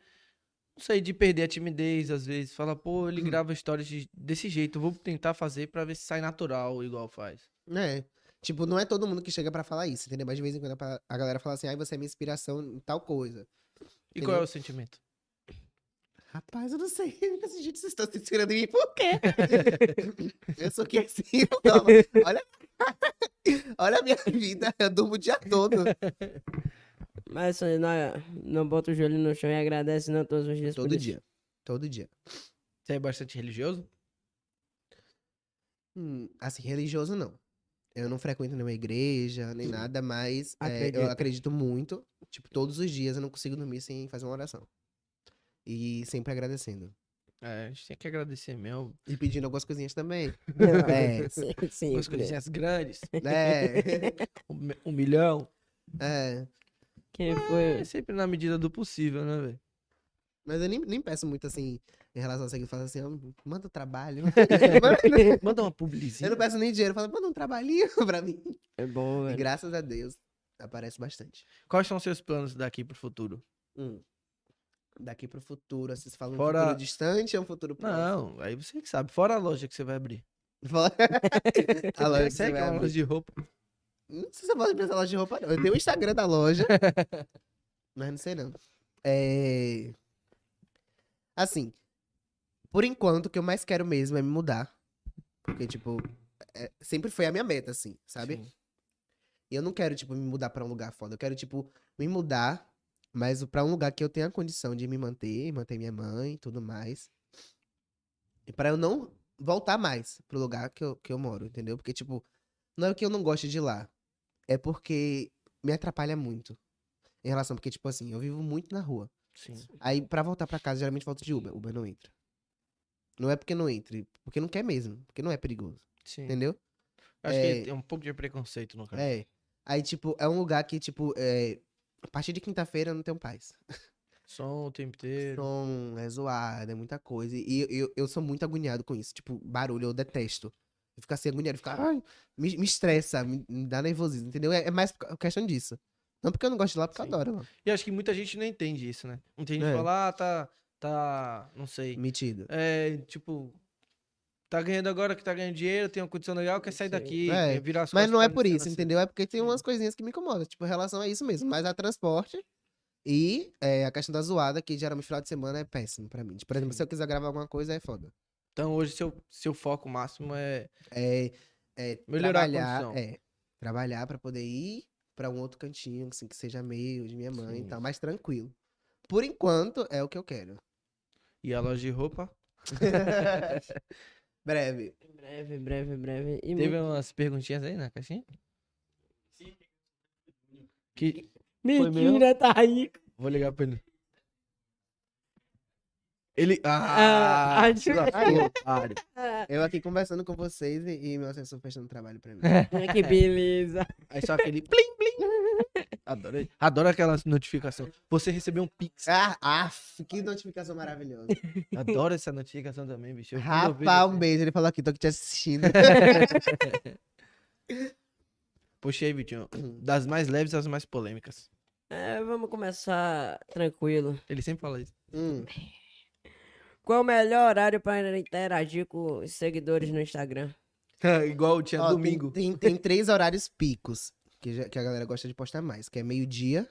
Não sei, de perder a timidez, às vezes. Fala, pô,
Hum.
ele grava histórias de- desse jeito, eu vou tentar fazer pra ver se sai natural, igual faz.
É. Tipo, não é todo mundo que chega pra falar isso, entendeu? Mas de vez em quando a a galera fala assim, ai, você é minha inspiração em tal coisa.
E qual é
Entendeu?
o sentimento?
Rapaz, eu não sei. [LAUGHS] Gente, vocês estão se inspirando em mim por quê? [LAUGHS] eu sou que assim, eu tomo. Olha, [LAUGHS] olha a minha vida, eu durmo o dia todo.
Mas isso aí, não, não bota o joelho no chão e agradece não todos os dias. por
Todo
isso. [LAUGHS]
dia. Todo dia.
Você é bastante religioso?
Hum, assim, religioso não. Eu não frequento nenhuma igreja, nem nada, mas é, eu
Acredita.
acredito muito. Tipo, todos os dias eu não consigo dormir sem fazer uma oração. E sempre agradecendo.
É, a gente tem que agradecer mesmo.
E pedindo algumas coisinhas também. É.
É, [LAUGHS] sim.
As coisinhas grandes,
É.
um, mi- um milhão.
é.
Quem foi?
É sempre na medida do possível,
[LAUGHS]
né, velho?
Mas eu nem, nem peço muito assim, em relação a isso que eu faço assim, ó, manda um trabalho.
Manda uma
eu
publizinha.
não peço nem dinheiro, eu falo, manda um trabalhinho [LAUGHS] pra mim.
É bom,
E
velho.
graças a Deus, aparece bastante.
Quais são seus planos daqui pro futuro?
Hum. Daqui pro futuro, assim, você fala um
Fora-
futuro distante ou um futuro próximo?
Não, aí você que sabe. Fora a loja que você vai abrir.
Fora- a loja que
Você
você
que
vai
é uma
abrir.
loja de roupa.
Não sei se eu posso abrir essa loja de roupa, não. Eu tenho o Instagram da loja. mas não sei, não. É... Assim, por enquanto, o que eu mais quero mesmo é me mudar. Porque, tipo, é- sempre foi a minha meta, assim, sabe?
Sim.
E eu não quero, tipo, me mudar pra um lugar foda. Eu quero, tipo, me mudar, mas pra um lugar que eu tenha condição de me manter, manter minha mãe e tudo mais. E pra eu não voltar mais pro lugar que eu, que eu moro, entendeu? Porque, tipo, não é que eu não goste de lá. É porque me atrapalha muito. Em relação, porque, tipo assim, eu vivo muito na rua.
Sim.
Aí, pra voltar pra casa, geralmente volto de Uber. Uber não entra. Não é porque não entre, porque não quer mesmo, porque não é perigoso,
Sim.
entendeu?
Acho
É.
que tem um pouco de preconceito no cara.
É. Aí, tipo, é um lugar que, tipo, é... a partir de quinta-feira eu não tenho paz.
Som o tempo inteiro.
Som, é zoado, é muita coisa. E eu, eu, eu sou muito agoniado com isso. Tipo, barulho, eu detesto. Eu fico assim, agoniado, ficar. Ai, me, me estressa, me, me dá nervosismo, entendeu? É, é mais por- questão disso. Não porque eu não gosto de lá, porque
Sim.
eu adoro, mano.
E acho que muita gente não entende isso, né? Muita gente
É.
fala, ah, tá, tá, não sei.
Metido.
É, tipo, tá ganhando agora que tá ganhando dinheiro, tem uma condição legal, quer sair
Sim.
daqui,
É,
quer virar as
Mas
costas
não é
pra
por
cena
isso,
assim.
entendeu? É porque tem
Sim. Uhum.
umas coisinhas que me incomodam. Tipo, em relação a isso mesmo. Mas a transporte e é, a questão da zoada, que geralmente final de semana é péssimo pra mim. Tipo, por exemplo,
Sim.
se eu quiser gravar alguma coisa, é foda.
Então hoje seu, seu foco máximo é.
É, é
Melhorar a
trabalhar,
condição.
é, trabalhar pra poder ir pra um outro cantinho, assim, que seja meio de minha mãe e
Sim.
tal, mais tranquilo. Por enquanto, é o que eu quero. [LAUGHS]
E a loja de roupa?
Breve.
Em breve, em breve, em breve. E
Teve um
muito-
umas perguntinhas aí na caixinha? Que... foi meu?
Mentira, tá aí.
Vou ligar pra ele. Ele.
Ah,
Ah!
acho- [LAUGHS]
lascou, otário.
Eu aqui conversando com vocês e, e meu assessor fechando trabalho
[LAUGHS]
pra mim.
Olha que beleza.
Aí só aquele plim, plim. Adorei. Adoro aquela notificação. Você recebeu um
[LAUGHS]
pix.
Ah, af, que notificação maravilhosa.
Adoro essa notificação também, bicho. Eu quando eu vejo
Rafa, um
assim-
beijo. Ele falou aqui, tô aqui te
[LAUGHS]
assistindo.
Puxa aí, Vitinho. Das mais leves às mais polêmicas.
É, vamos começar tranquilo.
Ele sempre
[LAUGHS]
fala isso.
Hum,
Qual o melhor horário para interagir com os seguidores no Instagram?
Igual tinha
ó, tem-
é domingo.
Tem, tem três horários picos que, já- que a galera gosta de postar mais, que é meio-dia,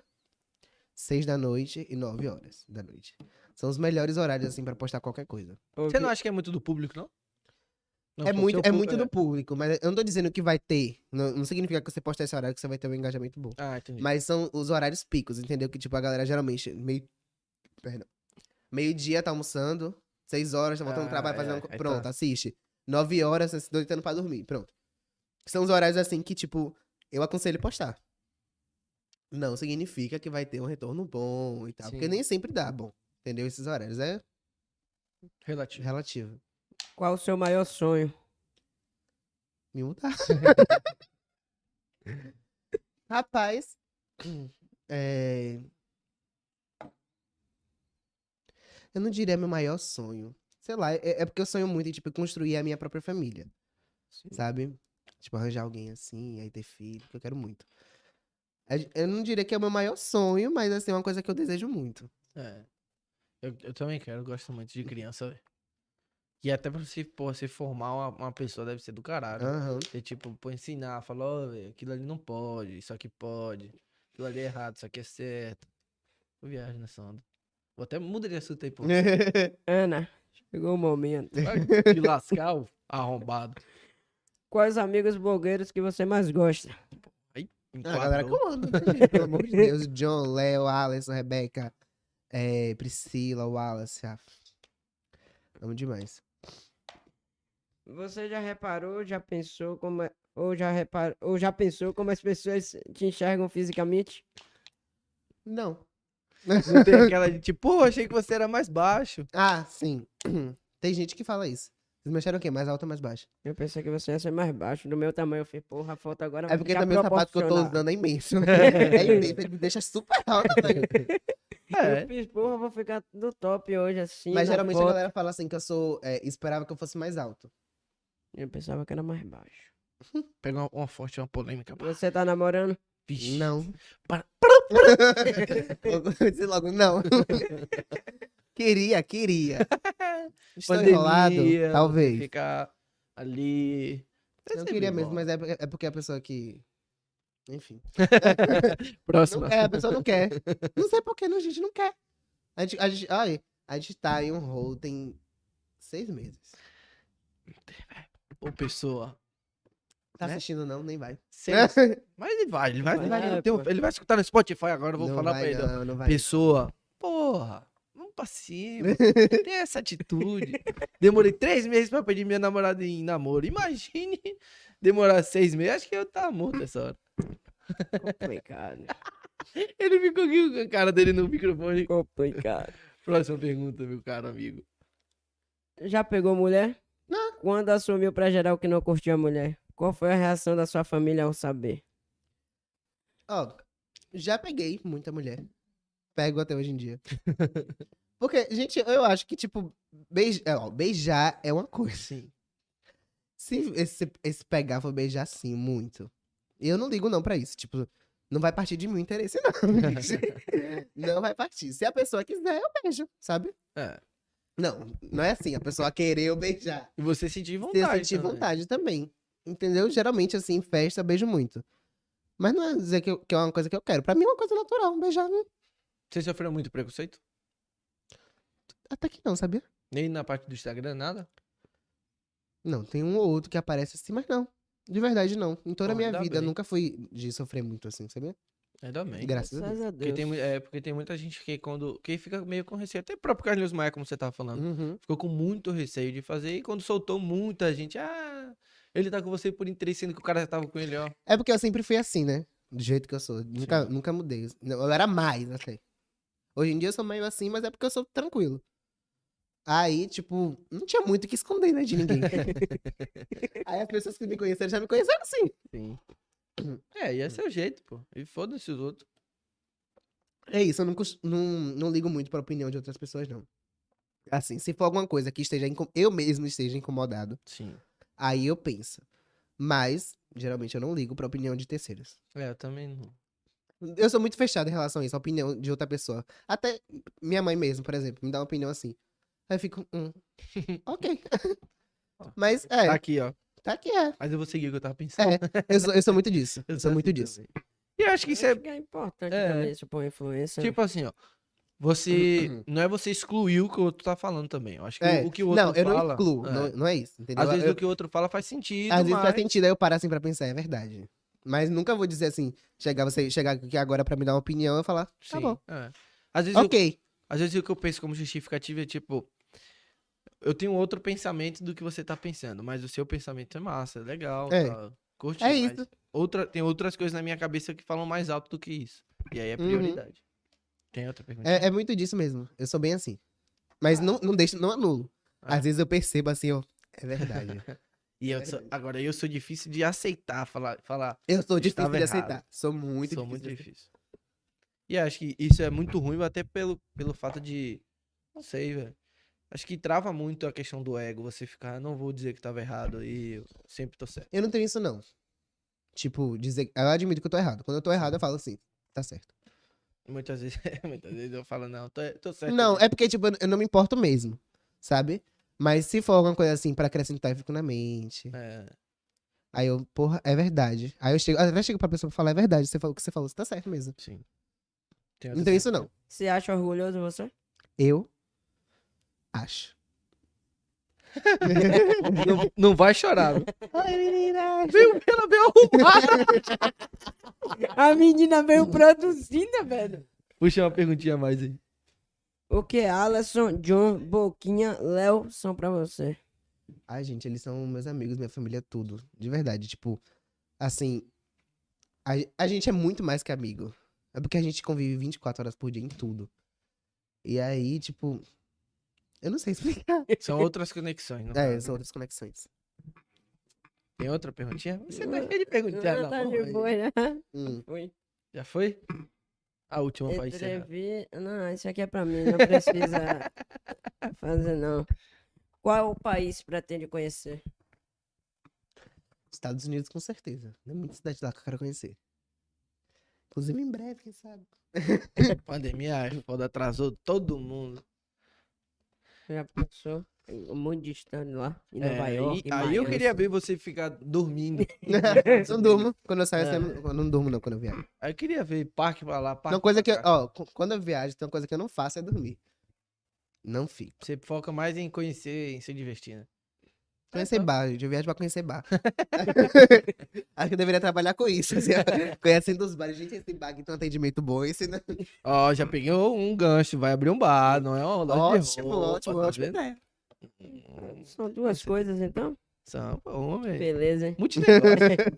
seis da noite e nove horas da noite. São os melhores horários, assim, pra postar qualquer coisa.
Você não acha que é muito do público, não? Não,
é
pô,
muito,
seu né?
é
pú-
muito do público, mas eu não tô dizendo que vai ter. Não, não significa que você postar esse horário que você vai ter um engajamento bom.
Ah, entendi.
Mas são os horários picos, entendeu? Que, tipo, a galera geralmente meio... Perdão. Meio-dia tá almoçando, seis horas, tá voltando
Ah,
do trabalho,
é,
fazendo...
aí tá.
Pronto, assiste. Nove horas, tá se doidando pra dormir, pronto. São os horários, assim, que, tipo, eu aconselho postar. Não significa que vai ter um retorno bom e tal, porque
Sim.
nem sempre dá bom, entendeu? Esses horários, é
Relativo.
relativo.
Qual o seu maior sonho?
Me mudar. Rapaz. hum, é, Eu não diria meu maior sonho. Sei lá, é, é porque eu sonho muito em, tipo, construir a minha própria família, sabe? Tipo, arranjar alguém assim, aí ter filho, que eu quero muito. É- Eu não diria que é o meu maior sonho, mas, assim, é uma coisa que eu desejo muito.
É. Eu, eu também quero, eu gosto muito de criança, velho. E até pra você, pô, você formar uma, uma pessoa deve ser do caralho.
Aham.
Você, tipo, pô, ensinar, falar, ó, velho, aquilo ali não pode, isso aqui pode, aquilo ali é errado, isso aqui é certo. Eu viajo nessa onda. Vou até mudar de assunto
[LAUGHS]
aí, pô.
Ana, chegou o momento.
Vai te lascar, o arrombado.
Quais amigos blogueiros que você mais gosta?
Ah, a galera
Enquadrou.
que eu amo, né, gente? Pelo amor de Deus. John, Léo, Alisson, Rebeca, eh, Priscila, Wallace. Ah. Amo demais.
Você já reparou, já pensou como é- ou já reparou, ou já pensou como as pessoas te enxergam fisicamente?
Não.
Não tem aquela de tipo, pô, achei que você era
[LAUGHS]
mais baixo.
Ah, sim. [CLEARS THROAT] Tem gente que fala isso. Vocês me acharam o quê? Mais alta ou mais baixa?
Eu pensei que você ia ser mais baixo, do meu tamanho. Eu falei, porra, a foto agora
É porque
já
também o sapato que eu tô
proporciona.
usando é imenso.
[LAUGHS]
É imenso, ele me deixa super alta. tá
Eu
É.
fiz, porra, vou ficar do top hoje assim.
Mas
na
geralmente a
foto.
galera fala assim que eu sou. eh, esperava que eu fosse mais alto.
Eu pensava que era mais baixo.
Pega uma, uma forte, uma polêmica. pá.
Você tá namorando?
Vixe.
Não.
Para-
eu [LAUGHS] disse logo,
[LAUGHS]
não. queria, queria. Estou
Pandemia,
enrolado,
você
talvez.
Ficar ali.
Eu não
Percebi,
queria mesmo,
bola.
mas é, é porque a pessoa que. Enfim.
Próxima.
é Não quer, a pessoa não
[LAUGHS]
quer. Não sei por que, não, a gente não quer. A gente, a gente, olha, a gente tá em um rol tem seis meses.
Ô, pessoa.
Tá
Né?
assistindo, não? Nem vai.
sem-
[LAUGHS]
Mas ele vai, ele
Vai,
vai. ele, vai,
é,
eu tenho-
pô.
ele vai escutar no Spotify agora, eu vou
não
falar
vai,
pra ele. ó.
Não, não vai.
Pessoa, porra, vamos pra cima. Tem essa atitude. Demorei três meses pra pedir minha namorada em namoro. Imagine [LAUGHS] demorar seis meses. Acho que eu tava morto essa hora.
é Complicado.
Ele ficou aqui com a cara dele no microfone.
complicado.
Próxima pergunta, meu caro amigo.
Já pegou mulher?
Não.
Quando assumiu pra geral que não curtia a mulher, qual foi a reação da sua família ao saber?
Ó, já peguei muita mulher. pego até hoje em dia. [LAUGHS] Porque, gente, eu acho que, tipo, beij... é, ó, beijar é uma coisa.
Sim.
Se esse, esse pegar for beijar, sim, muito. E eu não ligo não pra isso. Tipo, não vai partir de mim o interesse, [LAUGHS] não. não vai partir. Se a pessoa quiser, eu beijo, sabe?
É.
Não, não é assim. A pessoa querer eu beijar.
E você sentir
Se eu
vontade.
sentir
também.
vontade também. Entendeu? Geralmente, assim, em festa, beijo muito. Mas não é dizer que, eu- que é uma coisa que eu quero. Pra mim é uma coisa natural, beijar. hum,
Você sofreu muito preconceito?
Até que não, sabia?
Nem na parte do Instagram, nada?
Não, tem um ou outro que aparece assim, mas não. De verdade, não. Em toda a
Pô,
minha
ainda
vida,
bem.
nunca fui de sofrer muito assim, sabia?
Ainda bem.
Graças a Deus.
Graças a
Porque
Deus.
tem, mui- é, porque tem muita gente que quando. que fica meio com receio. Até o próprio Carlos Maia, como você tava falando.
Uhum.
Ficou com muito receio de fazer. E quando soltou muita gente, ah, ele tá com você por interesse, sendo que o cara já tava com ele, ó.
É porque eu sempre fui assim, né? Do jeito que eu sou. Nunca,
Sim.
nunca mudei. Não, Eu era mais, até. Hoje em dia eu sou meio assim, mas é porque eu sou tranquilo. Aí, tipo, não tinha muito o que esconder, né, de ninguém.
[LAUGHS]
Aí as pessoas que me conheceram já me conheceram assim.
Sim.
É, e esse é o jeito, pô. E foda-se os outros.
É isso, eu não, cos- não, não ligo muito pra opinião de outras pessoas, não. Assim, se for alguma coisa que esteja incom- eu mesmo esteja incomodado,
Sim.
aí eu penso. Mas, geralmente, eu não ligo pra opinião de terceiros.
É, eu também não.
Eu sou muito fechado em relação a isso, a opinião de outra pessoa. Até minha mãe mesmo, por exemplo, me dá uma opinião assim. Aí eu fico, hum, [LAUGHS] ok.
[LAUGHS]
Mas,
Tá
é,
aqui, ó.
tá que é.
Mas eu vou seguir o que eu tava pensando.
É, Eu sou, eu sou muito
[LAUGHS]
disso. É, Eu
Eu
sou
sou
muito
assim
disso.
E eu acho que isso é
Acho que é importante
É.
também, se pôr influência. né?
tipo assim, ó. Você. Não é você excluir o que o outro tá falando também. Eu acho que
É.
o que o outro
não, eu
fala.
não excluo.
é.
Não, não é isso, entendeu?
Às vezes
Eu-
o que o outro fala faz sentido.
Às vezes
mas...
faz sentido, aí eu paro assim pra pensar, é verdade. Mas nunca vou dizer assim, chegar você chegar aqui agora pra me dar uma opinião, eu falar, tá
Sim,
bom.
é. Às vezes, eu,
Ok. é
às vezes o que eu penso como justificativa é tipo. Eu tenho outro pensamento do que você tá pensando, mas o seu pensamento é massa, é legal,
É.
tá, curti.
É
mas
isso.
Outra, tem outras coisas na minha cabeça que falam mais alto do que isso. E aí é
Uhum.
prioridade. Tem outra pergunta?
É, é muito disso mesmo. Eu sou bem assim. Mas não, não deixo, não anulo.
Ah.
Às vezes eu percebo assim, eu, é
[LAUGHS]
verdade.
e eu sou- agora eu sou difícil de aceitar, falar, falar
Eu sou
Eu
difícil
estava
de
errado.
aceitar. Sou muito
Sou
difícil.
muito
de
difícil. E acho que isso é muito ruim, até pelo, pelo fato de. Não sei, velho. Acho que trava muito a questão do ego, você ficar, não vou dizer que tava errado e eu sempre tô certo.
Eu não tenho isso, não. Tipo, dizer. Eu admito que eu tô errado. Quando eu tô errado, eu falo assim, tá certo.
Muitas vezes, [LAUGHS] muitas vezes eu falo, não, tô, tô certo.
não,
mesmo."
é porque, tipo, eu- eu não me importo mesmo, sabe? Mas se for alguma coisa assim pra acrescentar, eu fico na mente.
É,
Aí eu, porra, é verdade. Aí eu chego, até chego pra pessoa pra falar, é verdade, você falou o que você falou, você tá certo mesmo.
sim. Tem
Não
outras
tem Então, isso, não.
Você acha orgulhoso você?
Eu acho.
coisas. Não, [LAUGHS] não vai chorar. viu?
Ai, menina.
Veio pela veio arrumada.
[LAUGHS] A menina veio produzindo, velho.
Puxa uma perguntinha a mais aí.
O que Alisson, John, Boquinha, Léo são pra você?
Ai, gente, eles são meus amigos, minha família, é tudo. De verdade, tipo, assim, a, a gente é muito mais que amigo. É porque a gente convive 24 horas por dia em tudo. E aí, tipo, eu não sei explicar.
São outras conexões, não
É, são outras conexões.
Tem outra perguntinha? Você tá cheio de perguntinha,
Não,
não.
tá de boa, né?
Hum.
Foi.
Já foi? A última pra encerrar.
Entrevi... Não, isso aqui é pra mim, não
[LAUGHS]
precisa fazer não. Qual o país pretende conhecer?
Estados Unidos, com certeza. Tem muita cidade lá que eu quero conhecer. Inclusive em breve, quem sabe.
Pandemia, foda, atrasou todo mundo.
Já um pensou? Muito distante lá, em
É,
Nova York.
e-
em
aí eu
Miami.
queria ver você ficar dormindo.
não durmo. Quando eu saio, assim, eu
É.
saio- eu não durmo, não, quando eu viajo.
Aí eu queria ver parque pra lá, parque
Uma coisa que,
pra
eu-
cá.
ó, qu- quando eu viajo, tem uma coisa que eu não faço é dormir. Não fico.
Você foca mais em conhecer, em se divertir, né?
Conhecer
Então.
bar, gente. Eu viajo pra conhecer bar. [LAUGHS] Acho que eu deveria trabalhar com isso. Assim,
[LAUGHS]
ó. conhecendo os bares. Gente, esse bar aqui tem um atendimento bom. Esse não...
Ó, já peguei um gancho, vai abrir um bar, não é uma loja de
Ótimo,
roupa,
ótimo,
tá
ótimo.
vendo?
ideia.
São duas coisas então?
São, bom, velho.
Beleza,
[LAUGHS]
hein?
Multinegócio.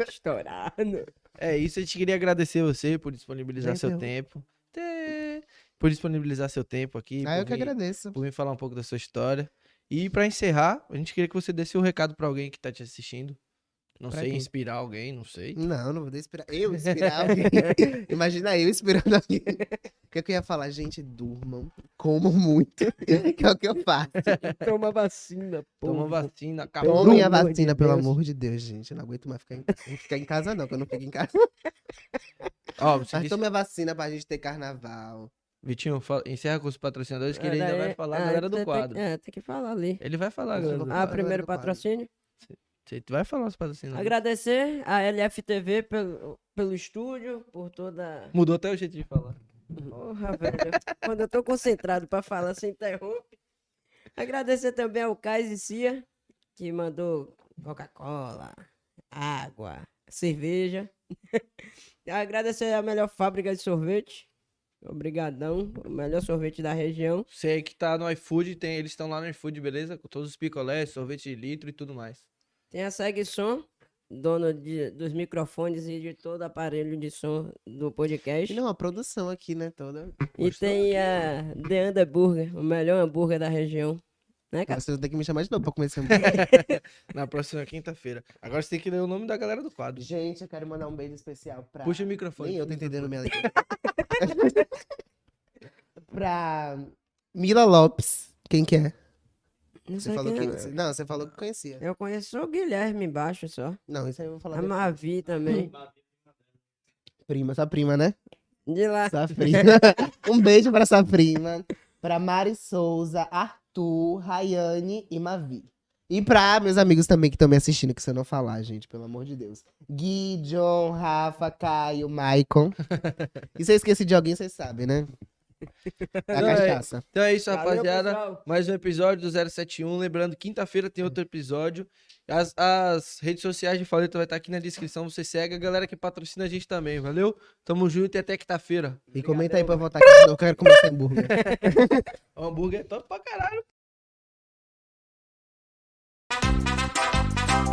Estourado.
É isso, a gente queria agradecer você por disponibilizar
Nem
seu
ferrou.
tempo. Tê, Por disponibilizar seu tempo aqui.
Ah,
por
eu que
vir-
agradeço.
por me falar um pouco da sua história. E pra encerrar, a gente queria que você desse um recado pra alguém que tá te assistindo. Não
Pra
sei,
quê?
inspirar alguém, não sei.
Não, não vou inspirar.
[LAUGHS]
Eu inspirar alguém. Imagina eu inspirando alguém. O que, é que eu ia falar? Gente, durmam. Comam muito. [LAUGHS] Que é o que eu faço.
Toma vacina, pô.
Toma vacina, acabou.
Tomem a
amor de
vacina, pelo
Deus.
amor de Deus, gente. Eu não aguento mais ficar em, ficar em casa, não, que eu não fico
[LAUGHS]
em casa.
Ó, você
Mas
disse-
tome a vacina pra gente ter carnaval.
Vitinho, fala- encerra com os patrocinadores que ele ainda vai falar a
ah,
galera do
tem- tem-
quadro.
É, tem que falar ali.
Ele vai falar, a
Eu
galera do
vou-
Ah,
quadro. Uhum.
primeiro
primeiro
do quadro.
patrocínio.
Você vai falar os patrocinadores.
Agradecer a LFTV pelo, pelo estúdio, por toda.
Mudou até o jeito de falar.
Porra, velho. Quando eu tô concentrado pra falar, você interrompe. Agradecer também ao Cais e Cia, que mandou Coca-Cola, água, cerveja. [LAUGHS] Agradecer a melhor fábrica de sorvete. Obrigadão. O melhor sorvete da região.
Você que tá no iFood, tem, eles estão lá no iFood, beleza? Com todos os picolés, sorvete de litro e tudo mais.
Tem a Segue Som, dono de- dos microfones e de todo aparelho de som do podcast.
E não, a é produção aqui, né, toda.
E tem a The Under Burger, o melhor hambúrguer da região. Né, cara?
Vocês vão ter que me chamar de novo pra comer esse hambúrguer.
Na próxima quinta-feira. Agora você tem que ler o nome da galera do
[LAUGHS]
quadro.
Gente, eu quero mandar um beijo especial pra.
Puxa o microfone.
Nem eu tô entendendo minha letra. [LAUGHS] pra Mila Lopes. Quem que é?
Não
Você
sei
falou
quem é,
que.
não.
você- Não, você falou que conhecia.
Eu conheço só o Guilherme embaixo só.
Não, isso aí eu vou falar.
A
depois.
Mavi também.
Prima, sua prima, né?
De lá.
Sua prima. [LAUGHS] um beijo pra sua prima. Pra Mari Souza, Arthur, Rayane e Mavi. E pra meus amigos também que estão me assistindo, que se eu não falar, gente, pelo amor de Deus. Gui, John, Rafa, Caio,
[LAUGHS]
Maicon. E se eu esqueci de alguém, vocês sabem, né? A
Não, é-
cachaça.
Então é isso,
Valeu,
rapaziada.
pessoal.
Mais um episódio do 071. Lembrando, quinta-feira tem outro episódio. As, as redes sociais de Faleta vai estar aqui na descrição. Você segue a galera que patrocina a gente também, valeu? Tamo junto e até quinta-feira.
E comenta aí pra eu voltar aqui, senão eu quero comer esse hambúrguer.
O hambúrguer é top pra caralho,